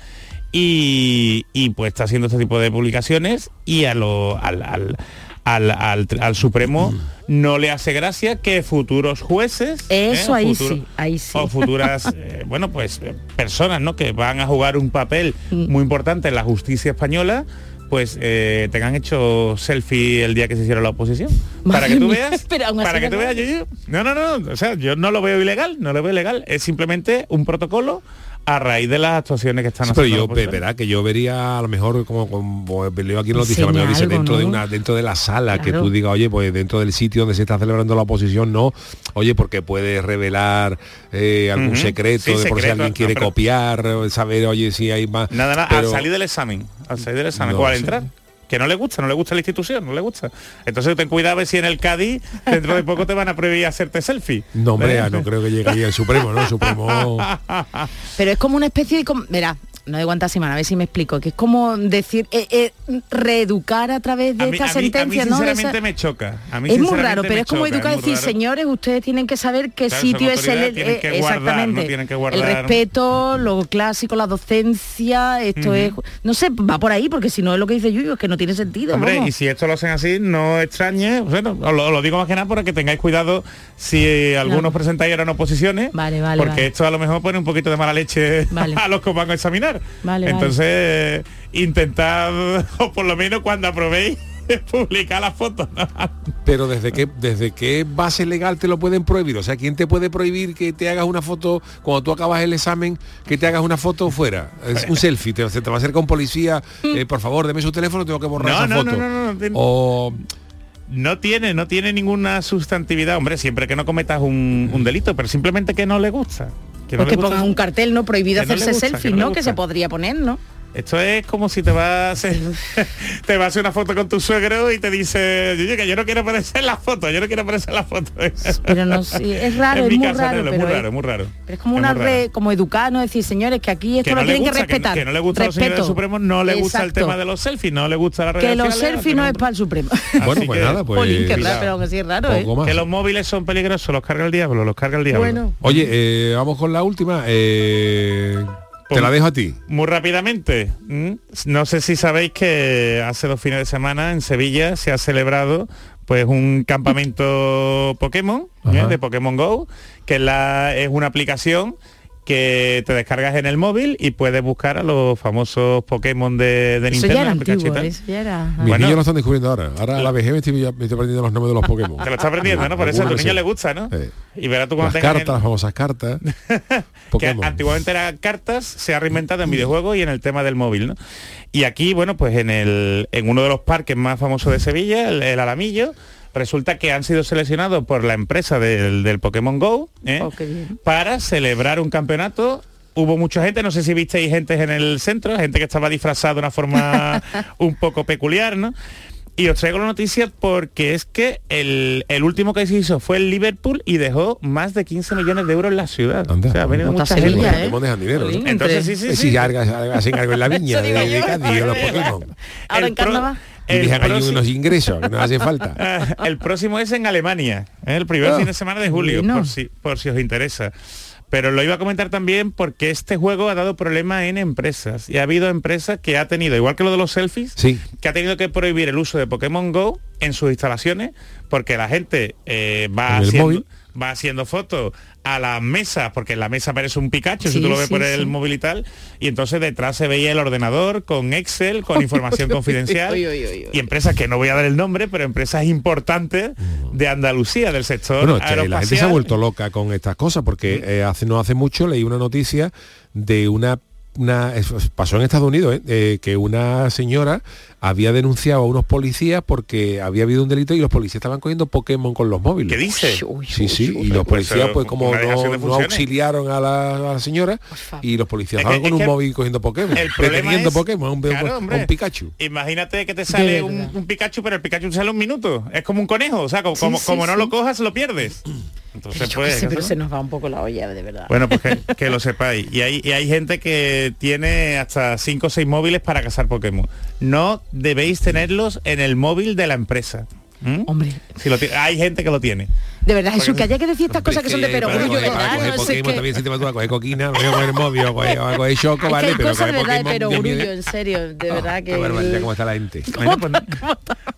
[SPEAKER 7] y, y, pues está haciendo este tipo de publicaciones y a lo, al, al- al- al- al Supremo no le hace gracia que futuros jueces
[SPEAKER 2] Eso
[SPEAKER 7] o
[SPEAKER 2] ahí
[SPEAKER 7] futuro-
[SPEAKER 2] sí, ahí sí.
[SPEAKER 7] o futuras eh, bueno pues eh, personas no que van a jugar un papel
[SPEAKER 2] Mm.
[SPEAKER 7] muy importante en la justicia española pues eh, tengan hecho selfie el día que se hiciera la oposición para
[SPEAKER 2] Madre
[SPEAKER 7] que tú
[SPEAKER 2] mía,
[SPEAKER 7] veas
[SPEAKER 2] pero aún así
[SPEAKER 7] para que tú
[SPEAKER 2] ganó.
[SPEAKER 7] veas Yuyu, no no no o sea yo no lo veo ilegal no lo veo ilegal es simplemente un protocolo a raíz de las actuaciones que están
[SPEAKER 1] Sí, pero
[SPEAKER 7] haciendo
[SPEAKER 1] yo
[SPEAKER 7] los opositores.
[SPEAKER 1] verá que yo vería a lo mejor como, como leo aquí en la noticia, a lo
[SPEAKER 7] Enseña
[SPEAKER 1] mejor dice
[SPEAKER 7] algo,
[SPEAKER 1] dentro de
[SPEAKER 7] ¿no?
[SPEAKER 1] una dentro de la sala que
[SPEAKER 7] Claro.
[SPEAKER 1] tú digas oye pues dentro del sitio donde se está celebrando la oposición no oye porque puede revelar eh, algún
[SPEAKER 7] Ujú.
[SPEAKER 1] secreto
[SPEAKER 7] Sí,
[SPEAKER 1] de por si
[SPEAKER 7] secreto,
[SPEAKER 1] alguien
[SPEAKER 7] no,
[SPEAKER 1] quiere
[SPEAKER 7] pero-
[SPEAKER 1] copiar eh, saber oye si hay más
[SPEAKER 7] Nada, nada,
[SPEAKER 1] pero-
[SPEAKER 7] al salir del examen, al salir del examen,
[SPEAKER 1] No
[SPEAKER 7] o al
[SPEAKER 1] sé.
[SPEAKER 7] entrar. Que no le gusta, no le gusta la institución, no le gusta. Entonces ten cuidado a ver si en el Cádiz dentro de poco te van a prohibir hacerte selfie.
[SPEAKER 1] no hombre
[SPEAKER 7] ¿Eh?
[SPEAKER 1] ah, no creo que llegue ahí el Supremo no el Supremo
[SPEAKER 2] Pero es como una especie de... com- Verá, no de cuántas semanas, a ver si me explico. Que es como decir, eh, eh, reeducar a través de
[SPEAKER 7] A mí,
[SPEAKER 2] esta
[SPEAKER 7] a mí- a mí
[SPEAKER 2] sentencia, ¿no? De esa-
[SPEAKER 7] sinceramente me choca. A mí
[SPEAKER 2] es muy
[SPEAKER 7] sinceramente
[SPEAKER 2] raro,
[SPEAKER 7] me
[SPEAKER 2] pero es como
[SPEAKER 7] choca,
[SPEAKER 2] educar y
[SPEAKER 7] muy
[SPEAKER 2] decir,
[SPEAKER 7] raro.
[SPEAKER 2] señores, ustedes tienen que saber qué
[SPEAKER 7] Claro, son
[SPEAKER 2] sitio es el,
[SPEAKER 7] autoridades, tienen
[SPEAKER 2] eh,
[SPEAKER 7] que guardar, ¿no?
[SPEAKER 2] exactamente,
[SPEAKER 7] Tienen que
[SPEAKER 2] el
[SPEAKER 7] guardar.
[SPEAKER 2] respeto, lo clásico, la docencia, esto
[SPEAKER 7] Ujú.
[SPEAKER 2] es, no sé, va por ahí porque si no es lo que dice Yuyu es que no tiene sentido.
[SPEAKER 7] Hombre,
[SPEAKER 2] vamos.
[SPEAKER 7] y si esto lo hacen así, no extrañe, bueno, os lo, os lo digo más que nada para que tengáis cuidado si eh, algunos presentáis eran oposiciones,
[SPEAKER 2] vale,
[SPEAKER 7] porque
[SPEAKER 2] vale.
[SPEAKER 7] esto a lo mejor pone un poquito de mala leche
[SPEAKER 2] Vale.
[SPEAKER 7] a los que os van a examinar.
[SPEAKER 2] Vale, vale.
[SPEAKER 7] Entonces, intentad, o por lo menos cuando aprobéis, publicar las fotos. ¿no?
[SPEAKER 1] pero desde qué desde qué base legal te lo pueden prohibir o sea quién te puede prohibir que te hagas una foto cuando tú acabas el examen que te hagas una foto fuera es un selfie te, se te va a acercar un policía eh, por favor deme su teléfono tengo que borrar
[SPEAKER 7] Mm. No,
[SPEAKER 1] esa
[SPEAKER 7] no, no,
[SPEAKER 1] foto
[SPEAKER 7] no, no, no, no.
[SPEAKER 1] o
[SPEAKER 7] No tiene, no tiene ninguna sustantividad, hombre, siempre que no cometas un, un delito, pero simplemente que no le gusta. Que no
[SPEAKER 2] Pues
[SPEAKER 7] le
[SPEAKER 2] que
[SPEAKER 7] gusta.
[SPEAKER 2] pongas un cartel no prohibido
[SPEAKER 7] que no le
[SPEAKER 2] hacerse
[SPEAKER 7] gusta,
[SPEAKER 2] selfie,
[SPEAKER 7] que no le
[SPEAKER 2] ¿no? Que
[SPEAKER 7] gusta.
[SPEAKER 2] se podría poner, ¿no?
[SPEAKER 7] Esto es como si te vas a hacer, te vas a hacer una foto con tu suegro y te dice, yo, que yo no quiero aparecer en la foto, yo no quiero aparecer en la foto.
[SPEAKER 2] Pero no, sí, es raro,
[SPEAKER 7] En
[SPEAKER 2] es
[SPEAKER 7] mi
[SPEAKER 2] muy
[SPEAKER 7] casa,
[SPEAKER 2] raro,
[SPEAKER 7] no, es
[SPEAKER 2] pero
[SPEAKER 7] muy
[SPEAKER 2] es-
[SPEAKER 7] raro, es muy raro.
[SPEAKER 2] Pero es como
[SPEAKER 7] Es
[SPEAKER 2] una
[SPEAKER 7] muy raro.
[SPEAKER 2] red, como educar, no decir, señores, que aquí esto
[SPEAKER 7] Que
[SPEAKER 2] lo
[SPEAKER 7] no le
[SPEAKER 2] tienen que
[SPEAKER 7] gusta, que no-
[SPEAKER 2] respetar.
[SPEAKER 7] que no le gusta a los señores del
[SPEAKER 2] Respeto.
[SPEAKER 7] Supremo, no le gusta el
[SPEAKER 2] Exacto.
[SPEAKER 7] tema de los selfies, no le gusta la red
[SPEAKER 2] Que los
[SPEAKER 7] social,
[SPEAKER 2] selfies no es para el Supremo.
[SPEAKER 7] Ah,
[SPEAKER 1] Bueno, pues nada, pues.
[SPEAKER 2] Jolín, qué raro,
[SPEAKER 1] cuidado.
[SPEAKER 2] pero que sí es raro, ¿eh?
[SPEAKER 1] Poco más.
[SPEAKER 7] Que los móviles son peligrosos, los carga el diablo, los carga el diablo.
[SPEAKER 2] Bueno.
[SPEAKER 1] Oye, eh, vamos con la última. eh, te la dejo a ti.
[SPEAKER 7] Muy rápidamente, ¿m? no sé si sabéis que hace dos fines de semana en Sevilla se ha celebrado pues un campamento Pokémon, ¿eh? de Pokémon Go, que es la, es una aplicación que te descargas en el móvil y puedes buscar a los famosos Pokémon de, de
[SPEAKER 2] Eso
[SPEAKER 7] Nintendo.
[SPEAKER 2] ya era
[SPEAKER 7] Pikachu y
[SPEAKER 2] antiguo, ¿eh?
[SPEAKER 7] tal.
[SPEAKER 2] eso ya era...
[SPEAKER 1] Mis
[SPEAKER 7] Bueno.
[SPEAKER 1] niños lo están descubriendo ahora. Ahora a la vejez me estoy, me estoy aprendiendo los nombres de los Pokémon.
[SPEAKER 7] Te lo está aprendiendo, ¿no? Por eso a tu
[SPEAKER 1] Algunos
[SPEAKER 7] niño
[SPEAKER 1] Ah, sí.
[SPEAKER 7] le gusta, ¿no?
[SPEAKER 1] Eh,
[SPEAKER 7] Y verás tú
[SPEAKER 1] Las
[SPEAKER 7] cuando tengas
[SPEAKER 1] cartas,
[SPEAKER 7] el-
[SPEAKER 1] las famosas cartas.
[SPEAKER 7] que antiguamente eran cartas, se ha reinventado en videojuegos y en el tema del móvil, ¿no? Y aquí, bueno, pues en, el, en uno de los parques más famosos de Sevilla, el, el Alamillo, resulta que han sido seleccionados por la empresa del, del Pokémon GO ¿eh? para celebrar un campeonato. Hubo mucha gente, no sé si visteis gente en el centro, gente que estaba disfrazada de una forma un poco peculiar, ¿no? Y os traigo la noticia porque es que el, el último que se hizo fue el Liverpool y dejó más de 15 millones de euros en la ciudad. o sea, ha venido
[SPEAKER 1] Puta
[SPEAKER 7] mucha
[SPEAKER 1] Sevilla,
[SPEAKER 7] gente.
[SPEAKER 1] ¿eh? Pokémon dejan dinero, ¿no? Jolín,
[SPEAKER 7] Entonces, sí,
[SPEAKER 1] entre-
[SPEAKER 7] sí, sí.
[SPEAKER 1] Eh, Sí, ya arga- hacen algo en la viña
[SPEAKER 7] Eso digo
[SPEAKER 1] de- de
[SPEAKER 7] yo.
[SPEAKER 1] Cádiz, los Pokémon.
[SPEAKER 7] El pro-
[SPEAKER 1] Y
[SPEAKER 7] el
[SPEAKER 1] dejan ahí
[SPEAKER 7] próximo- Ah,
[SPEAKER 1] unos ingresos que no hace falta.
[SPEAKER 7] el próximo es en Alemania, ¿eh? el primer
[SPEAKER 1] Ah,
[SPEAKER 7] fin de semana de julio,
[SPEAKER 1] divino.
[SPEAKER 7] por, si, por si os interesa. Pero lo iba a comentar también porque este juego ha dado problemas en empresas. Y ha habido empresas que ha tenido, igual que lo de los selfies, que ha tenido que prohibir el uso de Pokémon GO en sus instalaciones porque la gente eh, va,
[SPEAKER 1] En el
[SPEAKER 7] haciendo,
[SPEAKER 1] móvil.
[SPEAKER 7] va haciendo fotos a las mesas, porque en la mesa aparece un Pikachu,
[SPEAKER 1] Sí,
[SPEAKER 7] si tú lo ves
[SPEAKER 1] sí,
[SPEAKER 7] por el
[SPEAKER 1] sí.
[SPEAKER 7] móvil y tal, y entonces detrás se veía el ordenador con Excel, con información confidencial
[SPEAKER 2] Uy, uy, uy, uy.
[SPEAKER 7] y empresas que no voy a dar el nombre, pero empresas importantes de Andalucía, del sector
[SPEAKER 1] Bueno, es que la gente se ha
[SPEAKER 7] aeroespacial.
[SPEAKER 1] vuelto loca con estas cosas porque eh, hace, no hace mucho leí una noticia de una... Una, eso es- pasó en Estados Unidos ¿eh? Eh, que una señora había denunciado a unos policías porque había habido un delito y los policías estaban cogiendo Pokémon con los móviles.
[SPEAKER 7] ¿Qué dice?
[SPEAKER 1] Sí, sí, y los
[SPEAKER 7] Pues,
[SPEAKER 1] policías
[SPEAKER 7] eh,
[SPEAKER 1] pues como
[SPEAKER 7] una dejación
[SPEAKER 1] no,
[SPEAKER 7] de
[SPEAKER 1] no
[SPEAKER 7] funciones.
[SPEAKER 1] auxiliaron a la, a la señora y los policías
[SPEAKER 7] Es que-
[SPEAKER 1] estaban con
[SPEAKER 7] es
[SPEAKER 1] un
[SPEAKER 7] que el-
[SPEAKER 1] móvil cogiendo Pokémon,
[SPEAKER 7] el problema
[SPEAKER 1] deteniendo
[SPEAKER 7] es-
[SPEAKER 1] Pokémon, un,
[SPEAKER 7] Claro,
[SPEAKER 1] un
[SPEAKER 7] hombre.
[SPEAKER 1] Pikachu.
[SPEAKER 7] Imagínate que te sale
[SPEAKER 1] De
[SPEAKER 7] un, un Pikachu, pero el Pikachu sale un minuto. Es como un conejo, o sea, como,
[SPEAKER 2] Sí,
[SPEAKER 7] como,
[SPEAKER 2] sí,
[SPEAKER 7] como no
[SPEAKER 2] sí.
[SPEAKER 7] lo cojas, lo pierdes. Entonces,
[SPEAKER 2] Yo qué
[SPEAKER 7] pues,
[SPEAKER 2] sé, pero se nos va un poco la olla, de verdad.
[SPEAKER 7] Bueno, pues que, que lo sepáis. Y hay, y hay gente que tiene hasta 5 o 6 móviles para cazar Pokémon. No debéis tenerlos en el móvil de la empresa.
[SPEAKER 2] Hombre.
[SPEAKER 7] Si lo ti- hay gente que lo tiene.
[SPEAKER 2] De verdad, Jesús, que haya que decir estas cosas que son de
[SPEAKER 1] Para
[SPEAKER 2] perogrullo,
[SPEAKER 1] coger- para
[SPEAKER 2] ¿verdad?
[SPEAKER 1] coger
[SPEAKER 2] No sé
[SPEAKER 1] Pokémon
[SPEAKER 2] qué.
[SPEAKER 1] también si te vas tú a coger coquina, voy a coger móvil, o coger, o coger choco,
[SPEAKER 2] Es que
[SPEAKER 1] vale,
[SPEAKER 2] hay
[SPEAKER 1] pero
[SPEAKER 2] cosas de
[SPEAKER 1] coger
[SPEAKER 2] verdad de
[SPEAKER 1] Pokémon, Dios mío, Ah,
[SPEAKER 2] perogrullo, en serio, de verdad
[SPEAKER 1] qué barbaridad,
[SPEAKER 2] que...
[SPEAKER 1] cómo está la gente.
[SPEAKER 7] Bueno, pues,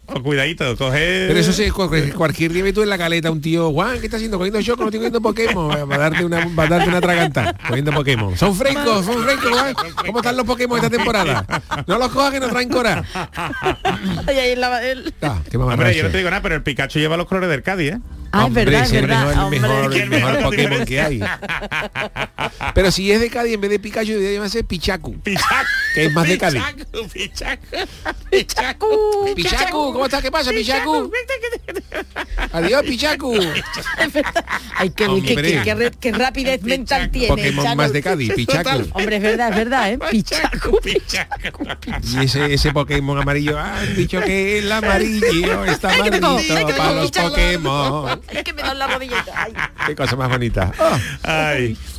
[SPEAKER 7] pues cuidadito, coge.
[SPEAKER 1] Pero eso sí, cu- cu- cualquier día ve tú en la caleta un tío, Juan, ¿qué está haciendo? Cogiendo choco, no estoy cogiendo Pokémon, va a darte una, va a darte una traganta, cogiendo Pokémon. Son frescos, son frescos, Juan. ¿Cómo están los Pokémon esta temporada? No los cojas que nos traen cora.
[SPEAKER 2] Ay, ahí la- el-
[SPEAKER 1] Ah, qué
[SPEAKER 7] Hombre, yo no
[SPEAKER 1] mamarracho.
[SPEAKER 7] te digo nada, pero el Pikachu lleva los colores del Cádiz, ¿eh?
[SPEAKER 2] Ah, es
[SPEAKER 1] Hombre,
[SPEAKER 2] verdad, es
[SPEAKER 1] ese
[SPEAKER 2] verdad,
[SPEAKER 1] es el
[SPEAKER 2] hombre.
[SPEAKER 1] mejor, el mejor, Pokémon que hay. Pero si es de Cádiz, en vez de Pikachu, debería llamarse Pichacu.
[SPEAKER 7] Pichacu.
[SPEAKER 1] Que es más de Cádiz.
[SPEAKER 7] Pichacu, Pichacu.
[SPEAKER 2] Pichacu.
[SPEAKER 1] Pichacu, ¿cómo estás? ¿Qué pasa, Pichacu? Adiós, Pichacu.
[SPEAKER 2] Es verdad. Ay, qué, qué,
[SPEAKER 1] Hombre.
[SPEAKER 2] qué- qué re- qué rapidez mental tiene.
[SPEAKER 1] Pokémon
[SPEAKER 2] Chano.
[SPEAKER 1] más de Cádiz, Pichacu.
[SPEAKER 2] Hombre, es verdad, es verdad, ¿eh? Pichacu.
[SPEAKER 1] Y ese, ese Pokémon amarillo, ah, han dicho que el amarillo está
[SPEAKER 2] Ay, que tengo- ay, que
[SPEAKER 1] maldito
[SPEAKER 2] tengo
[SPEAKER 1] para los
[SPEAKER 2] Pichacu.
[SPEAKER 1] Pokémon.
[SPEAKER 2] Es que me dan la rodilleta. Ay.
[SPEAKER 1] Qué cosa más bonita. Ah.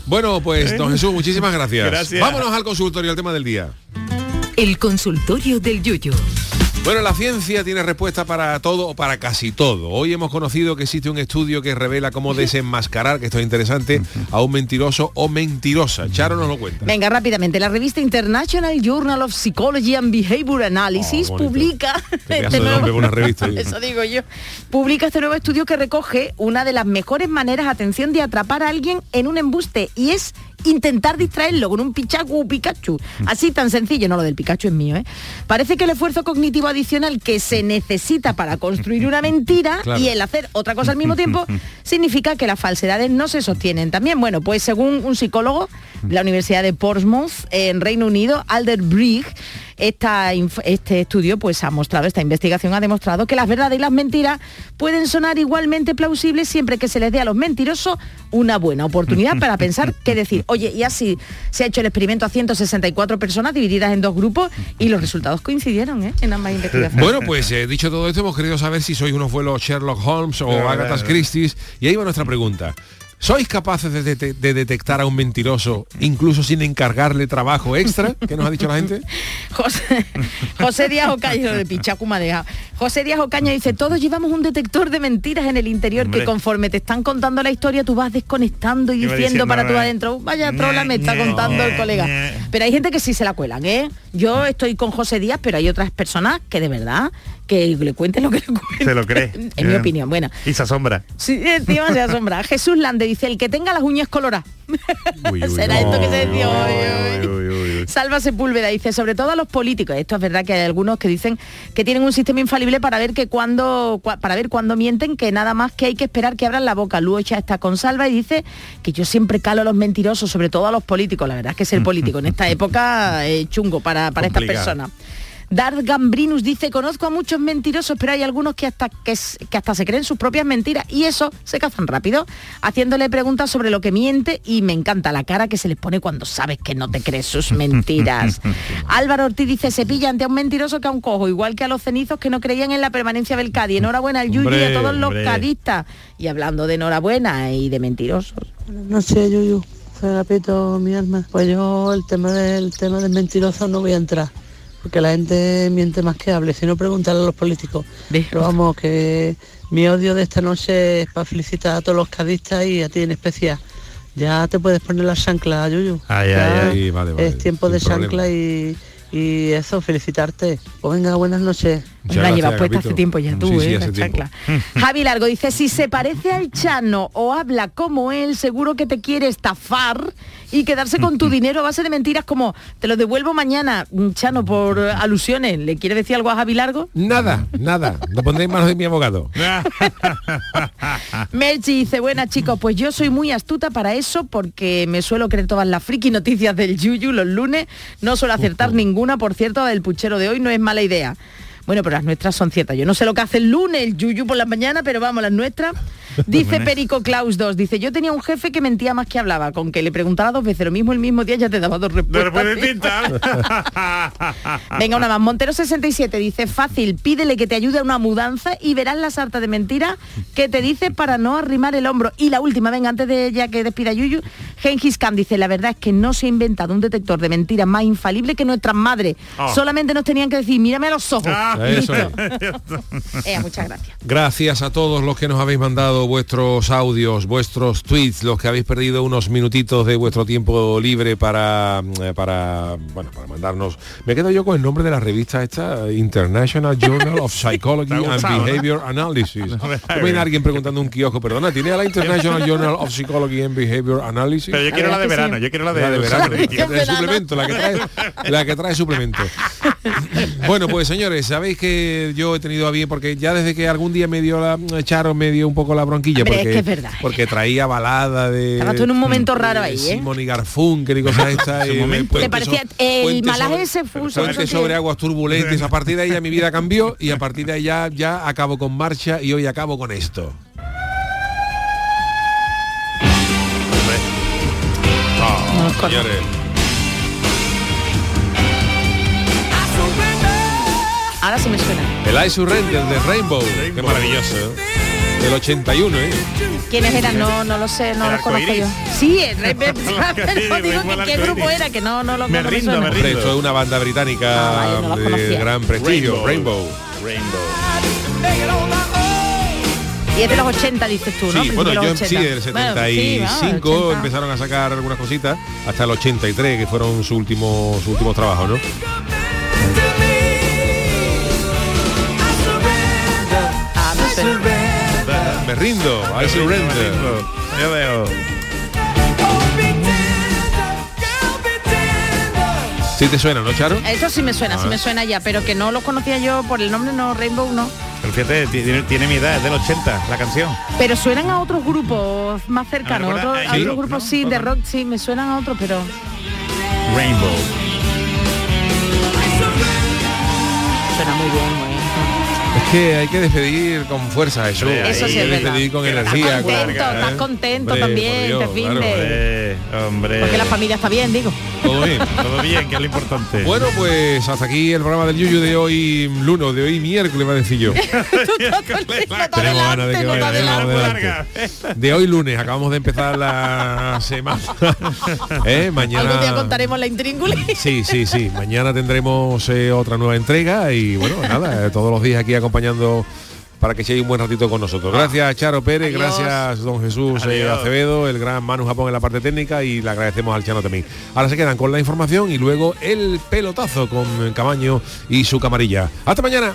[SPEAKER 1] Bueno, pues, don Jesús, muchísimas gracias.
[SPEAKER 7] Gracias.
[SPEAKER 1] Vámonos al consultorio, al tema del día.
[SPEAKER 5] El consultorio del Yuyo.
[SPEAKER 1] Bueno, la ciencia tiene respuesta para todo o para casi todo. Hoy hemos conocido que existe un estudio que revela cómo desenmascarar, que esto es interesante, a un mentiroso o mentirosa. Charo nos lo cuenta.
[SPEAKER 2] Venga, rápidamente. La revista International Journal of Psychology and Behavior Analysis
[SPEAKER 1] Oh, bonito.
[SPEAKER 2] publica... este
[SPEAKER 1] pedazo de nombre para una revista, oye.
[SPEAKER 2] Eso digo yo. Publica este nuevo estudio que recoge una de las mejores maneras, atención, de atrapar a alguien en un embuste y es intentar distraerlo con un pichacu o Pikachu.
[SPEAKER 1] Mm.
[SPEAKER 2] Así tan sencillo, no lo del Pikachu es mío, ¿eh? Parece que el esfuerzo cognitivo adicional que se necesita para construir una mentira
[SPEAKER 14] Claro.
[SPEAKER 2] y el hacer otra cosa al mismo tiempo significa que las falsedades no se sostienen. También, bueno, pues según un psicólogo de la Universidad de Portsmouth en Reino Unido, Alder Brigg, Esta inf- este estudio pues ha mostrado, esta investigación ha demostrado que las verdades y las mentiras pueden sonar igualmente plausibles siempre que se les dé a los mentirosos una buena oportunidad para pensar qué decir. Oye, y así se ha hecho el experimento a 164 personas divididas en dos grupos y los resultados coincidieron ¿eh? en ambas investigaciones.
[SPEAKER 1] Bueno, pues eh, dicho todo esto, hemos querido saber si sois unos vuelos Sherlock Holmes o
[SPEAKER 7] Claro,
[SPEAKER 1] Agatha
[SPEAKER 7] claro.
[SPEAKER 1] Christie. Y ahí va nuestra pregunta. ¿Sois capaces de, dete- de detectar a un mentiroso incluso sin encargarle trabajo extra? ¿Qué nos ha dicho la gente?
[SPEAKER 2] José, José Díaz Ocaña, de Pichacuma de José Díaz Ocaña dice, todos llevamos un detector de mentiras en el interior
[SPEAKER 1] Hombre.
[SPEAKER 2] que conforme te están contando la historia tú vas desconectando y
[SPEAKER 14] Yo voy
[SPEAKER 2] diciendo,
[SPEAKER 14] diciendo,
[SPEAKER 2] para tú
[SPEAKER 14] "Nah,
[SPEAKER 2] adentro, vaya trola me está
[SPEAKER 14] nah,
[SPEAKER 2] contando el
[SPEAKER 14] nah,
[SPEAKER 2] colega.
[SPEAKER 14] nah.
[SPEAKER 2] Pero hay gente que sí se la cuelan, ¿eh? Yo estoy con José Díaz, pero hay otras personas que de verdad que le cuenten lo que le cuenten.
[SPEAKER 15] Se lo cree.
[SPEAKER 2] En mi opinión, bueno.
[SPEAKER 15] Y se asombra.
[SPEAKER 2] Sí, encima se asombra. Jesús Lande dice, el que tenga las uñas coloradas. Será esto que se decía hoy. Salva Sepúlveda dice, sobre todo a los políticos, esto es verdad que hay algunos que dicen que tienen un sistema infalible para ver que cuando cua- para ver cuando mienten, que nada más que hay que esperar que abran la boca. Luocha está con Salva y dice que yo siempre calo a los mentirosos, sobre todo a los políticos. La verdad es que ser político en esta época es chungo para, para estas
[SPEAKER 14] Complicado.
[SPEAKER 2] personas. Dart Gambrinus dice, conozco a muchos mentirosos, pero hay algunos que hasta, que, s- que hasta se creen sus propias mentiras y eso se cazan rápido, haciéndole preguntas sobre lo que miente y me encanta la cara que se les pone cuando sabes que no te crees sus mentiras. Álvaro Ortiz dice, se pilla ante a un mentiroso que a un cojo, igual que a los cenizos que no creían en la permanencia del Cádiz. Enhorabuena al Yuyu y a
[SPEAKER 16] Hombre,
[SPEAKER 2] todos los
[SPEAKER 16] hombre.
[SPEAKER 2] cadistas. Y hablando de enhorabuena y de mentirosos.
[SPEAKER 16] No sé, Yuyu. Agapito, mi alma. Pues yo el tema del tema del mentiroso no voy a entrar. Porque la gente Eh, miente más que hable, si no preguntarle a los políticos. Pero vamos, que mi odio de esta noche es para felicitar a todos los cadistas y a ti en especial. Ya te puedes poner la chancla, Yuyu.
[SPEAKER 1] Ay, ay,
[SPEAKER 16] Ya
[SPEAKER 1] ay. Sí, vale, vale,
[SPEAKER 16] es tiempo de
[SPEAKER 1] sin problema.
[SPEAKER 16] chancla y, y eso, felicitarte. Pues venga, buenas noches.
[SPEAKER 1] Muchas La llevas gracias,
[SPEAKER 2] este
[SPEAKER 1] puesta Agapito. hace tiempo ya tú, Sí, sí, ¿eh? hace La tiempo.
[SPEAKER 2] Javi Largo dice, si se parece al Chano o habla como él, seguro que te quiere estafar y quedarse con tu dinero a base de mentiras como, te lo devuelvo mañana, Mm, Chano, por eh, alusiones. ¿Le quiere decir algo a Javi Largo?
[SPEAKER 1] Nada, nada. Lo pondré en manos de mi abogado.
[SPEAKER 2] Merchi dice, buena chicos, pues yo soy muy astuta para eso porque me suelo creer todas las friki noticias del Yuyu los lunes. No suelo acertar ninguna, por cierto, del puchero de hoy no es mala idea. Bueno, pero las nuestras son ciertas. Yo no sé lo que hace el lunes el Yuyu por la mañana, pero vamos, las nuestras. Dice
[SPEAKER 14] Lunes.
[SPEAKER 2] Perico Claus 2, dice, yo tenía un jefe que mentía más que hablaba, con que le preguntaba dos veces lo mismo el mismo día ya te daba dos respuestas. Venga, una más. Montero 67 dice, fácil, pídele que te ayude a una mudanza y verás la sarta de mentiras que te dice para no arrimar el hombro. Y la última, venga, antes de ya que despida Yuyu, Gengis Khan dice, la verdad es que no se ha inventado un detector de mentiras más infalible que nuestras madres.
[SPEAKER 1] Ah.
[SPEAKER 2] Solamente nos tenían que decir, mírame a los ojos.
[SPEAKER 1] Eso
[SPEAKER 2] Listo.
[SPEAKER 1] es.
[SPEAKER 2] Ea, muchas gracias.
[SPEAKER 1] Gracias a todos los que nos habéis mandado vuestros audios, vuestros tweets, los que habéis perdido unos minutitos de vuestro tiempo libre para, eh, para, bueno, para mandarnos. Me quedo yo con el nombre de la revista esta, International Journal of Psychology
[SPEAKER 12] Te ha
[SPEAKER 1] and
[SPEAKER 15] ¿eh?
[SPEAKER 12] gustado, ¿no?
[SPEAKER 1] Behavior Analysis. ¿Cómo viene alguien preguntando en un kiosco, perdona, ¿tiene a la International Journal of Psychology and Behavior Analysis? Eh,
[SPEAKER 15] Pero yo quiero la de verano, yo quiero la de-
[SPEAKER 1] verano,
[SPEAKER 15] La de
[SPEAKER 1] la de
[SPEAKER 15] verano.
[SPEAKER 1] suplemento, la que trae, la que trae suplemento. Bueno, pues señores, sabéis que yo he tenido a bien porque ya desde que algún día me dio la Charo me dio un poco la bronquilla
[SPEAKER 2] Hombre, es
[SPEAKER 1] porque
[SPEAKER 2] que es verdad, es
[SPEAKER 1] porque traía balada de
[SPEAKER 2] Estabas tú en un momento raro ahí, ¿eh?
[SPEAKER 1] Simón y Garfunkel y cosas estas y me-
[SPEAKER 2] Te
[SPEAKER 1] puente
[SPEAKER 2] parecía
[SPEAKER 1] so-
[SPEAKER 2] el
[SPEAKER 1] puente
[SPEAKER 2] malaje
[SPEAKER 1] sobre-
[SPEAKER 2] ese fuso.
[SPEAKER 1] puente sobre aguas turbulentes. A partir de ahí ya mi vida cambió y a partir de ahí ya, ya acabo con marcha y hoy acabo con esto. Ah, señores.
[SPEAKER 2] Ahora sí me suena.
[SPEAKER 1] El I Surrender de Rainbow. Qué maravilloso. ¿eh? Del 81, ¿eh?
[SPEAKER 2] ¿Quiénes eran? No, no lo sé, no
[SPEAKER 1] El
[SPEAKER 2] los conozco yo.
[SPEAKER 1] arcoíris.
[SPEAKER 2] Sí, el pero digo
[SPEAKER 14] Igual
[SPEAKER 2] que qué
[SPEAKER 14] arcoíris.
[SPEAKER 2] grupo era, que no, no lo no me suena.
[SPEAKER 1] Hombre, Esto es una banda
[SPEAKER 2] Ah,
[SPEAKER 1] británica de gran prestigio, Rainbow.
[SPEAKER 2] Y es de los 80, dices tú, ¿no?
[SPEAKER 1] Sí,
[SPEAKER 2] Principio
[SPEAKER 1] bueno,
[SPEAKER 2] de los
[SPEAKER 1] yo
[SPEAKER 2] 80.
[SPEAKER 1] sí, del
[SPEAKER 2] Bueno, sí, vamos,
[SPEAKER 1] 75
[SPEAKER 2] 80.
[SPEAKER 1] empezaron a sacar algunas cositas hasta el 83, que fueron sus últimos su últimos trabajos, ¿no?
[SPEAKER 2] Ah, me suena.
[SPEAKER 1] Me rindo, I surrender.
[SPEAKER 15] Yo veo.
[SPEAKER 1] ¿Sí te suena, no, Charo?
[SPEAKER 2] Eso sí me suena, sí
[SPEAKER 15] Ah.
[SPEAKER 2] me suena ya, pero que no los conocía yo por el nombre, no, Rainbow no.
[SPEAKER 15] Pero fíjate, ti- tiene, tiene mi edad, es del 80, la canción.
[SPEAKER 2] Pero suenan a otros grupos más cercanos,
[SPEAKER 15] recuerda
[SPEAKER 2] otros-
[SPEAKER 15] a
[SPEAKER 2] a
[SPEAKER 15] J-Lo,
[SPEAKER 2] otros grupos sí, de rock sí, me suenan a otros, pero...
[SPEAKER 15] Rainbow.
[SPEAKER 2] muy bien, muy bien.
[SPEAKER 1] Es que hay que despedir con fuerza, Jesús.
[SPEAKER 2] Hombre, Eso
[SPEAKER 1] hay
[SPEAKER 2] sí es
[SPEAKER 1] que
[SPEAKER 2] verdad.
[SPEAKER 1] despedir con
[SPEAKER 2] Estás
[SPEAKER 1] energía. con- ¿eh?
[SPEAKER 2] contento, estás contento
[SPEAKER 1] Hombre,
[SPEAKER 2] también,
[SPEAKER 1] por Dios,
[SPEAKER 2] te fin
[SPEAKER 1] claro,
[SPEAKER 2] de-
[SPEAKER 1] hombre, hombre.
[SPEAKER 2] Porque la familia está bien, digo.
[SPEAKER 1] Todo bien.
[SPEAKER 15] Eh, Todo bien, que es lo importante.
[SPEAKER 1] Bueno, pues hasta aquí el programa del Yuyu de hoy, lunes, de hoy miércoles, va a decir yo. Tenemos ganas de que vaya, tenemos ganas de adelante. De hoy lunes, acabamos de empezar la semana. Eh,
[SPEAKER 2] Algún día
[SPEAKER 1] Mañana.
[SPEAKER 2] contaremos la intríngulis.
[SPEAKER 1] Sí, sí, sí. Mañana tendremos eh, otra nueva entrega y bueno, nada, eh, todos los días aquí acompañando para que echéis un buen ratito con nosotros. Gracias Charo Pérez,
[SPEAKER 15] Adiós.
[SPEAKER 1] gracias don Jesús eh,
[SPEAKER 15] Adiós.
[SPEAKER 1] Acevedo, el gran Manu Japón en la parte técnica y le agradecemos al Chano también. Ahora se quedan con la información y luego el pelotazo con Camaño y su camarilla. Hasta mañana.